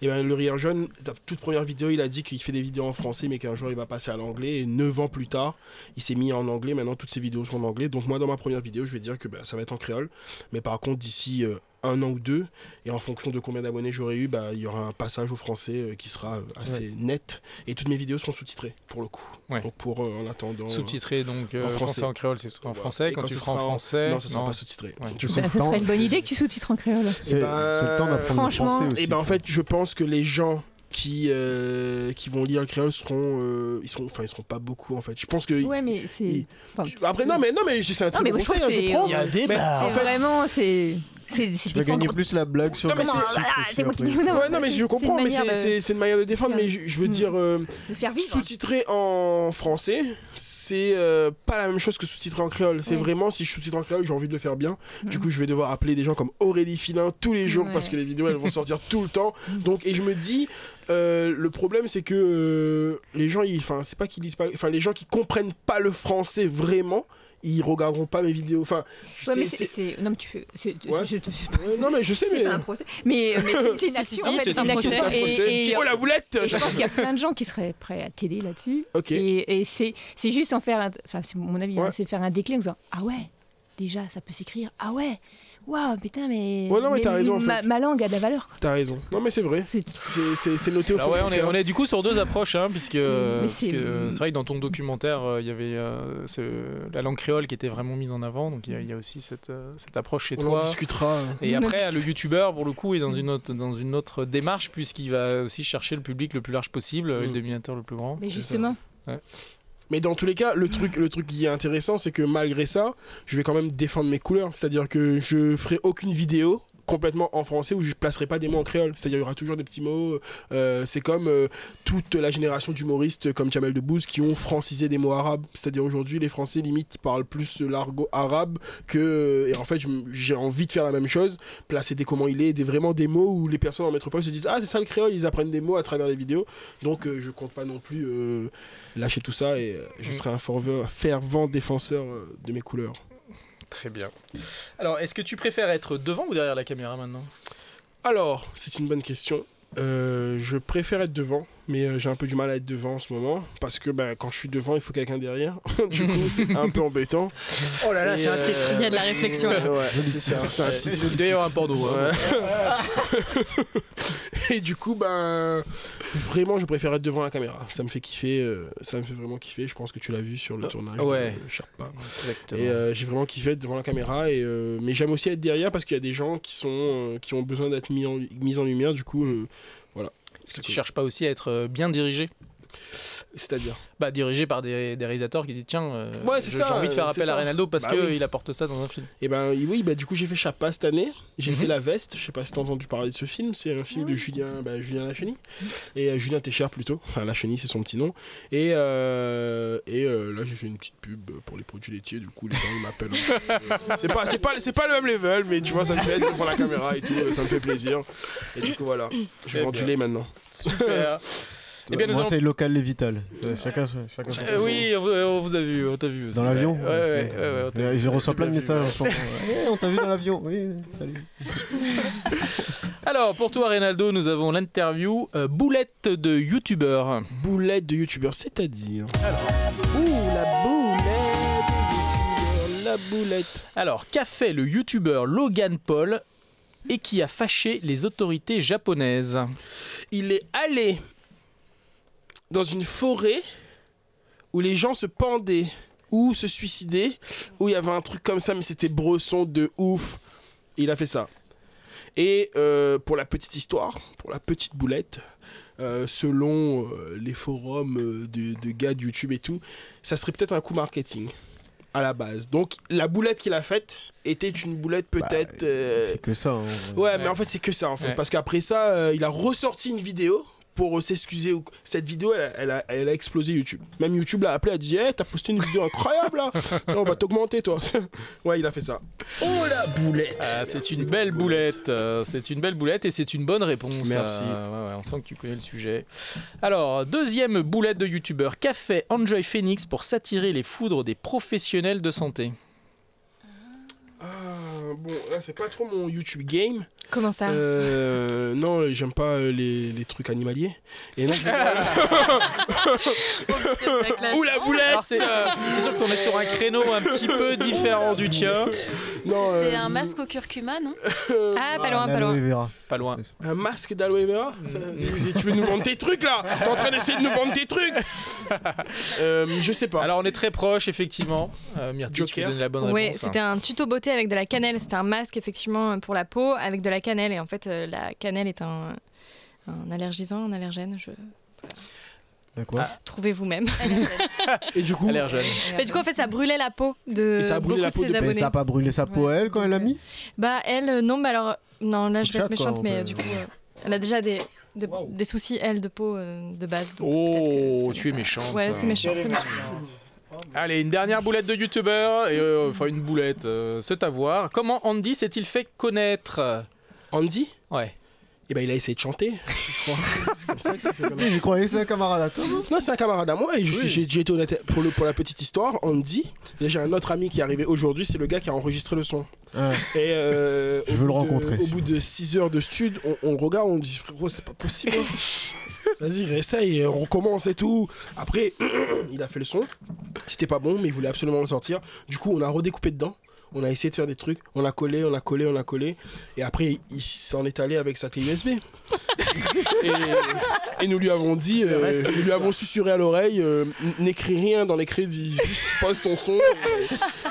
[SPEAKER 3] Et ben le Rire Jeune, ta toute première vidéo, il a dit qu'il fait des vidéos en français, mais qu'un jour il va passer à l'anglais. Et 9 ans plus tard, il s'est mis en anglais. Maintenant, toutes ses vidéos sont en anglais. Donc moi, dans ma première vidéo, je vais dire que bah, ça va être en créole. Mais par contre, d'ici euh, un an ou deux, et en fonction de combien d'abonnés j'aurai eu, bah, il y aura un passage au français euh, qui sera euh, assez
[SPEAKER 1] Ouais.
[SPEAKER 3] net. Et toutes mes vidéos seront sous-titrées, pour le coup.
[SPEAKER 1] Ouais.
[SPEAKER 3] Donc pour, euh, en attendant... euh,
[SPEAKER 1] Sous-titré, donc, euh, quand c'est Oh. en créole, c'est sous-titré en
[SPEAKER 3] Voilà.
[SPEAKER 1] français.
[SPEAKER 3] Et
[SPEAKER 1] Quand tu
[SPEAKER 3] ce
[SPEAKER 1] seras en
[SPEAKER 3] sera
[SPEAKER 1] français,
[SPEAKER 3] Non, ce sera
[SPEAKER 1] non.
[SPEAKER 3] pas sous-titré.
[SPEAKER 1] Ouais.
[SPEAKER 3] Donc,
[SPEAKER 1] Tu
[SPEAKER 3] je-
[SPEAKER 1] seras
[SPEAKER 4] Bah, ce serait une bonne idée que tu sous-titres en créole.
[SPEAKER 3] Eh ben,
[SPEAKER 4] Franchement,
[SPEAKER 3] Eh ben, en fait, je pense que les gens qui, euh, qui vont lire le créole seront. euh, ils seront, enfin, ils seront pas beaucoup en fait. Je pense que.
[SPEAKER 4] Ouais, mais c'est.
[SPEAKER 3] ils- Après, non, mais, non, mais c'est un
[SPEAKER 4] Non,
[SPEAKER 3] très
[SPEAKER 4] mais
[SPEAKER 3] bon
[SPEAKER 4] moi, je trouve
[SPEAKER 3] conseil, hein,
[SPEAKER 4] que c'est- hein.
[SPEAKER 3] prends.
[SPEAKER 4] Il y a des
[SPEAKER 3] Mais
[SPEAKER 4] barres.
[SPEAKER 3] en fait-
[SPEAKER 4] C'est vraiment, c'est. C'est
[SPEAKER 5] Tu vas gagner plus la blague sur
[SPEAKER 3] Non, mais
[SPEAKER 5] le
[SPEAKER 3] c'est-
[SPEAKER 5] site que sur le-
[SPEAKER 3] Ouais, non, mais je comprends, mais c'est c'est- c'est une manière de défendre, mais je, je veux dire, euh, sous-titré en français, c'est euh, pas la même chose que sous-titré en créole. C'est vraiment, si je sous-titre en créole, j'ai envie de le faire bien. Du coup, je vais devoir appeler des gens comme Aurélie Filin tous les jours parce que les vidéos, elles vont sortir tout le temps. Donc, et je me dis, euh, le problème, c'est que euh, les gens, ils- enfin, c'est pas qu'ils lisent pas, enfin, les gens qui comprennent pas le français vraiment, ils regarderont pas mes vidéos. Enfin,
[SPEAKER 4] Ouais, mais
[SPEAKER 3] c'est-
[SPEAKER 4] c'est- c'est- Non, mais tu fais. c'est- je te- je-
[SPEAKER 3] non, mais je sais,
[SPEAKER 4] c'est
[SPEAKER 3] mais-
[SPEAKER 4] pas un procès. Mais, mais c'est- c'est
[SPEAKER 3] Si,
[SPEAKER 4] une
[SPEAKER 3] si,
[SPEAKER 4] action,
[SPEAKER 3] si,
[SPEAKER 4] en fait.
[SPEAKER 3] c'est
[SPEAKER 4] C'est
[SPEAKER 3] un
[SPEAKER 4] une action.
[SPEAKER 3] procès, un procès.
[SPEAKER 4] Et, et-
[SPEAKER 3] Oh, la boulette
[SPEAKER 4] et Je pense qu'il y a plein de gens qui seraient prêts à t'aider là-dessus.
[SPEAKER 3] Ok.
[SPEAKER 4] Et, et c'est c'est juste en faire. un- Enfin, c'est mon avis, hein, c'est faire un déclic en disant Ah ouais, déjà, ça peut s'écrire. Ah ouais, waouh, putain, mais,
[SPEAKER 3] Ouais, non, mais
[SPEAKER 4] mais
[SPEAKER 3] t'as raison, en
[SPEAKER 4] ma,
[SPEAKER 3] fait.
[SPEAKER 4] ma langue a de la valeur. quoi.
[SPEAKER 3] T'as raison. Non, mais c'est vrai.
[SPEAKER 4] C'est
[SPEAKER 3] c'est- c'est noté au
[SPEAKER 1] Alors
[SPEAKER 3] fond
[SPEAKER 1] Bah Ah ouais,
[SPEAKER 3] du
[SPEAKER 1] on, est,
[SPEAKER 3] cœur.
[SPEAKER 1] on est du coup sur deux approches, hein, puisque euh,
[SPEAKER 3] Mais
[SPEAKER 1] parce
[SPEAKER 3] c'est-
[SPEAKER 1] que, euh, c'est vrai que dans ton documentaire, euh, il y avait euh, ce- la langue créole qui était vraiment mise en avant, donc il y a- il y, a aussi cette, euh, cette approche chez
[SPEAKER 3] On en
[SPEAKER 1] toi.
[SPEAKER 3] discutera.
[SPEAKER 1] Et
[SPEAKER 3] On en
[SPEAKER 1] après, le youtubeur, pour le coup, est dans une autre, dans une autre démarche, puisqu'il va aussi chercher le public le plus large possible,
[SPEAKER 3] Mm.
[SPEAKER 1] et le dominateur le plus grand.
[SPEAKER 4] Mais justement.
[SPEAKER 1] Ouais.
[SPEAKER 3] Mais dans tous les cas, le truc, le truc qui est intéressant, c'est que malgré ça, je vais quand même défendre mes couleurs. C'est-à-dire que je ferai aucune vidéo complètement en français où je placerai pas des mots en créole. C'est-à-dire il y aura toujours des petits mots. euh, c'est comme euh, toute la génération d'humoristes comme Jamel Debbouze qui ont francisé des mots arabes. C'est-à-dire aujourd'hui, les Français limite ils parlent plus l'argot arabe que. Et en fait, je m- j'ai envie de faire la même chose, placer des comment il est, des vraiment des mots où les personnes en métropole se disent ah c'est ça le créole. Ils apprennent des mots à travers les vidéos. Donc euh, je compte pas non plus euh, lâcher tout ça et euh, je serai un fervent, un fervent défenseur euh, de mes couleurs.
[SPEAKER 1] Très bien. Alors, est-ce que tu préfères être devant ou derrière la caméra maintenant
[SPEAKER 3] Alors, c'est une bonne question. Euh, je préfère être devant, mais euh, j'ai un peu du mal à être devant en ce moment parce que bah, quand je suis devant, il faut quelqu'un derrière. du coup, c'est un peu embêtant.
[SPEAKER 6] Oh là là,
[SPEAKER 3] Et,
[SPEAKER 6] c'est un titre.
[SPEAKER 5] euh,
[SPEAKER 2] Il y a de la réflexion, là.
[SPEAKER 3] Euh, Ouais,
[SPEAKER 1] Joli
[SPEAKER 3] c'est ça,
[SPEAKER 1] titre.
[SPEAKER 3] c'est un
[SPEAKER 1] Ouais.
[SPEAKER 3] titre.
[SPEAKER 1] Il doit y avoir un porno, hein.
[SPEAKER 3] Ouais. Et du coup, ben, vraiment, je préfère être devant la caméra. Ça me fait kiffer. euh, ça me fait vraiment kiffer. Je pense que tu l'as vu sur le tournage.
[SPEAKER 1] Ah, ouais.
[SPEAKER 3] de Sherpa.
[SPEAKER 1] Exactement.
[SPEAKER 3] Et euh, j'ai vraiment kiffé être devant la caméra. Et, euh, mais j'aime aussi être derrière parce qu'il y a des gens qui, sont, euh, qui ont besoin d'être mis en, mis en lumière. Du coup, euh, voilà.
[SPEAKER 1] Est-ce que tu cherches pas aussi à être euh, bien dirigé
[SPEAKER 3] C'est-à-dire
[SPEAKER 1] bah, dirigé par des, des réalisateurs qui disent tiens euh,
[SPEAKER 3] Ouais, c'est
[SPEAKER 1] je-
[SPEAKER 3] ça,
[SPEAKER 1] j'ai envie de faire
[SPEAKER 3] euh,
[SPEAKER 1] appel
[SPEAKER 3] c'est
[SPEAKER 1] à
[SPEAKER 3] ça.
[SPEAKER 1] Ronaldo parce
[SPEAKER 3] Bah
[SPEAKER 1] que
[SPEAKER 3] oui.
[SPEAKER 1] il apporte ça dans un film
[SPEAKER 3] Et ben oui, bah du coup j'ai fait Chapa cette année. J'ai
[SPEAKER 1] Mhm.
[SPEAKER 3] fait La Veste. Je sais pas si t'as entendu parler de ce film. C'est un film de Julien, bah, Julien Lachenny et euh, Julien Téchard plutôt. Enfin Lachenny c'est son petit nom. Et euh, et euh, là j'ai fait une petite pub pour les produits laitiers. Du coup les gens ils m'appellent. c'est pas c'est pas c'est pas le même level, mais tu vois ça me fait être devant la caméra et tout. euh, Ça me fait plaisir. Et du coup voilà, je
[SPEAKER 1] Eh
[SPEAKER 3] vends du
[SPEAKER 1] bien.
[SPEAKER 3] lait maintenant.
[SPEAKER 1] super Eh bien, nous
[SPEAKER 5] Moi,
[SPEAKER 1] allons-
[SPEAKER 5] c'est local et vital. Chacun, son- chacun son-
[SPEAKER 1] Euh, oui on, on vous a vu on t'a vu aussi,
[SPEAKER 5] Dans l'avion
[SPEAKER 1] ouais, ouais, ouais, ouais, on t'a
[SPEAKER 5] Et
[SPEAKER 1] vu,
[SPEAKER 5] Je
[SPEAKER 1] on
[SPEAKER 5] reçois
[SPEAKER 1] t'a
[SPEAKER 5] plein de
[SPEAKER 1] bien vu.
[SPEAKER 5] messages en ce moment. Eh, on t'a vu dans l'avion. Oui, salut.
[SPEAKER 1] alors pour toi Ronaldo nous avons l'interview euh, boulette de youtubeur
[SPEAKER 3] boulette de youtubeur c'est-à-dire
[SPEAKER 1] Ouh, la boulette La boulette Alors, qu'a fait le youtubeur Logan Paul et qui a fâché les autorités japonaises
[SPEAKER 3] Il est allé dans une forêt où les gens se pendaient ou se suicidaient, où il y avait un truc comme ça, mais c'était bresson de ouf. Il a fait ça. Et euh, pour la petite histoire, pour la petite boulette, euh, selon euh, les forums euh, de, de gars de YouTube et tout, ça serait peut-être un coup marketing à la base. Donc la boulette qu'il a faite était une boulette peut-être... euh,
[SPEAKER 5] Que ça. hein.
[SPEAKER 3] Ouais, mais en fait, c'est que ça, en fait.
[SPEAKER 5] Ouais.
[SPEAKER 3] Parce qu'après ça, euh, il a ressorti une vidéo pour euh, s'excuser. ou- Cette vidéo, elle, a- elle a, elle a explosé YouTube. Même YouTube l'a appelé, elle a dit Eh, t'as posté une vidéo incroyable là Là, On va t'augmenter, toi. ouais, il a fait ça. Oh la boulette
[SPEAKER 1] Ah, C'est une belle boulette, euh, c'est une belle boulette et c'est une bonne réponse.
[SPEAKER 3] Merci.
[SPEAKER 1] Euh, ouais, ouais, on sent que tu connais le sujet. Alors, deuxième boulette de youtubeur, qu'a fait Enjoy Phoenix pour s'attirer les foudres des professionnels de santé
[SPEAKER 3] Ah, bon, là, c'est pas trop mon YouTube game.
[SPEAKER 2] Comment ça
[SPEAKER 3] Euh, Non, j'aime pas euh, les, les trucs animaliers. Et non, Ouh la boulette
[SPEAKER 1] Alors, C'est euh, c'est sûr qu'on est sur un créneau un petit peu différent du tien.
[SPEAKER 3] Non,
[SPEAKER 7] T'es
[SPEAKER 3] euh,
[SPEAKER 7] un masque au curcuma, non
[SPEAKER 2] Ah, pas loin,
[SPEAKER 1] loin,
[SPEAKER 2] pas loin.
[SPEAKER 1] Pas loin. Mm.
[SPEAKER 3] Un masque d'aloe vera Ça- Tu veux nous vendre tes trucs là T'es en train d'essayer de nous vendre tes trucs Euh, Je sais pas.
[SPEAKER 1] Alors on est très proche effectivement. Euh, Myrtille, tu peux donner la bonne
[SPEAKER 2] Oui,
[SPEAKER 1] réponse. hein.
[SPEAKER 2] c'était un tuto beauté avec de la cannelle. C'était un masque, effectivement, euh, pour la peau, avec de la cannelle. Et en fait, euh, la cannelle est un, un allergisant, un allergène. Je...
[SPEAKER 5] D'accord.
[SPEAKER 6] Ah.
[SPEAKER 2] Trouvez vous-même.
[SPEAKER 3] Et du coup,
[SPEAKER 1] allergène.
[SPEAKER 2] Mais du coup, en fait, ça brûlait la peau de
[SPEAKER 5] Et ça a
[SPEAKER 2] Euh, beaucoup
[SPEAKER 5] brûlé la
[SPEAKER 2] de
[SPEAKER 5] peau
[SPEAKER 2] ses
[SPEAKER 5] de
[SPEAKER 2] abonnés.
[SPEAKER 5] Mais ça a pas brûlé sa peau à elle quand elle l'a mis
[SPEAKER 2] Bah, elle, euh, non, mais alors, non, là, je vais
[SPEAKER 5] Chat,
[SPEAKER 2] être méchante,
[SPEAKER 5] quoi, on
[SPEAKER 2] mais
[SPEAKER 5] peut-
[SPEAKER 2] euh, du coup, euh, elle a déjà des, des, des soucis, elle, de peau euh, de base. donc peut-être que
[SPEAKER 1] Oh,
[SPEAKER 2] ça n'est
[SPEAKER 1] tu es
[SPEAKER 2] pas-
[SPEAKER 1] méchante.
[SPEAKER 2] Ouais, c'est méchant, c'est méchant.
[SPEAKER 1] Allez, une dernière boulette de youtubeur, et, euh, enfin une boulette, euh, c'est à voir. Comment Andy s'est-il fait connaître
[SPEAKER 3] Andy
[SPEAKER 1] Ouais.
[SPEAKER 3] Eh ben il a essayé de chanter.
[SPEAKER 5] Je croyais que c'est un camarade à toi.
[SPEAKER 3] Non, c'est un camarade à moi et je suis- j'ai j'ai été honnête pour, le, pour la petite histoire. Andy, là, j'ai un autre ami qui est arrivé aujourd'hui, c'est le gars qui a enregistré le son. Et euh,
[SPEAKER 5] Je
[SPEAKER 3] au
[SPEAKER 5] veux le
[SPEAKER 3] bout de-
[SPEAKER 5] rencontrer.
[SPEAKER 3] Au bout de 6 heures de stud, on, on le regarde, on dit frérot, c'est pas possible. hein. Vas-y, réessaye, on recommence et tout. Après, il a fait le son. C'était pas bon, mais il voulait absolument le sortir. Du coup, on a redécoupé dedans. on a essayé de faire des trucs, on a collé, on a collé, on a collé, et après il, il s'en est allé avec sa clé USB. et, et nous lui avons dit, euh,
[SPEAKER 6] reste,
[SPEAKER 3] nous lui avons susurré à l'oreille, euh, N- n'écris rien dans les crédits, juste pose ton son.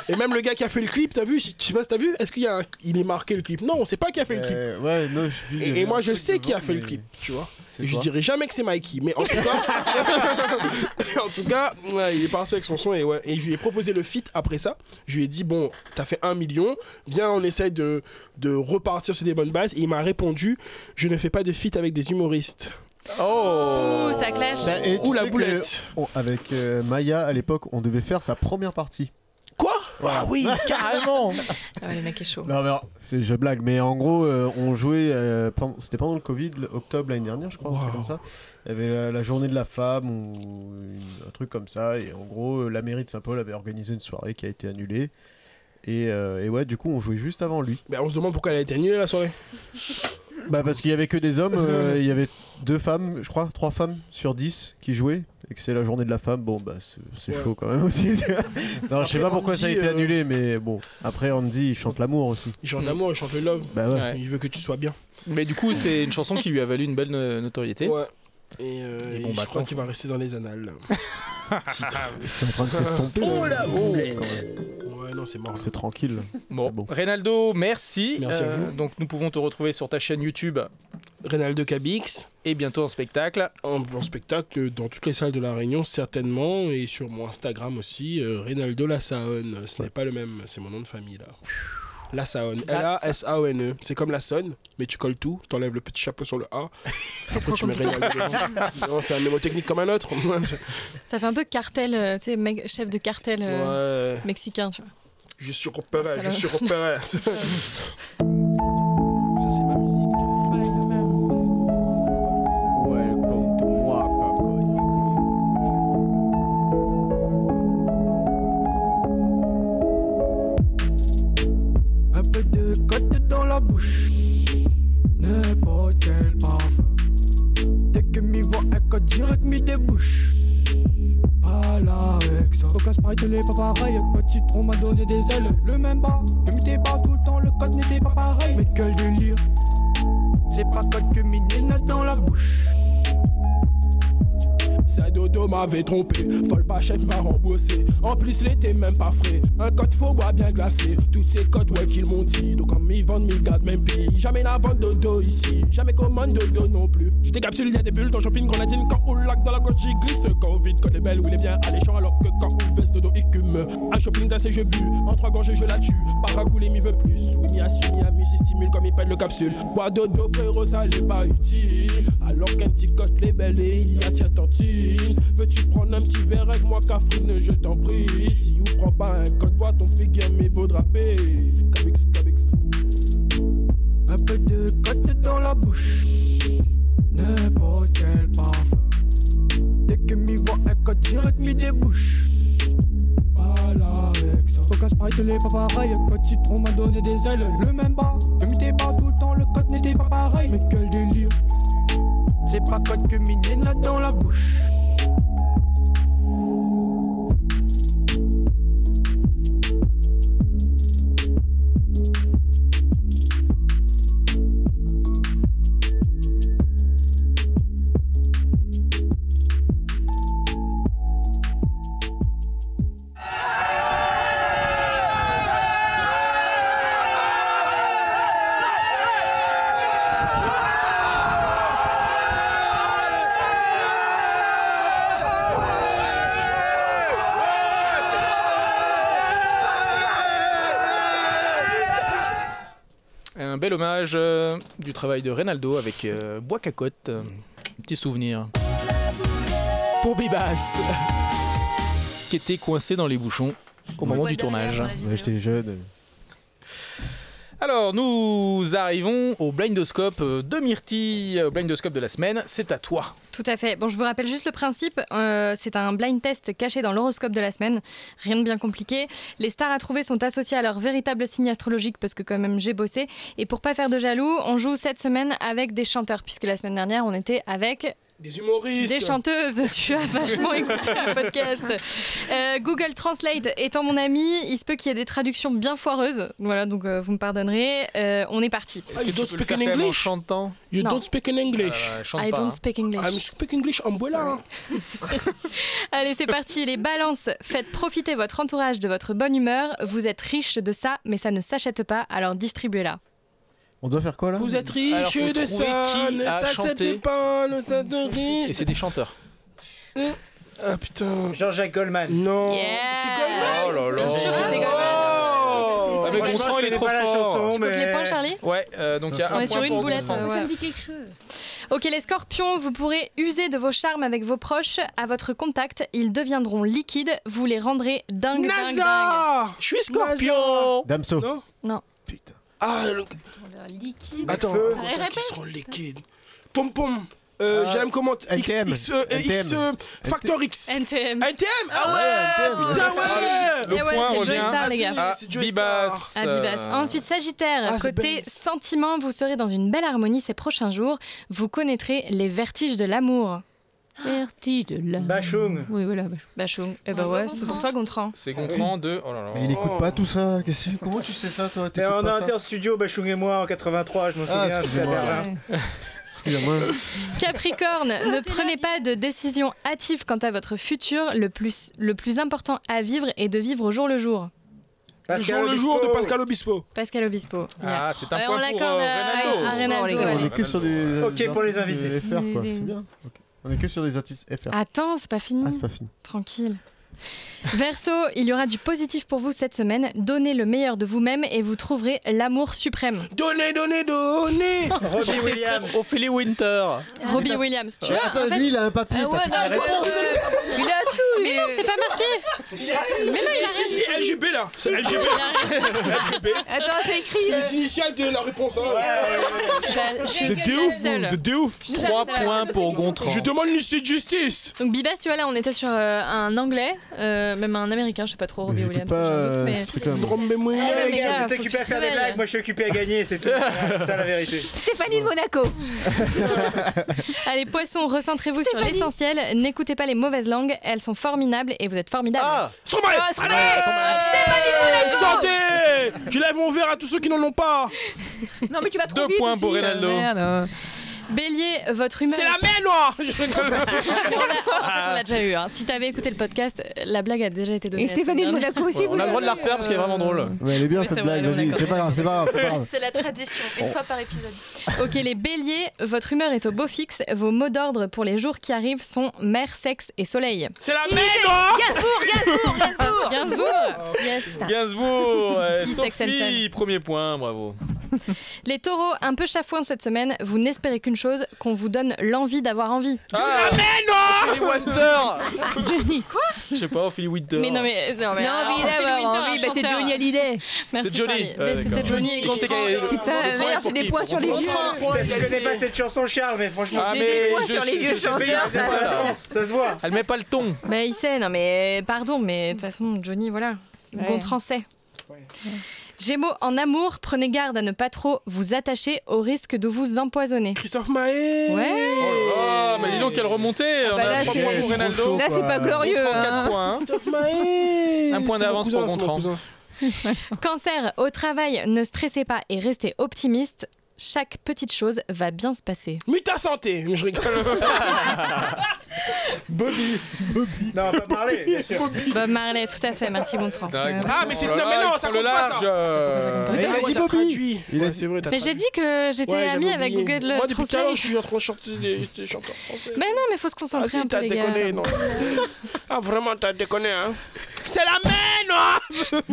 [SPEAKER 3] et, et même le gars qui a fait le clip, t'as vu, je je sais pas si t'as vu, est-ce qu'il y a un- il est marqué le clip Non, on sait pas qui a fait le clip.
[SPEAKER 5] Euh, ouais, non, je suis plus, il y
[SPEAKER 3] Et, et
[SPEAKER 5] avait
[SPEAKER 3] moi
[SPEAKER 5] un
[SPEAKER 3] je
[SPEAKER 5] truc
[SPEAKER 3] sais qui a
[SPEAKER 5] devant,
[SPEAKER 3] fait le
[SPEAKER 5] mais-
[SPEAKER 3] clip, tu vois.
[SPEAKER 5] C'est
[SPEAKER 3] Et Je
[SPEAKER 5] quoi
[SPEAKER 3] dirais jamais que c'est Mikey, mais en tout cas, en tout cas ouais, il est parti avec son son et, ouais, et je lui ai proposé le feat après ça. Je lui ai dit, bon, t'as fait un million, viens, on essaye de, de repartir sur des bonnes bases. Et il m'a répondu, je ne fais pas de feat avec des humoristes.
[SPEAKER 2] Oh, ça clash.
[SPEAKER 5] Bah, et tu
[SPEAKER 3] Ouh, la
[SPEAKER 5] sais que,
[SPEAKER 3] boulette.
[SPEAKER 5] on- Avec euh, Maya, à l'époque, on devait faire sa première partie.
[SPEAKER 3] Quoi Ah oui,
[SPEAKER 5] carrément
[SPEAKER 2] Ah ouais, le mec est chaud.
[SPEAKER 5] Non, mais alors, c'est- je blague, mais en gros, euh, on jouait, euh, pen- c'était pendant le Covid, le octobre l'année dernière, je crois, un truc comme ça. Il y avait la, la journée de la femme ou une- un truc comme ça, et en gros, euh, la mairie de Saint-Paul avait organisé une soirée qui a été annulée. Et, euh, et ouais, du coup, on jouait juste avant lui.
[SPEAKER 3] Bah, on se demande pourquoi elle a été annulée la soirée.
[SPEAKER 5] Bah, parce qu'il y avait que des hommes, euh, il y avait deux femmes, je crois, trois femmes sur dix qui jouaient, et que c'est la journée de la femme, bon, bah, c'est c'est
[SPEAKER 3] Ouais.
[SPEAKER 5] chaud quand même aussi. non, je sais
[SPEAKER 3] Après,
[SPEAKER 5] pas pourquoi ça a
[SPEAKER 3] Andy,
[SPEAKER 5] été
[SPEAKER 3] euh,
[SPEAKER 5] annulé, mais bon, après, Andy, il chante l'amour aussi.
[SPEAKER 3] Il chante l'amour, il chante le love.
[SPEAKER 5] Bah ouais.
[SPEAKER 3] Il veut que tu sois bien.
[SPEAKER 1] Mais du coup, c'est une chanson qui lui a valu une belle euh, notoriété.
[SPEAKER 3] Ouais. Et, euh,
[SPEAKER 1] Et
[SPEAKER 3] et
[SPEAKER 1] bon, Ah. bah,
[SPEAKER 3] je crois
[SPEAKER 1] tant
[SPEAKER 3] qu'il va rester dans les annales. Titre.
[SPEAKER 5] C'est en train de s'estomper.
[SPEAKER 3] Oh
[SPEAKER 5] là,
[SPEAKER 3] la
[SPEAKER 5] quand
[SPEAKER 3] boulette
[SPEAKER 5] même.
[SPEAKER 3] Ouais, non, c'est mort.
[SPEAKER 5] C'est tranquille.
[SPEAKER 1] Bon. Reynaldo, merci. Euh,
[SPEAKER 3] Merci à vous.
[SPEAKER 1] Donc nous pouvons te retrouver sur ta chaîne YouTube.
[SPEAKER 3] Reynaldo Cabix.
[SPEAKER 1] Et bientôt en spectacle.
[SPEAKER 3] En, en spectacle dans toutes les salles de La Réunion, certainement, et sur mon Instagram aussi, euh, Reynaldo Lassaone. Ce n'est pas le même, c'est mon nom de famille là. Lassaone. L-A-S-A-O-N-E. E. C'est comme la sonne, mais tu colles tout, t'enlèves le petit chapeau sur le A. C'est
[SPEAKER 2] trop compliqué.
[SPEAKER 3] non, c'est un mnémotechnique comme un autre.
[SPEAKER 2] Ça fait un peu cartel, euh, tu sais, mec- chef de cartel euh,
[SPEAKER 3] Ouais.
[SPEAKER 2] mexicain, tu vois.
[SPEAKER 3] je suis repéré,
[SPEAKER 2] Ça va.
[SPEAKER 3] je suis repéré.
[SPEAKER 14] Un peu de côte dans la bouche, n'importe quel parfum. Dès que m'y voit un code direct, m'y débouche. Pas la Rexa. Aucun sprite, les pas pareil. Petit citron m'a donné des ailes. Le même bas, que m'y débat tout le temps, le code n'était pas pareil. Mais quel délire, c'est pas code que Minil n'a dans la bouche.
[SPEAKER 3] Sa dodo m'avait trompé, folle pachette m'a remboursé. En plus, l'été même pas frais. Un code faux, bois bien glacé. Toutes ces codes, ouais, qu'ils m'ont dit. Donc, comme ils vendent, ils gardent même pays. Jamais la vente dodo ici, jamais commande dodo non plus. J'étais capsule, il y a des bulles dans shopping grenadine. Quand on lac dans la coche, j'y glisse. Quand on vide, quand les belles, où il est bien alléchant. Alors que quand on veste dodo, il cume. Un shopping glacé, je bu. En trois gorges, je la tue. Paracoulé, m'y veut plus. Souni, assumi, ami, s'y stimule comme il pète le capsule. Bois dodo, frérot, ça l'est pas utile. Alors qu'un petit coche, les belles, et y attire tantine. Veux-tu prendre un petit verre avec moi, Cafrine, je t'en prie. Si ou prends pas un code, bois ton figure, mais vaudra payer. Cabix, cabix.
[SPEAKER 14] Un peu de côte dans la bouche, n'importe quel parfum. Dès que m'y voit un code direct, m'y débouche. Pas la Rexa. Aucun sprite, les pas pareil. Petit citron m'a donné des ailes. Le même bas, que m'y débat tout le temps, le code n'était pas pareil. Mais quel délire, c'est pas code que Minine a dans la bouche.
[SPEAKER 1] Un bel hommage euh, du travail de Reynaldo avec euh, Bois Cacotte.
[SPEAKER 3] Mm.
[SPEAKER 1] Euh, petit souvenir. Pour Bibas, qui était coincé dans les bouchons
[SPEAKER 2] Mm.
[SPEAKER 1] au moment du tournage.
[SPEAKER 5] Ouais, J'étais jeune.
[SPEAKER 1] Alors, nous arrivons au blindoscope euh, de Myrtille, euh, au blindoscope de la semaine. C'est à toi.
[SPEAKER 2] Tout à fait. Bon, je vous rappelle juste le principe. Euh, c'est un blind test caché dans l'horoscope de la semaine. Rien de bien compliqué. Les stars à trouver sont associées à leur véritable signe astrologique parce que quand même j'ai bossé. Et pour pas faire de jaloux, on joue cette semaine avec des chanteurs puisque la semaine dernière on était avec
[SPEAKER 3] Des humoristes.
[SPEAKER 2] Des chanteuses, tu as vachement écouté un podcast. Euh, Google Translate étant mon ami, il se peut qu'il y ait des traductions bien foireuses. Voilà, donc euh, vous me pardonnerez. Euh, on est parti.
[SPEAKER 3] Ah, you don't speak in English. chantant. You
[SPEAKER 2] Non.
[SPEAKER 3] don't speak in English.
[SPEAKER 1] bah,
[SPEAKER 2] Ah, chante I pas, don't hein. speak English.
[SPEAKER 3] I'm speak English,
[SPEAKER 15] Ah,
[SPEAKER 3] umbrella.
[SPEAKER 2] Allez, c'est parti, les balances. Faites profiter votre entourage de votre bonne humeur. Vous êtes riche de ça, mais ça ne s'achète pas, alors distribuez-la.
[SPEAKER 5] On doit faire quoi là
[SPEAKER 3] Vous êtes
[SPEAKER 15] Alors,
[SPEAKER 3] riche
[SPEAKER 15] faut
[SPEAKER 3] de
[SPEAKER 15] trouver
[SPEAKER 3] ça,
[SPEAKER 15] qui
[SPEAKER 3] ne
[SPEAKER 15] a chanté.
[SPEAKER 3] s'acceptez pas, ne s'acceptez
[SPEAKER 15] Et c'est des chanteurs.
[SPEAKER 3] Ah putain.
[SPEAKER 6] Jean-Jacques Goldman.
[SPEAKER 3] Non.
[SPEAKER 2] C'est
[SPEAKER 6] Goldman.
[SPEAKER 15] Oh là là.
[SPEAKER 6] Bien sûr que c'est Goldman.
[SPEAKER 15] Oh Ah, mais
[SPEAKER 6] Franchement,
[SPEAKER 15] Gontran, il
[SPEAKER 6] je
[SPEAKER 15] est
[SPEAKER 6] connais
[SPEAKER 15] trop
[SPEAKER 6] pas la
[SPEAKER 15] fort.
[SPEAKER 6] chanson, Tu comptes mais- les points,
[SPEAKER 2] Charlie
[SPEAKER 15] Ouais, euh, donc il y a
[SPEAKER 2] On
[SPEAKER 15] un point
[SPEAKER 2] est sur une
[SPEAKER 15] pour
[SPEAKER 2] boulette.
[SPEAKER 15] Gontran.
[SPEAKER 2] euh, voilà. Ok, les scorpions, vous pourrez user de vos charmes avec vos proches. À votre contact, ils deviendront liquides. Vous les rendrez dingue, dingue, dingue.
[SPEAKER 3] NASA Je suis scorpion
[SPEAKER 5] Damso.
[SPEAKER 3] Non
[SPEAKER 2] Non.
[SPEAKER 3] Ah, le...
[SPEAKER 4] Liquide.
[SPEAKER 3] Attends,
[SPEAKER 4] Feu.
[SPEAKER 3] quand est-ce qu'ils seront liquides Pom pom euh,
[SPEAKER 5] Ah.
[SPEAKER 3] J'aime comment X,
[SPEAKER 5] NTM.
[SPEAKER 3] X, euh, euh, X, euh, Factor X
[SPEAKER 2] NTM
[SPEAKER 3] NTM Ah ouais, Putain ouais
[SPEAKER 15] Ah,
[SPEAKER 3] Ah,
[SPEAKER 15] Le point
[SPEAKER 2] Eh c'est
[SPEAKER 15] revient
[SPEAKER 2] Joey Star, les gars.
[SPEAKER 15] à Bibas.
[SPEAKER 2] Ah, Bibas.
[SPEAKER 15] Euh,
[SPEAKER 2] Ensuite, Sagittaire, côté sentiments, vous serez dans une belle harmonie ces prochains jours. Vous connaîtrez les vertiges de l'amour.
[SPEAKER 4] Vertige de la.
[SPEAKER 6] Bachung.
[SPEAKER 4] Oui, voilà. Bachung.
[SPEAKER 2] Bachung. Eh ben ouais, c'est pour toi, Gontran.
[SPEAKER 15] C'est Gontran de. Oh là là.
[SPEAKER 5] Mais il écoute pas tout ça. Qu'est-ce que- Comment tu sais ça toi
[SPEAKER 6] Mais
[SPEAKER 5] T'écoutes
[SPEAKER 6] on a
[SPEAKER 5] pas ça
[SPEAKER 6] été en studio, Bachung et moi, en 83, je m'en
[SPEAKER 5] Ah,
[SPEAKER 6] souviens, c'était à hein.
[SPEAKER 5] excusez-moi.
[SPEAKER 6] Berlin.
[SPEAKER 5] Excusez-moi.
[SPEAKER 2] Capricorne, ne prenez pas de décision hâtive quant à votre futur. Le plus, le plus important à vivre est de vivre au jour le jour.
[SPEAKER 3] Le jour, le jour de
[SPEAKER 5] oh.
[SPEAKER 3] Pascal Obispo
[SPEAKER 2] Pascal Obispo.
[SPEAKER 15] Ah, c'est un
[SPEAKER 2] Ouais,
[SPEAKER 15] point
[SPEAKER 2] on
[SPEAKER 15] pour
[SPEAKER 2] l'accorde à-
[SPEAKER 15] euh,
[SPEAKER 2] à Reynaldo,
[SPEAKER 15] Reynaldo.
[SPEAKER 5] On est que sur des.
[SPEAKER 6] Ok,
[SPEAKER 5] des
[SPEAKER 6] pour les
[SPEAKER 5] artistes,
[SPEAKER 6] invités.
[SPEAKER 5] euh, FR quoi.
[SPEAKER 2] Les-
[SPEAKER 5] C'est bien. Ok. On est que sur des artistes FR.
[SPEAKER 2] Attends, c'est pas fini.
[SPEAKER 5] Ah, c'est pas fini.
[SPEAKER 2] Tranquille. Verso, il y aura du positif pour vous cette semaine. Donnez le meilleur de vous-même et vous trouverez l'amour suprême.
[SPEAKER 3] Donnez, donnez, donnez
[SPEAKER 6] Robbie Williams.
[SPEAKER 15] Ophélie Winter.
[SPEAKER 2] Robbie Williams, tu
[SPEAKER 5] Ouais,
[SPEAKER 2] vois,
[SPEAKER 5] attends,
[SPEAKER 2] en fait-
[SPEAKER 5] lui il a un papier.
[SPEAKER 2] Ah
[SPEAKER 5] t'as
[SPEAKER 2] ouais,
[SPEAKER 5] pris
[SPEAKER 2] non,
[SPEAKER 5] la réponse.
[SPEAKER 2] attends, euh,
[SPEAKER 4] Il a tout
[SPEAKER 2] Mais non, c'est pas marqué Mais non, il a
[SPEAKER 3] Si, si,
[SPEAKER 2] rien
[SPEAKER 3] si, LGB là C'est LGB LGB
[SPEAKER 4] Attends, c'est écrit.
[SPEAKER 3] C'est
[SPEAKER 4] euh,
[SPEAKER 3] les initiales de la réponse hein.
[SPEAKER 2] Bah, je suis
[SPEAKER 3] C'est
[SPEAKER 2] la
[SPEAKER 3] des ouf,
[SPEAKER 2] seule.
[SPEAKER 3] vous, c'est des ouf
[SPEAKER 2] Je suis la Trois seule. points
[SPEAKER 15] pour Gontran.
[SPEAKER 3] Je demande l'issue de justice
[SPEAKER 2] Donc Bibas, tu vois là, on était sur euh, un anglais, euh, même un américain, je sais pas trop, Robbie
[SPEAKER 5] J'écoute
[SPEAKER 2] Williams,
[SPEAKER 5] pas,
[SPEAKER 2] j'ai un doute,
[SPEAKER 5] euh,
[SPEAKER 2] mais...
[SPEAKER 5] ce truc-là, moi.
[SPEAKER 3] Drombez-moi
[SPEAKER 2] Eh, mais
[SPEAKER 6] Les gars,
[SPEAKER 2] gars,
[SPEAKER 6] vous
[SPEAKER 2] faut
[SPEAKER 6] êtes
[SPEAKER 2] que
[SPEAKER 6] occupés
[SPEAKER 2] tu
[SPEAKER 6] à
[SPEAKER 2] te
[SPEAKER 6] faire des
[SPEAKER 2] réveilles.
[SPEAKER 6] blagues, moi je suis occupé à gagner, c'est tout. C'est ça la vérité.
[SPEAKER 4] Stéphanie de Monaco.
[SPEAKER 2] Allez, poissons, recentrez-vous sur l'essentiel, n'écoutez pas les mauvaises langues, elles sont forminables et vous êtes formidables.
[SPEAKER 3] Stromae
[SPEAKER 4] Ah, Stromae.
[SPEAKER 3] Allez Santé Je lève mon verre à tous ceux qui n'en ont pas
[SPEAKER 4] Non, mais tu vas trop
[SPEAKER 15] Deux
[SPEAKER 4] vite
[SPEAKER 15] points
[SPEAKER 4] aussi,
[SPEAKER 15] pour
[SPEAKER 4] là,
[SPEAKER 15] Ronaldo.
[SPEAKER 4] merde, euh.
[SPEAKER 2] Bélier, votre humeur...
[SPEAKER 3] C'est la main noire Je rigole.
[SPEAKER 2] En fait, on l'a déjà eu. hein. Si t'avais écouté le podcast, la blague a déjà été donnée.
[SPEAKER 4] Et
[SPEAKER 2] la semaine
[SPEAKER 4] Stéphanie de
[SPEAKER 2] dernière.
[SPEAKER 4] Monaco aussi,
[SPEAKER 15] Ouais,
[SPEAKER 4] vous
[SPEAKER 15] on a le droit de la
[SPEAKER 4] l'avez,
[SPEAKER 15] refaire parce qu'elle est vraiment drôle.
[SPEAKER 5] Mais elle est bien
[SPEAKER 2] Oui,
[SPEAKER 5] cette
[SPEAKER 2] c'est vrai,
[SPEAKER 5] blague,
[SPEAKER 2] on est
[SPEAKER 5] vas-y, c'est pas grave, c'est pas grave, c'est pas grave.
[SPEAKER 7] C'est la tradition, une fois par épisode.
[SPEAKER 2] Ok, les béliers, votre humeur est au beau fixe. Vos mots d'ordre pour les jours qui arrivent sont mer, sexe et soleil.
[SPEAKER 3] C'est la main noire
[SPEAKER 4] Gainsbourg, Gainsbourg, Gainsbourg.
[SPEAKER 2] Gainsbourg Yes
[SPEAKER 15] Gainsbourg. euh,
[SPEAKER 2] Si, Sex and
[SPEAKER 15] Sophie, premier point, bravo.
[SPEAKER 2] Les taureaux, un peu chafouins cette semaine, vous n'espérez qu'une chose, qu'on vous donne l'envie d'avoir envie.
[SPEAKER 15] Ah,
[SPEAKER 3] Mais non
[SPEAKER 15] Ophélie Winter.
[SPEAKER 4] Johnny, quoi
[SPEAKER 15] Je sais pas, Ophélie Winter.
[SPEAKER 2] Mais non, mais. Non, mais
[SPEAKER 4] Non,
[SPEAKER 2] alors,
[SPEAKER 4] mais
[SPEAKER 2] Ophélie
[SPEAKER 4] il a
[SPEAKER 2] Winter, un
[SPEAKER 4] envie, bah, c'est
[SPEAKER 2] chanteur.
[SPEAKER 4] Johnny Hallyday.
[SPEAKER 2] Merci
[SPEAKER 15] C'est Johnny.
[SPEAKER 2] Charlie.
[SPEAKER 15] Ouais,
[SPEAKER 2] Mais C'était
[SPEAKER 15] d'accord.
[SPEAKER 2] Johnny et
[SPEAKER 15] Qui c'est qui a-
[SPEAKER 2] Gontran.
[SPEAKER 4] Putain,
[SPEAKER 15] Gontran, pour
[SPEAKER 4] merde, j'ai
[SPEAKER 15] qui
[SPEAKER 4] des points sur les
[SPEAKER 15] Gontran.
[SPEAKER 4] vieux.
[SPEAKER 6] Peut-être que Tu connais pas cette chanson, Charles, mais franchement,
[SPEAKER 15] Ah,
[SPEAKER 4] J'ai
[SPEAKER 15] mais
[SPEAKER 4] des points
[SPEAKER 15] je-
[SPEAKER 4] sur les
[SPEAKER 15] je-
[SPEAKER 4] vieux
[SPEAKER 15] je- je-
[SPEAKER 4] chanteurs.
[SPEAKER 15] je-
[SPEAKER 4] ça
[SPEAKER 15] voilà.
[SPEAKER 4] va.
[SPEAKER 6] ça se voit.
[SPEAKER 15] Elle met pas le ton.
[SPEAKER 2] Bah, il sait, non mais pardon, mais de toute façon, Johnny, voilà.
[SPEAKER 4] Ouais.
[SPEAKER 2] Gontran sait. Gémeaux, en amour, prenez garde à ne pas trop vous attacher au risque de vous empoisonner.
[SPEAKER 3] Christophe Maé
[SPEAKER 2] Ouais.
[SPEAKER 15] Oh là là, mais dis donc, quelle remontée. on
[SPEAKER 4] bah
[SPEAKER 15] a
[SPEAKER 4] là,
[SPEAKER 15] 3
[SPEAKER 4] c'est-
[SPEAKER 15] points pour Reynaldo.
[SPEAKER 4] Là, c'est pas glorieux.
[SPEAKER 15] Gontran, quatre
[SPEAKER 4] hein.
[SPEAKER 15] points.
[SPEAKER 3] Christophe Maé
[SPEAKER 15] Un point
[SPEAKER 3] C'est mon
[SPEAKER 15] d'avance pour
[SPEAKER 3] cousin, c'est mon
[SPEAKER 15] Gontran.
[SPEAKER 3] cousin.
[SPEAKER 2] Cancer, au travail, ne stressez pas et restez optimiste. Chaque petite chose va bien se passer.
[SPEAKER 3] Muta santé Je rigole
[SPEAKER 6] Bobby. Non, on va pas parler, bien sûr.
[SPEAKER 2] Bob Marley, tout à fait, merci Gontran.
[SPEAKER 4] Euh,
[SPEAKER 3] Ah, mais c'est.
[SPEAKER 15] Oh là
[SPEAKER 3] Non, mais
[SPEAKER 15] là,
[SPEAKER 3] non,
[SPEAKER 15] il
[SPEAKER 3] ça
[SPEAKER 15] prend le
[SPEAKER 3] compte pas
[SPEAKER 15] large,
[SPEAKER 3] ça
[SPEAKER 15] euh,
[SPEAKER 5] Mais il a dit Bobby
[SPEAKER 3] Il est... C'est vrai, t'as
[SPEAKER 2] Mais j'ai
[SPEAKER 3] traduit.
[SPEAKER 2] dit que j'étais
[SPEAKER 3] Ouais,
[SPEAKER 2] amie
[SPEAKER 3] j'avais
[SPEAKER 2] avec
[SPEAKER 3] oublié.
[SPEAKER 2] Google
[SPEAKER 3] Moi, depuis tout à l'heure,
[SPEAKER 2] Translate.
[SPEAKER 3] je suis en train de chanter des des chanteurs français.
[SPEAKER 2] Mais non, mais faut se concentrer
[SPEAKER 3] Ah si,
[SPEAKER 2] un peu
[SPEAKER 3] t'as
[SPEAKER 2] les gars.
[SPEAKER 3] déconné, non Ah vraiment, t'as déconné, hein C'est la hein. main noire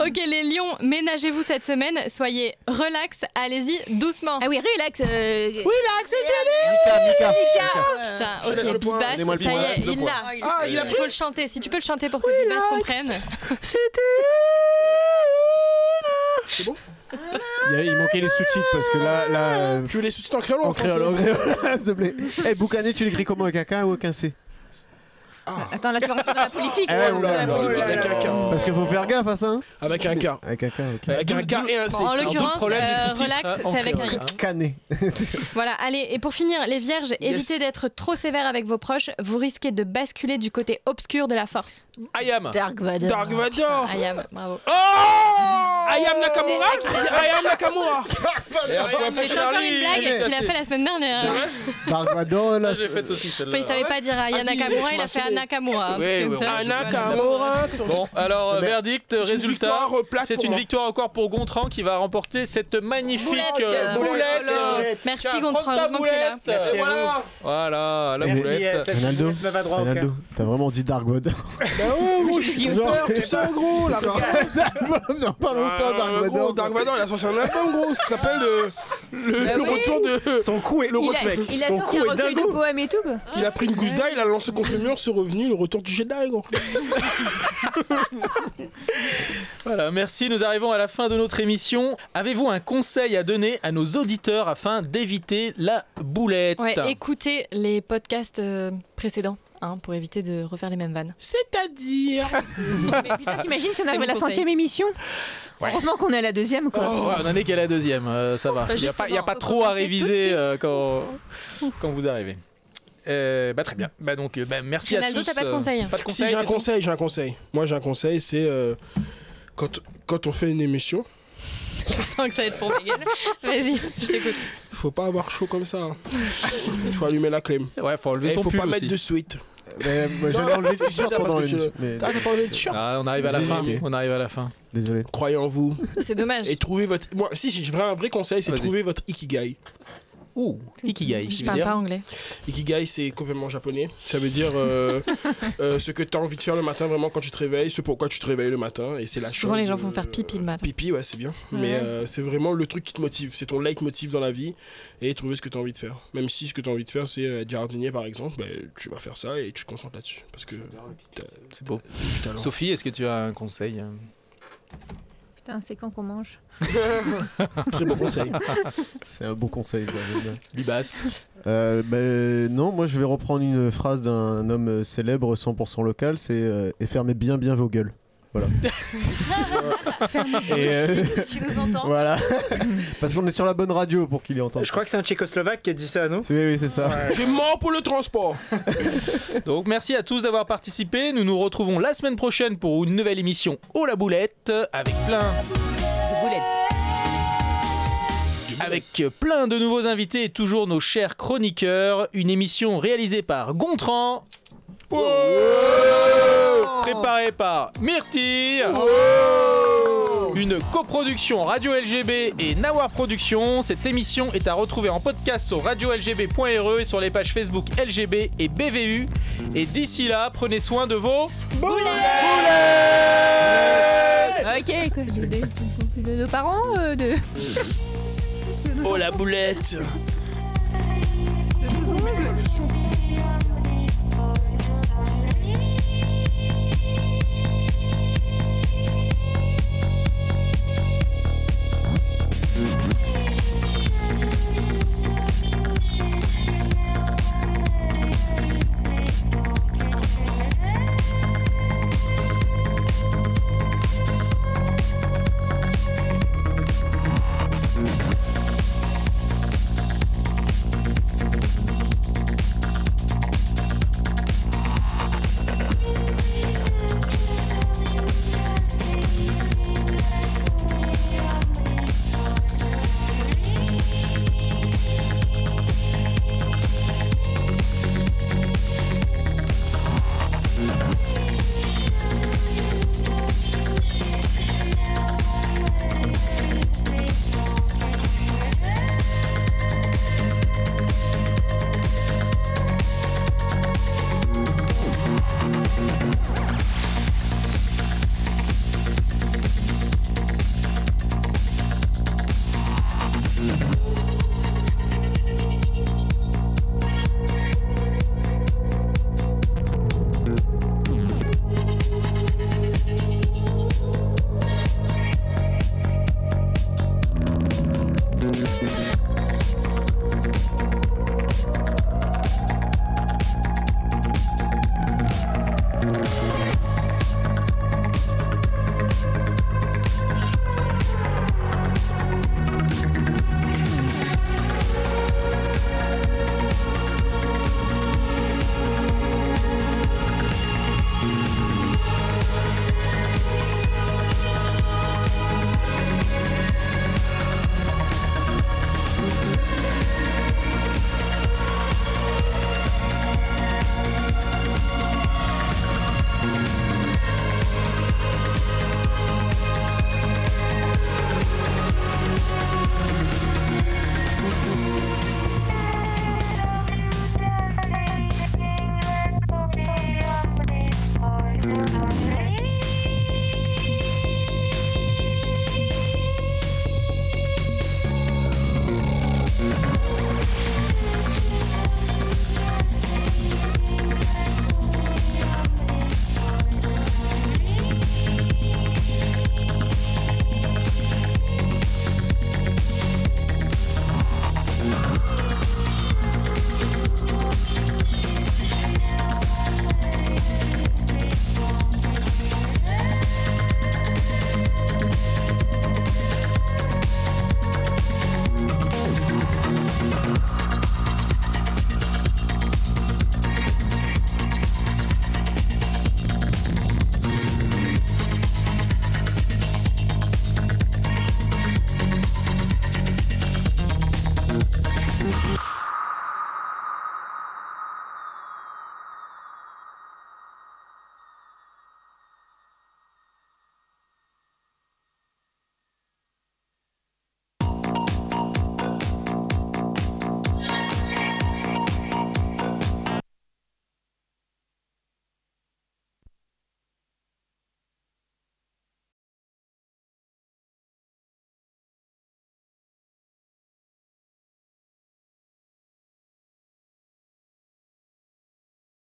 [SPEAKER 2] Ok les lions, ménagez-vous cette semaine, soyez relax, allez-y doucement.
[SPEAKER 4] Ah oui, relax. euh,
[SPEAKER 3] Relax,
[SPEAKER 5] Mika, Mika.
[SPEAKER 2] Putain,
[SPEAKER 3] Je laisse
[SPEAKER 2] ok,
[SPEAKER 3] le point.
[SPEAKER 2] Bibas,
[SPEAKER 5] Donnez-moi le
[SPEAKER 2] ça y
[SPEAKER 5] point.
[SPEAKER 2] est, il l'a.
[SPEAKER 3] Ah, il a
[SPEAKER 2] Il faut le chanter, si tu peux le chanter pour que Bibas comprenne.
[SPEAKER 5] Il, y a- il manquait les sous-titres parce que là, là euh,
[SPEAKER 3] Tu veux les sous-titres en créole ou
[SPEAKER 5] en
[SPEAKER 3] en français
[SPEAKER 5] créole, en créole, s'il te plaît. Eh, Boucané, tu l'écris comment avec un K ou avec un C
[SPEAKER 4] Attends, là tu rentres dans la politique.
[SPEAKER 5] Eh,
[SPEAKER 4] Oh
[SPEAKER 5] oula,
[SPEAKER 4] là
[SPEAKER 5] oula, oula,
[SPEAKER 4] là.
[SPEAKER 3] avec un K.
[SPEAKER 5] Parce qu'il faut faire gaffe à ça. hein.
[SPEAKER 3] Avec un K.
[SPEAKER 5] Avec un K, ok.
[SPEAKER 3] Avec un K et un C.
[SPEAKER 2] Bon, en
[SPEAKER 3] C'est un double
[SPEAKER 2] l'occurrence,
[SPEAKER 3] problème du
[SPEAKER 2] euh,
[SPEAKER 3] sous-titre,
[SPEAKER 2] relax,
[SPEAKER 3] hein,
[SPEAKER 2] c'est
[SPEAKER 3] ancré,
[SPEAKER 2] avec
[SPEAKER 3] ouais.
[SPEAKER 2] un I.
[SPEAKER 5] Canet.
[SPEAKER 2] Voilà, allez, et pour finir, les vierges, évitez d'être trop sévère avec vos proches, vous risquez de basculer du côté obscur de la force.
[SPEAKER 1] I am.
[SPEAKER 2] Dark Vador.
[SPEAKER 3] Dark Vador.
[SPEAKER 2] I am, bravo.
[SPEAKER 3] Ayam Oh Nakamura Ayam Nakamura
[SPEAKER 5] Ah,
[SPEAKER 2] C'est encore une blague qu'il a fait la semaine dernière.
[SPEAKER 5] Dark Vador, là.
[SPEAKER 1] J'ai fait aussi celle-là.
[SPEAKER 2] Enfin, il savait pas dire
[SPEAKER 1] Ah,
[SPEAKER 2] Aya
[SPEAKER 1] si,
[SPEAKER 2] Nakamura, il a
[SPEAKER 1] je
[SPEAKER 2] fait
[SPEAKER 1] m'assommais.
[SPEAKER 2] Anna Kamura. un
[SPEAKER 1] Oui,
[SPEAKER 2] truc
[SPEAKER 1] oui,
[SPEAKER 2] comme ça.
[SPEAKER 1] oui.
[SPEAKER 2] Voilà.
[SPEAKER 1] Bon, alors euh, verdict,
[SPEAKER 3] C'est une
[SPEAKER 1] résultat.
[SPEAKER 3] victoire, euh, plate
[SPEAKER 1] C'est
[SPEAKER 3] pour
[SPEAKER 1] une
[SPEAKER 3] moi.
[SPEAKER 1] victoire encore pour Gontran qui va remporter cette magnifique
[SPEAKER 2] Boulette,
[SPEAKER 1] euh,
[SPEAKER 2] boulette,
[SPEAKER 1] boulette.
[SPEAKER 2] voilà.
[SPEAKER 1] euh,
[SPEAKER 2] Merci,
[SPEAKER 1] tiens,
[SPEAKER 2] Gontran,
[SPEAKER 1] prends ta
[SPEAKER 2] heureusement que t'es là.
[SPEAKER 1] boulette.
[SPEAKER 16] Merci à
[SPEAKER 1] Voilà. Voilà, la
[SPEAKER 16] Merci, euh,
[SPEAKER 1] boulette.
[SPEAKER 16] cette
[SPEAKER 5] Ronaldo,
[SPEAKER 16] boulette me va droit au
[SPEAKER 5] Ronaldo, t'as vraiment dit Dark Vador.
[SPEAKER 3] Bah ouais, gros, je suis
[SPEAKER 5] Genre,
[SPEAKER 3] tout ça, gros, la
[SPEAKER 5] Sur un album dans pas longtemps, Dark
[SPEAKER 3] Euh, gros,
[SPEAKER 5] Vador.
[SPEAKER 3] Dark Vador, il a sorti un album, gros, ça s'appelle euh, le,
[SPEAKER 4] Bah
[SPEAKER 3] le
[SPEAKER 4] oui.
[SPEAKER 3] retour de. Son coup est le
[SPEAKER 4] Il a, il a sorti un recueil de poèmes et tout. quoi.
[SPEAKER 3] Il a pris une gousse d'ail, il a lancé contre le mur, c'est revenu, le retour du Jedi, gros.
[SPEAKER 1] Voilà, merci. Nous arrivons à la fin de notre émission. Avez-vous un conseil à donner à nos auditeurs afin d'éviter la boulette
[SPEAKER 2] Ouais, écoutez les podcasts euh, précédents hein, pour éviter de refaire les mêmes vannes.
[SPEAKER 3] C'est-à-dire.
[SPEAKER 4] Mais putain, t'imagines si on
[SPEAKER 2] C'était
[SPEAKER 4] arrive
[SPEAKER 2] mon
[SPEAKER 4] à la
[SPEAKER 2] conseil.
[SPEAKER 4] centième émission
[SPEAKER 1] Ouais.
[SPEAKER 4] Heureusement qu'on est à la deuxième, quoi.
[SPEAKER 1] Ouais, Oh,
[SPEAKER 3] Oh,
[SPEAKER 1] on en est qu'à la deuxième, euh, ça va.
[SPEAKER 2] Bah,
[SPEAKER 1] Il n'y a pas, il y a
[SPEAKER 2] justement,
[SPEAKER 1] pas
[SPEAKER 2] faut
[SPEAKER 1] trop à
[SPEAKER 2] commencer tout de
[SPEAKER 1] réviser
[SPEAKER 2] suite.
[SPEAKER 1] euh, quand, quand vous arrivez. Euh, bah, très bien. Bah, donc, euh, bah, merci
[SPEAKER 2] Ronaldo,
[SPEAKER 1] à tous.
[SPEAKER 2] t'as pas de
[SPEAKER 1] euh,
[SPEAKER 2] conseil
[SPEAKER 1] Pas de
[SPEAKER 3] Si
[SPEAKER 1] conseil,
[SPEAKER 3] j'ai un
[SPEAKER 1] c'est tout
[SPEAKER 3] conseil, j'ai un conseil. Moi j'ai un conseil, c'est euh, quand, quand on fait une émission,
[SPEAKER 2] Je sens que ça va être pour Miguel. Vas-y, je t'écoute.
[SPEAKER 3] faut pas avoir chaud comme ça. hein. Il faut allumer la clim.
[SPEAKER 1] Ouais, faut enlever
[SPEAKER 3] Et
[SPEAKER 1] son
[SPEAKER 3] faut
[SPEAKER 1] pull
[SPEAKER 3] pas
[SPEAKER 1] aussi.
[SPEAKER 3] mettre de suite.
[SPEAKER 5] Mais moi, je
[SPEAKER 3] Non,
[SPEAKER 5] l'ai enlevé le
[SPEAKER 3] Bah, je dis ça
[SPEAKER 5] t-shirt
[SPEAKER 3] parce
[SPEAKER 5] pendant
[SPEAKER 3] que
[SPEAKER 5] les
[SPEAKER 3] je-
[SPEAKER 5] nuits, mais-
[SPEAKER 3] Ah, t'as pas enlevé le t-shirt
[SPEAKER 1] Ah, on arrive à la fin.
[SPEAKER 5] Désolé.
[SPEAKER 1] On arrive à la fin.
[SPEAKER 5] Désolé.
[SPEAKER 3] Croyez en vous.
[SPEAKER 2] C'est dommage.
[SPEAKER 3] Et trouvez votre. Moi, si j'ai vraiment un vrai conseil, c'est
[SPEAKER 1] Vas-y.
[SPEAKER 3] trouver votre ikigai.
[SPEAKER 1] Ouh, Ikigai.
[SPEAKER 2] Je
[SPEAKER 1] tu veux
[SPEAKER 2] parle
[SPEAKER 1] dire
[SPEAKER 2] pas anglais.
[SPEAKER 3] Ikigai, c'est complètement japonais. Ça veut dire euh, euh, ce que t'as envie de faire le matin vraiment quand tu te réveilles, ce pourquoi tu te réveilles le matin, et c'est la
[SPEAKER 2] Souvent,
[SPEAKER 3] chose,
[SPEAKER 2] les gens
[SPEAKER 3] euh,
[SPEAKER 2] font faire pipi le matin.
[SPEAKER 3] Pipi, ouais, c'est bien.
[SPEAKER 2] Ouais.
[SPEAKER 3] Mais euh, c'est vraiment le truc qui te motive. C'est ton leitmotiv dans la vie. Et trouver ce que tu as envie de faire. Même si ce que tu as envie de faire, c'est euh, être jardinier, par exemple, bah, tu vas faire ça et tu te concentres là-dessus. Parce que.
[SPEAKER 1] C'est beau.
[SPEAKER 3] talent.
[SPEAKER 1] Sophie, est-ce que tu as un conseil euh
[SPEAKER 4] Putain, c'est quand qu'on mange
[SPEAKER 3] Très bon conseil.
[SPEAKER 5] C'est un bon conseil, ça, j'aime bien.
[SPEAKER 1] Bibas.
[SPEAKER 5] Euh, ben, non, moi je vais reprendre une phrase d'un homme euh, célèbre 100% local, c'est euh, et fermez bien bien vos gueules. Voilà. Et, euh,
[SPEAKER 6] Si tu nous entends.
[SPEAKER 5] voilà. Parce qu'on est sur la bonne radio pour qu'il y entende.
[SPEAKER 16] Je crois que c'est un Tchécoslovaque qui a dit ça, non
[SPEAKER 5] Oui, oui, c'est ça.
[SPEAKER 3] J'ai mort pour le transport.
[SPEAKER 1] Donc merci à tous d'avoir participé. Nous nous retrouvons la semaine prochaine pour une nouvelle émission Oh la boulette avec plein avec plein de nouveaux invités et toujours nos chers chroniqueurs. Une émission réalisée par Gontran. Préparée par Myrtille. Une coproduction Radio LGB et Nawar Productions. Cette émission est à retrouver en podcast sur radiolgb.re E et sur les pages Facebook LGB et BVU. Et d'ici là, prenez soin de vos...
[SPEAKER 4] Ok, quoi. De, de nos parents euh, de...
[SPEAKER 3] Oh la boulette